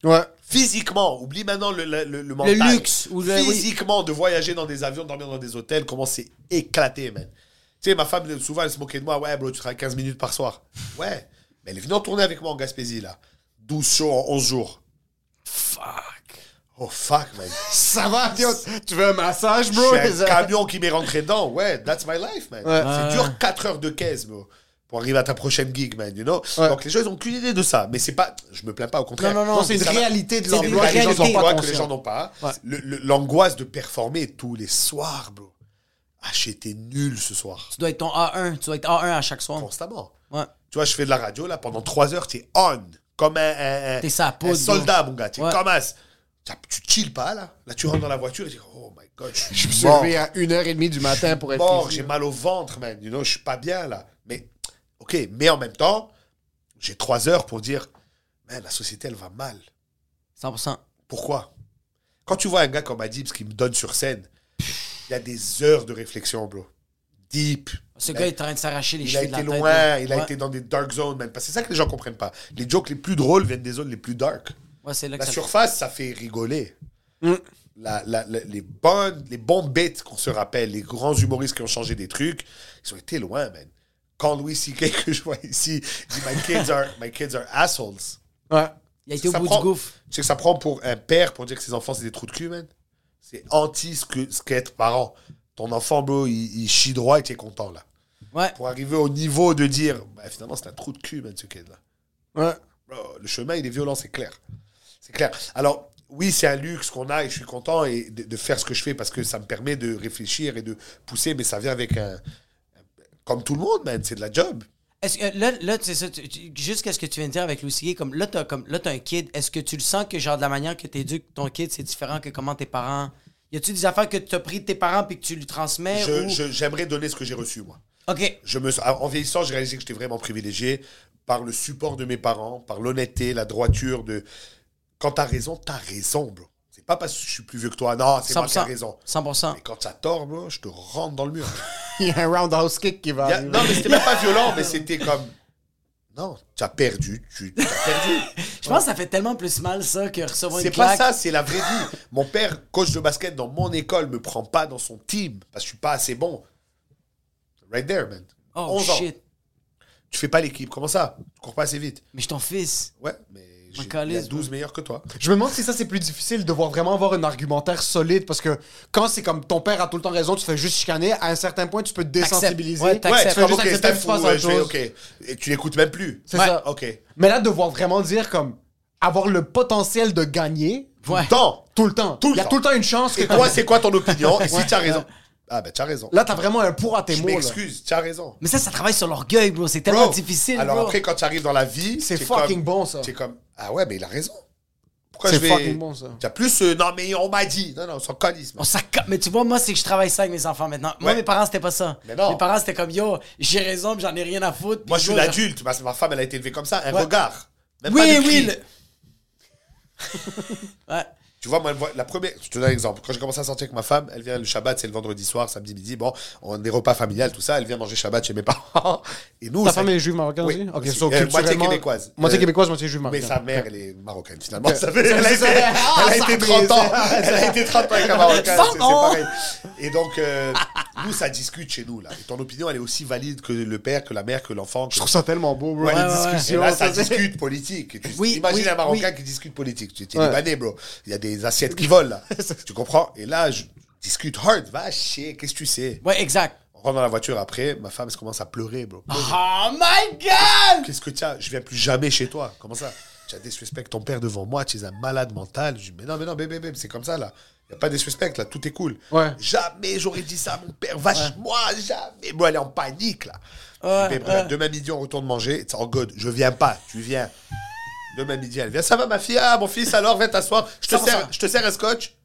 Speaker 6: Ouais.
Speaker 5: physiquement, oublie maintenant le, le, le, le mental.
Speaker 3: luxe ou le- oui.
Speaker 5: Physiquement, de voyager dans des avions, de dormir dans des hôtels, comment c'est éclaté, man. Tu sais, ma femme, souvent, elle se moquait de moi. Ouais, bro, tu travailles 15 minutes par soir. Ouais. Mais elle est venue en tournée avec moi en Gaspésie, là. 12 shows en 11 jours. Fuck. Oh, fuck, man.
Speaker 6: Ça va, yo, tu veux un massage, bro
Speaker 5: J'ai un
Speaker 6: Ça-
Speaker 5: camion qui m'est rentré dedans. Ouais, that's my life, man.
Speaker 6: Ouais.
Speaker 5: C'est dur 4 heures de caisse, bro. Pour arriver à ta prochaine gig, man, you know?
Speaker 6: Ouais.
Speaker 5: Donc les gens, ils ont qu'une idée de ça. Mais c'est pas. Je me plains pas, au contraire.
Speaker 3: Non, non, non.
Speaker 6: Non, c'est une
Speaker 5: Ça va-
Speaker 6: réalité de
Speaker 3: C'est une
Speaker 6: l'emploi que les gens
Speaker 3: réalité.
Speaker 6: sont
Speaker 5: l'emploi
Speaker 6: pas
Speaker 5: que les gens
Speaker 6: conscients.
Speaker 5: n'ont pas.
Speaker 6: Ouais.
Speaker 5: Le- le- L'angoisse de performer tous les soirs, bro. Ah, j'étais nul ce soir.
Speaker 3: Tu dois être ton A1. Tu dois être A1 à chaque soir.
Speaker 5: Constamment.
Speaker 3: Ouais.
Speaker 5: Tu vois, je fais de la radio, là, pendant trois heures, t'es on. Comme un, un, un-
Speaker 3: T'es sa poudre,
Speaker 5: un soldat,
Speaker 3: bro.
Speaker 5: mon gars. T'es
Speaker 3: Ouais.
Speaker 5: comme un... t'as- Tu chill pas, là. Là, tu rentres dans la voiture et tu dis, oh my God, je
Speaker 6: Je me suis
Speaker 5: mort.
Speaker 6: levé à 1h30 du matin pour être
Speaker 5: mort,
Speaker 6: ici.
Speaker 5: j'ai mal au ventre, man. You know, je suis pas bien là. Mais, ok, mais en même temps, j'ai trois heures pour dire, man, la société, elle va mal.
Speaker 3: 100%.
Speaker 5: Pourquoi Quand tu vois un gars comme Adibs qui me donne sur scène, il y a des heures de réflexion, bro. deep.
Speaker 3: Ce gars est en train de s'arracher les
Speaker 5: Il a
Speaker 3: cheveux de la
Speaker 5: été
Speaker 3: tête,
Speaker 5: loin,
Speaker 3: là.
Speaker 5: il a
Speaker 3: Ouais.
Speaker 5: été dans des dark zones, même. Parce que c'est ça que les gens comprennent pas. Les jokes les plus drôles viennent des zones les plus dark.
Speaker 3: Ouais, c'est là que
Speaker 5: La
Speaker 3: ça-
Speaker 5: surface, ça fait rigoler. La- la- la- les, bonnes, les bons bêtes qu'on se rappelle, les grands humoristes qui ont changé des trucs, ils ont été loin, man. Quand Louis C.K. que je vois ici, il dit My kids are, my kids are assholes.
Speaker 6: Ouais.
Speaker 3: Il a été au
Speaker 5: Ça
Speaker 3: bout
Speaker 5: prend-
Speaker 3: du gouffre.
Speaker 5: Tu sais que ça prend pour un père pour dire que ses enfants, c'est des trous de cul, man. C'est anti ce que- ce qu'est être parent. Ton enfant, bro, il, il chie droit et tu es content, là.
Speaker 3: Ouais.
Speaker 5: Pour arriver au niveau de dire, Bah, finalement, c'est un trou de cul, man, ce kid-là.
Speaker 6: Ouais.
Speaker 5: Bro, le chemin, il est violent, c'est clair. C'est clair. Alors, oui, c'est un luxe qu'on a et je suis content et de, de faire ce que je fais parce que ça me permet de réfléchir et de pousser, mais ça vient avec un. Comme tout le monde, man, c'est de la job.
Speaker 3: Est-ce que là, là c'est ça, tu- tu- juste qu'est-ce que tu viens de dire avec Louis C.K., comme là, t'as, comme, là, t'as un kid, est-ce que tu le sens que, genre, de la manière que t'éduques ton kid, c'est différent que comment tes parents. Y a-tu des affaires que t'as pris de tes parents puis que tu lui transmets
Speaker 5: Je-
Speaker 3: ou...
Speaker 5: je- J'aimerais donner ce que j'ai reçu, moi.
Speaker 3: Ok.
Speaker 5: Je me, en vieillissant, j'ai réalisé que j'étais vraiment privilégié par le support de mes parents, par l'honnêteté, la droiture de. Quand t'as raison, t'as raison, bro. C'est pas parce que je suis plus vieux que toi. Non, c'est moi qui ai
Speaker 3: 100%.
Speaker 5: raison.
Speaker 3: 100%.
Speaker 5: Mais quand t'as tort, bro, je te rentre dans le mur.
Speaker 6: Il y a un roundhouse kick qui va.
Speaker 4: Ah
Speaker 5: Y a-
Speaker 6: arriver.
Speaker 5: non, mais c'était même pas violent, mais c'était comme. Non, tu as perdu, tu as perdu.
Speaker 3: Je pense que ça fait tellement plus mal, ça, que recevoir
Speaker 5: C'est
Speaker 3: une
Speaker 5: pas
Speaker 3: claque.
Speaker 5: ça, c'est la vraie vie. Mon père, coach de basket dans mon école, me prend pas dans son team parce que je suis pas assez bon. Right there, man.
Speaker 3: Oh,
Speaker 5: 11 ans.
Speaker 3: shit.
Speaker 5: Tu fais pas l'équipe, comment ça Tu cours pas assez vite.
Speaker 3: Mais je suis ton fils.
Speaker 5: Ouais, mais j'ai il y a
Speaker 3: calisse,
Speaker 5: 12 meilleurs que toi.
Speaker 6: Je me demande si ça c'est plus difficile de voir vraiment avoir un argumentaire solide parce que quand c'est comme ton père a tout le temps raison, tu te fais juste chicaner, à un certain point tu peux te
Speaker 3: T'acceptes.
Speaker 6: désensibiliser.
Speaker 3: Ouais, t'acceptes. Accepte,
Speaker 5: Ouais, tu fais
Speaker 6: juste
Speaker 5: OK,
Speaker 6: accepter
Speaker 5: Steph,
Speaker 6: que tu fasses
Speaker 5: ou, euh,
Speaker 6: autre
Speaker 5: je fais
Speaker 6: chose.
Speaker 5: OK. Et tu l'écoutes même plus.
Speaker 6: C'est
Speaker 5: Ouais,
Speaker 6: ça.
Speaker 5: OK.
Speaker 6: Mais là, de voir vraiment dire comme avoir le potentiel de gagner
Speaker 3: Ouais.
Speaker 5: Tant.
Speaker 6: tout le temps.
Speaker 5: Tout le
Speaker 6: Il y a
Speaker 5: temps.
Speaker 6: tout le temps une chance que
Speaker 5: Et toi, c'est quoi ton opinion Et si tu as raison Ah, ben, tu as raison.
Speaker 6: Là, t'as vraiment un pour à tes
Speaker 5: Je
Speaker 6: mots. là. Ah,
Speaker 5: m'excuse, tu as raison.
Speaker 3: Mais ça, ça travaille sur l'orgueil, bro. C'est
Speaker 5: Bro.
Speaker 3: tellement difficile,
Speaker 5: Alors
Speaker 3: bro.
Speaker 5: après, quand tu arrives dans la vie,
Speaker 6: C'est
Speaker 5: t'es
Speaker 6: fucking
Speaker 5: comme-
Speaker 6: bon ça.
Speaker 5: T'es comme ah ouais, mais il a raison. Pourquoi
Speaker 6: C'est
Speaker 5: je vais
Speaker 6: fucking bon, ça. Oh,
Speaker 5: T'as plus euh, non mais on m'a dit. Non non, on s'en calisse. man.
Speaker 3: On s'en ca- Mais tu vois, moi, c'est que je travaille ça avec mes enfants maintenant. Moi,
Speaker 5: Ouais.
Speaker 3: mes parents, c'était pas ça.
Speaker 5: Mais non.
Speaker 3: Mes parents, c'était comme, yo, j'ai raison, puis j'en ai rien à foutre.
Speaker 5: Moi
Speaker 3: Puis
Speaker 5: je suis
Speaker 3: yo, j'ai-
Speaker 5: l'adulte, ma, ma femme elle a été élevée comme ça, un
Speaker 3: Ouais.
Speaker 5: regard. Même pas
Speaker 3: Oui,
Speaker 5: de cri.
Speaker 3: oui. le- ouais.
Speaker 5: Tu vois, moi, elle voit- la première, je te donne un exemple. Quand j'ai commencé à sortir avec ma femme, elle vient le Shabbat, c'est le vendredi soir, samedi midi. Bon, on des repas familial, tout ça. Elle vient manger Shabbat chez mes parents. Et nous,
Speaker 6: Ta
Speaker 5: ça-
Speaker 6: femme est juive marocaine
Speaker 5: Oui,
Speaker 6: aussi? Ok,
Speaker 5: aussi.
Speaker 6: so,
Speaker 5: Euh, moitié
Speaker 6: culturellement-
Speaker 5: québécoise.
Speaker 6: Moitié
Speaker 5: Euh,
Speaker 6: québécoise, moitié juive
Speaker 5: Mais
Speaker 6: marocaine.
Speaker 5: sa mère, elle est marocaine, finalement. Ça fait-
Speaker 6: Ça
Speaker 5: elle, a
Speaker 6: fait-
Speaker 5: été,
Speaker 6: Ah,
Speaker 5: elle
Speaker 6: ça
Speaker 5: a été
Speaker 6: brisait.
Speaker 5: 30 ans. Elle a été 30 ans avec un marocain. c'est- C'est
Speaker 3: Pardon.
Speaker 5: pareil. Et donc, euh, nous, ça discute chez nous. là. Et ton opinion, elle est aussi valide que le père, que la mère, que l'enfant. que-
Speaker 6: Je trouve ça tellement beau, bro.
Speaker 5: Ouais,
Speaker 6: les
Speaker 5: ouais,
Speaker 3: ouais.
Speaker 5: Et
Speaker 6: discussions.
Speaker 5: là, ça
Speaker 6: ça, c'est-
Speaker 5: discute politique. Et tu-
Speaker 3: Oui,
Speaker 5: Imagine
Speaker 3: oui,
Speaker 5: un Marocain qui discute politique. Tu t'es
Speaker 6: Ouais.
Speaker 5: libanais, bro. Il y a des assiettes qui volent, là. tu comprends Et là, je discute hard. Va chier, qu'est-ce que tu sais
Speaker 3: Ouais, exact.
Speaker 5: On rentre dans la voiture après, ma femme, elle commence à pleurer, bro.
Speaker 3: Oh my god!
Speaker 5: Qu'est-ce que tu as Je viens plus jamais chez toi. Comment ça Tu as disrespect ton père devant moi, tu es un malade mental. Je dis, mais non, mais non, bébé, bébé, c'est comme ça là. Il a pas de disrespect là, tout est cool.
Speaker 6: Ouais.
Speaker 5: Jamais j'aurais dit ça à mon père, vache-moi, jamais. Moi, elle est en panique là.
Speaker 3: Ouais,
Speaker 5: Je dis, Babe, regarde, demain midi, on retourne manger. It's all good, je viens pas, tu viens. Demain midi, elle vient. Ça va, ma fille Ah, mon fils, alors, viens t'asseoir. Je te,
Speaker 3: 100%.
Speaker 5: sers, je te sers un scotch.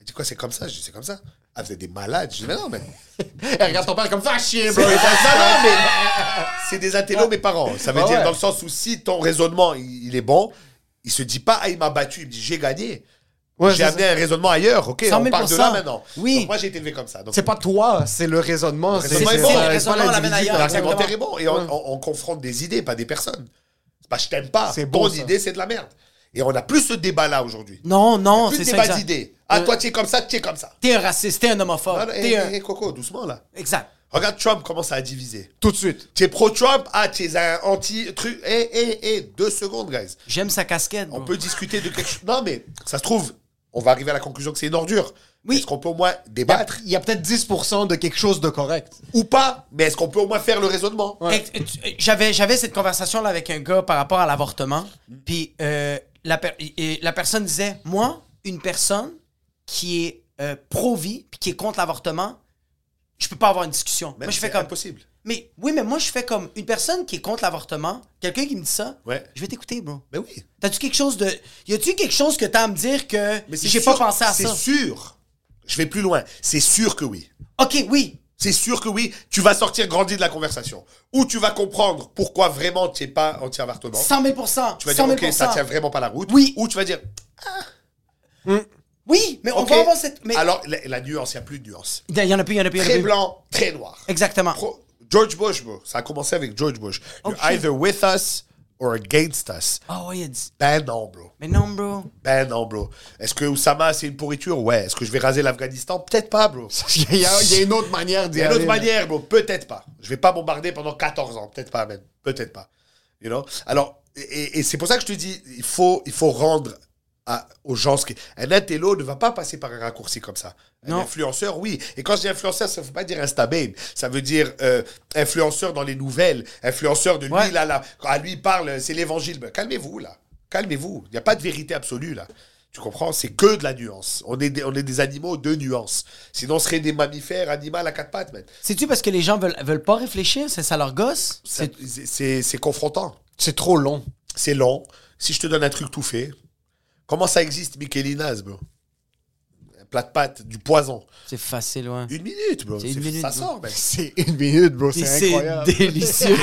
Speaker 5: Elle dit quoi, c'est comme ça Je dis, c'est comme ça. Ah, vous êtes des malades. Je dis, mais non, mais.
Speaker 6: Eh, regarde ton père comme va chier, bro.
Speaker 5: Non, non, mais c'est des intellos, mes parents. Ça veut
Speaker 6: Ah
Speaker 5: dire,
Speaker 6: ouais.
Speaker 5: dans le sens où si ton raisonnement, il, il est bon, il se dit pas, ah, il m'a battu, il me dit, j'ai gagné.
Speaker 6: Ouais,
Speaker 5: j'ai
Speaker 6: c'est
Speaker 5: amené un raisonnement ailleurs, ok,
Speaker 3: 100
Speaker 5: on
Speaker 3: 000
Speaker 5: part de là maintenant.
Speaker 3: Oui.
Speaker 5: Donc, moi, j'ai été élevé comme ça. Donc,
Speaker 6: C'est pas toi, c'est le raisonnement.
Speaker 5: Le raisonnement est bon, le
Speaker 6: pas
Speaker 3: raisonnement
Speaker 6: l'individu
Speaker 3: l'amène ailleurs,
Speaker 6: qui a
Speaker 3: exactement.
Speaker 6: raison.
Speaker 5: l'argumentaire est bon. Et on, on- on confronte des idées, pas des personnes. C'est pas, je t'aime pas.
Speaker 6: C'est
Speaker 5: Ton
Speaker 6: bon, ça.
Speaker 5: idée, c'est de la merde. Et on a plus ce débat-là aujourd'hui.
Speaker 3: Non, non,
Speaker 5: Plus
Speaker 3: c'est
Speaker 5: de
Speaker 3: ça.
Speaker 5: débat
Speaker 3: exact.
Speaker 5: d'idées. Ah, toi, tu es comme ça, tu es comme ça.
Speaker 3: T'es un raciste, t'es un
Speaker 5: Non,
Speaker 3: homophobe.
Speaker 5: non,
Speaker 3: T'es
Speaker 5: hé,
Speaker 3: un.
Speaker 5: hé, eh, Coco, doucement là.
Speaker 3: Exact.
Speaker 5: Regarde Trump commence à diviser.
Speaker 6: Tout de suite.
Speaker 5: Tu es pro-Trump, ah, tu es un anti-truc. Eh, eh, eh, deux secondes, guys.
Speaker 3: J'aime sa casquette.
Speaker 5: On
Speaker 3: bro.
Speaker 5: peut discuter de quelque chose. Non, mais ça se trouve, on va arriver à la conclusion que c'est une ordure.
Speaker 3: Oui.
Speaker 5: Est-ce qu'on peut au moins
Speaker 6: Il y a-
Speaker 5: débattre
Speaker 6: Il y a peut-être 10% de quelque chose de correct.
Speaker 5: ou pas Mais est-ce qu'on peut au moins faire le raisonnement
Speaker 3: Et- et tu- et J'avais, j'avais cette conversation là avec un gars par rapport à l'avortement. Puis euh, la, per- et la personne disait Moi, une personne qui est euh, pro-vie puis qui est contre l'avortement, je peux pas avoir une discussion.
Speaker 5: Même
Speaker 3: moi, je
Speaker 5: si
Speaker 3: fais
Speaker 5: c'est
Speaker 3: comme.
Speaker 5: impossible.
Speaker 3: Mais oui, mais moi, je fais comme une personne qui est contre l'avortement, quelqu'un qui me dit ça,
Speaker 5: Ouais.
Speaker 3: je vais t'écouter, bro.
Speaker 5: Mais oui.
Speaker 3: T'as-tu quelque chose de. Y a-tu quelque chose que t'as à me dire que
Speaker 5: Mais c'est
Speaker 3: j'ai
Speaker 5: sûr-
Speaker 3: pas pensé à ça?
Speaker 5: C'est sûr. Je vais plus loin. C'est sûr que oui.
Speaker 3: Ok, oui.
Speaker 5: C'est sûr que oui, tu vas sortir grandi de la conversation. Ou tu vas comprendre pourquoi vraiment tu n'es pas anti-avortement.
Speaker 3: 100 000
Speaker 5: Tu
Speaker 3: 100
Speaker 5: vas dire,
Speaker 3: 000
Speaker 5: ok, ça tient vraiment pas la route.
Speaker 3: Oui.
Speaker 5: Ou tu vas dire,
Speaker 3: Oui, mais on
Speaker 5: Ok.
Speaker 3: va avoir cette. Mais...
Speaker 5: Alors, la, la nuance, il n'y a plus de nuance.
Speaker 3: il y en a plus, il y en a plus. il y en a
Speaker 5: Très
Speaker 3: plus.
Speaker 5: blanc, très noir.
Speaker 3: Exactement.
Speaker 5: Pro- George Bush, bro. Ça a commencé avec George Bush.
Speaker 3: Oh,
Speaker 5: You're
Speaker 3: shit.
Speaker 5: either with us or against us.
Speaker 3: Ah ouais, il y a dit.
Speaker 5: Ben non, bro.
Speaker 3: Mais non, bro.
Speaker 5: Ben non, bro. Est-ce que Oussama, c'est une pourriture Ouais. Est-ce que je vais raser l'Afghanistan Peut-être pas, bro.
Speaker 6: Il y, a il y a une autre manière
Speaker 5: Il
Speaker 6: d'y
Speaker 5: y a une
Speaker 6: aller.
Speaker 5: autre manière, bro. Peut-être pas. Je vais pas bombarder pendant 14 ans. Peut-être pas, même. Peut-être pas. You know Alors, et, et c'est pour ça que je te dis, il faut, il faut rendre à- aux gens ce qui. Un intello ne va pas passer par un raccourci comme ça. Un
Speaker 3: Non.
Speaker 5: influenceur, oui. Et quand je dis influenceur, ça ne veut pas dire Instababe. Ça veut dire euh, influenceur dans les nouvelles, influenceur de lui,
Speaker 3: Ouais.
Speaker 5: là, là. Quand à lui il parle, c'est l'évangile. Ben, calmez-vous, là. Calmez-vous. Il n'y a pas de vérité absolue, là. Tu comprends C'est que de la nuance. On est des, on est des animaux de nuance. Sinon, on serait des mammifères, animaux à quatre pattes, man.
Speaker 3: C'est-tu parce que les gens veulent, veulent pas réfléchir? C'est ça leur gosse?
Speaker 5: Ça- C'est c'est- c'est confrontant.
Speaker 6: C'est trop long.
Speaker 5: C'est long. Si je te donne un truc tout fait, comment ça existe, Michelinas, bro Un plat de pâtes, du poison.
Speaker 3: C'est facile, ouais.
Speaker 5: Une minute, bro.
Speaker 3: C'est une
Speaker 5: C'est-
Speaker 3: minute,
Speaker 5: ça
Speaker 3: bro.
Speaker 5: sort, ben. mec.
Speaker 6: C'est une minute, bro.
Speaker 3: Puis
Speaker 6: C'est
Speaker 3: C'est
Speaker 6: incroyable.
Speaker 3: délicieux.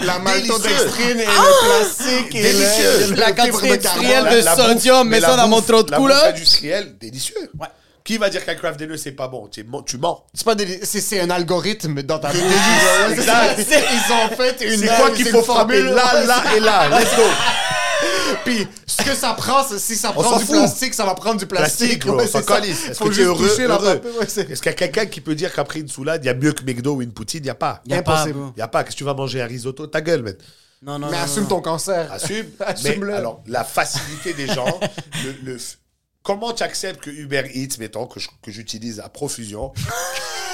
Speaker 6: La
Speaker 5: maltodextrine
Speaker 6: maltodextrine et le plastique et
Speaker 5: Ah! Délicieux.
Speaker 3: La quantité industrielle
Speaker 5: La-
Speaker 3: de
Speaker 5: la
Speaker 3: sodium,
Speaker 5: bouffe-
Speaker 3: mets
Speaker 5: mais
Speaker 3: ça
Speaker 5: la
Speaker 3: dans mon
Speaker 5: bouffe-
Speaker 3: trou de
Speaker 5: la
Speaker 3: cou, là.
Speaker 5: bouffe industrielle, délicieux.
Speaker 3: Ouais.
Speaker 5: Qui va dire qu'un craft nœuds c'est pas bon Tu mens- tu mens.
Speaker 6: C'est pas des- c'est- c'est un algorithme dans ta vie.
Speaker 5: exact.
Speaker 6: Ils ont fait une
Speaker 5: C'est quoi qu'il faut frapper là, là et là Let's go.
Speaker 6: Puis ce que ça prend, c'est- si ça
Speaker 5: On
Speaker 6: prend
Speaker 5: s'en
Speaker 6: du
Speaker 5: fout.
Speaker 6: plastique, ça va prendre du plastique.
Speaker 5: plastique, bro.
Speaker 6: ouais,
Speaker 5: on s'en
Speaker 6: c'est ça.
Speaker 5: calisse. Est-ce
Speaker 6: Faut
Speaker 5: que tu es
Speaker 6: juste
Speaker 5: heureux,
Speaker 6: toucher la
Speaker 5: heureux.
Speaker 6: pape- ouais, c'est-
Speaker 5: Est-ce qu'il y a quelqu'un qui peut dire qu'après une soulade, il y a mieux que McDo ou une poutine Il n'y a pas.
Speaker 3: Y a pas,
Speaker 6: Impossible.
Speaker 3: bro.
Speaker 5: Il n'y a pas. Qu'est-ce que tu vas manger Un risotto Ta gueule, mec.
Speaker 3: Non, non,
Speaker 6: Mais
Speaker 3: non,
Speaker 6: assume
Speaker 3: non.
Speaker 6: ton cancer.
Speaker 5: Assume. mais
Speaker 6: Assume-le.
Speaker 5: alors, la facilité des gens, le, le f- comment tu acceptes que Uber Eats, mettons, que je- que j'utilise à profusion,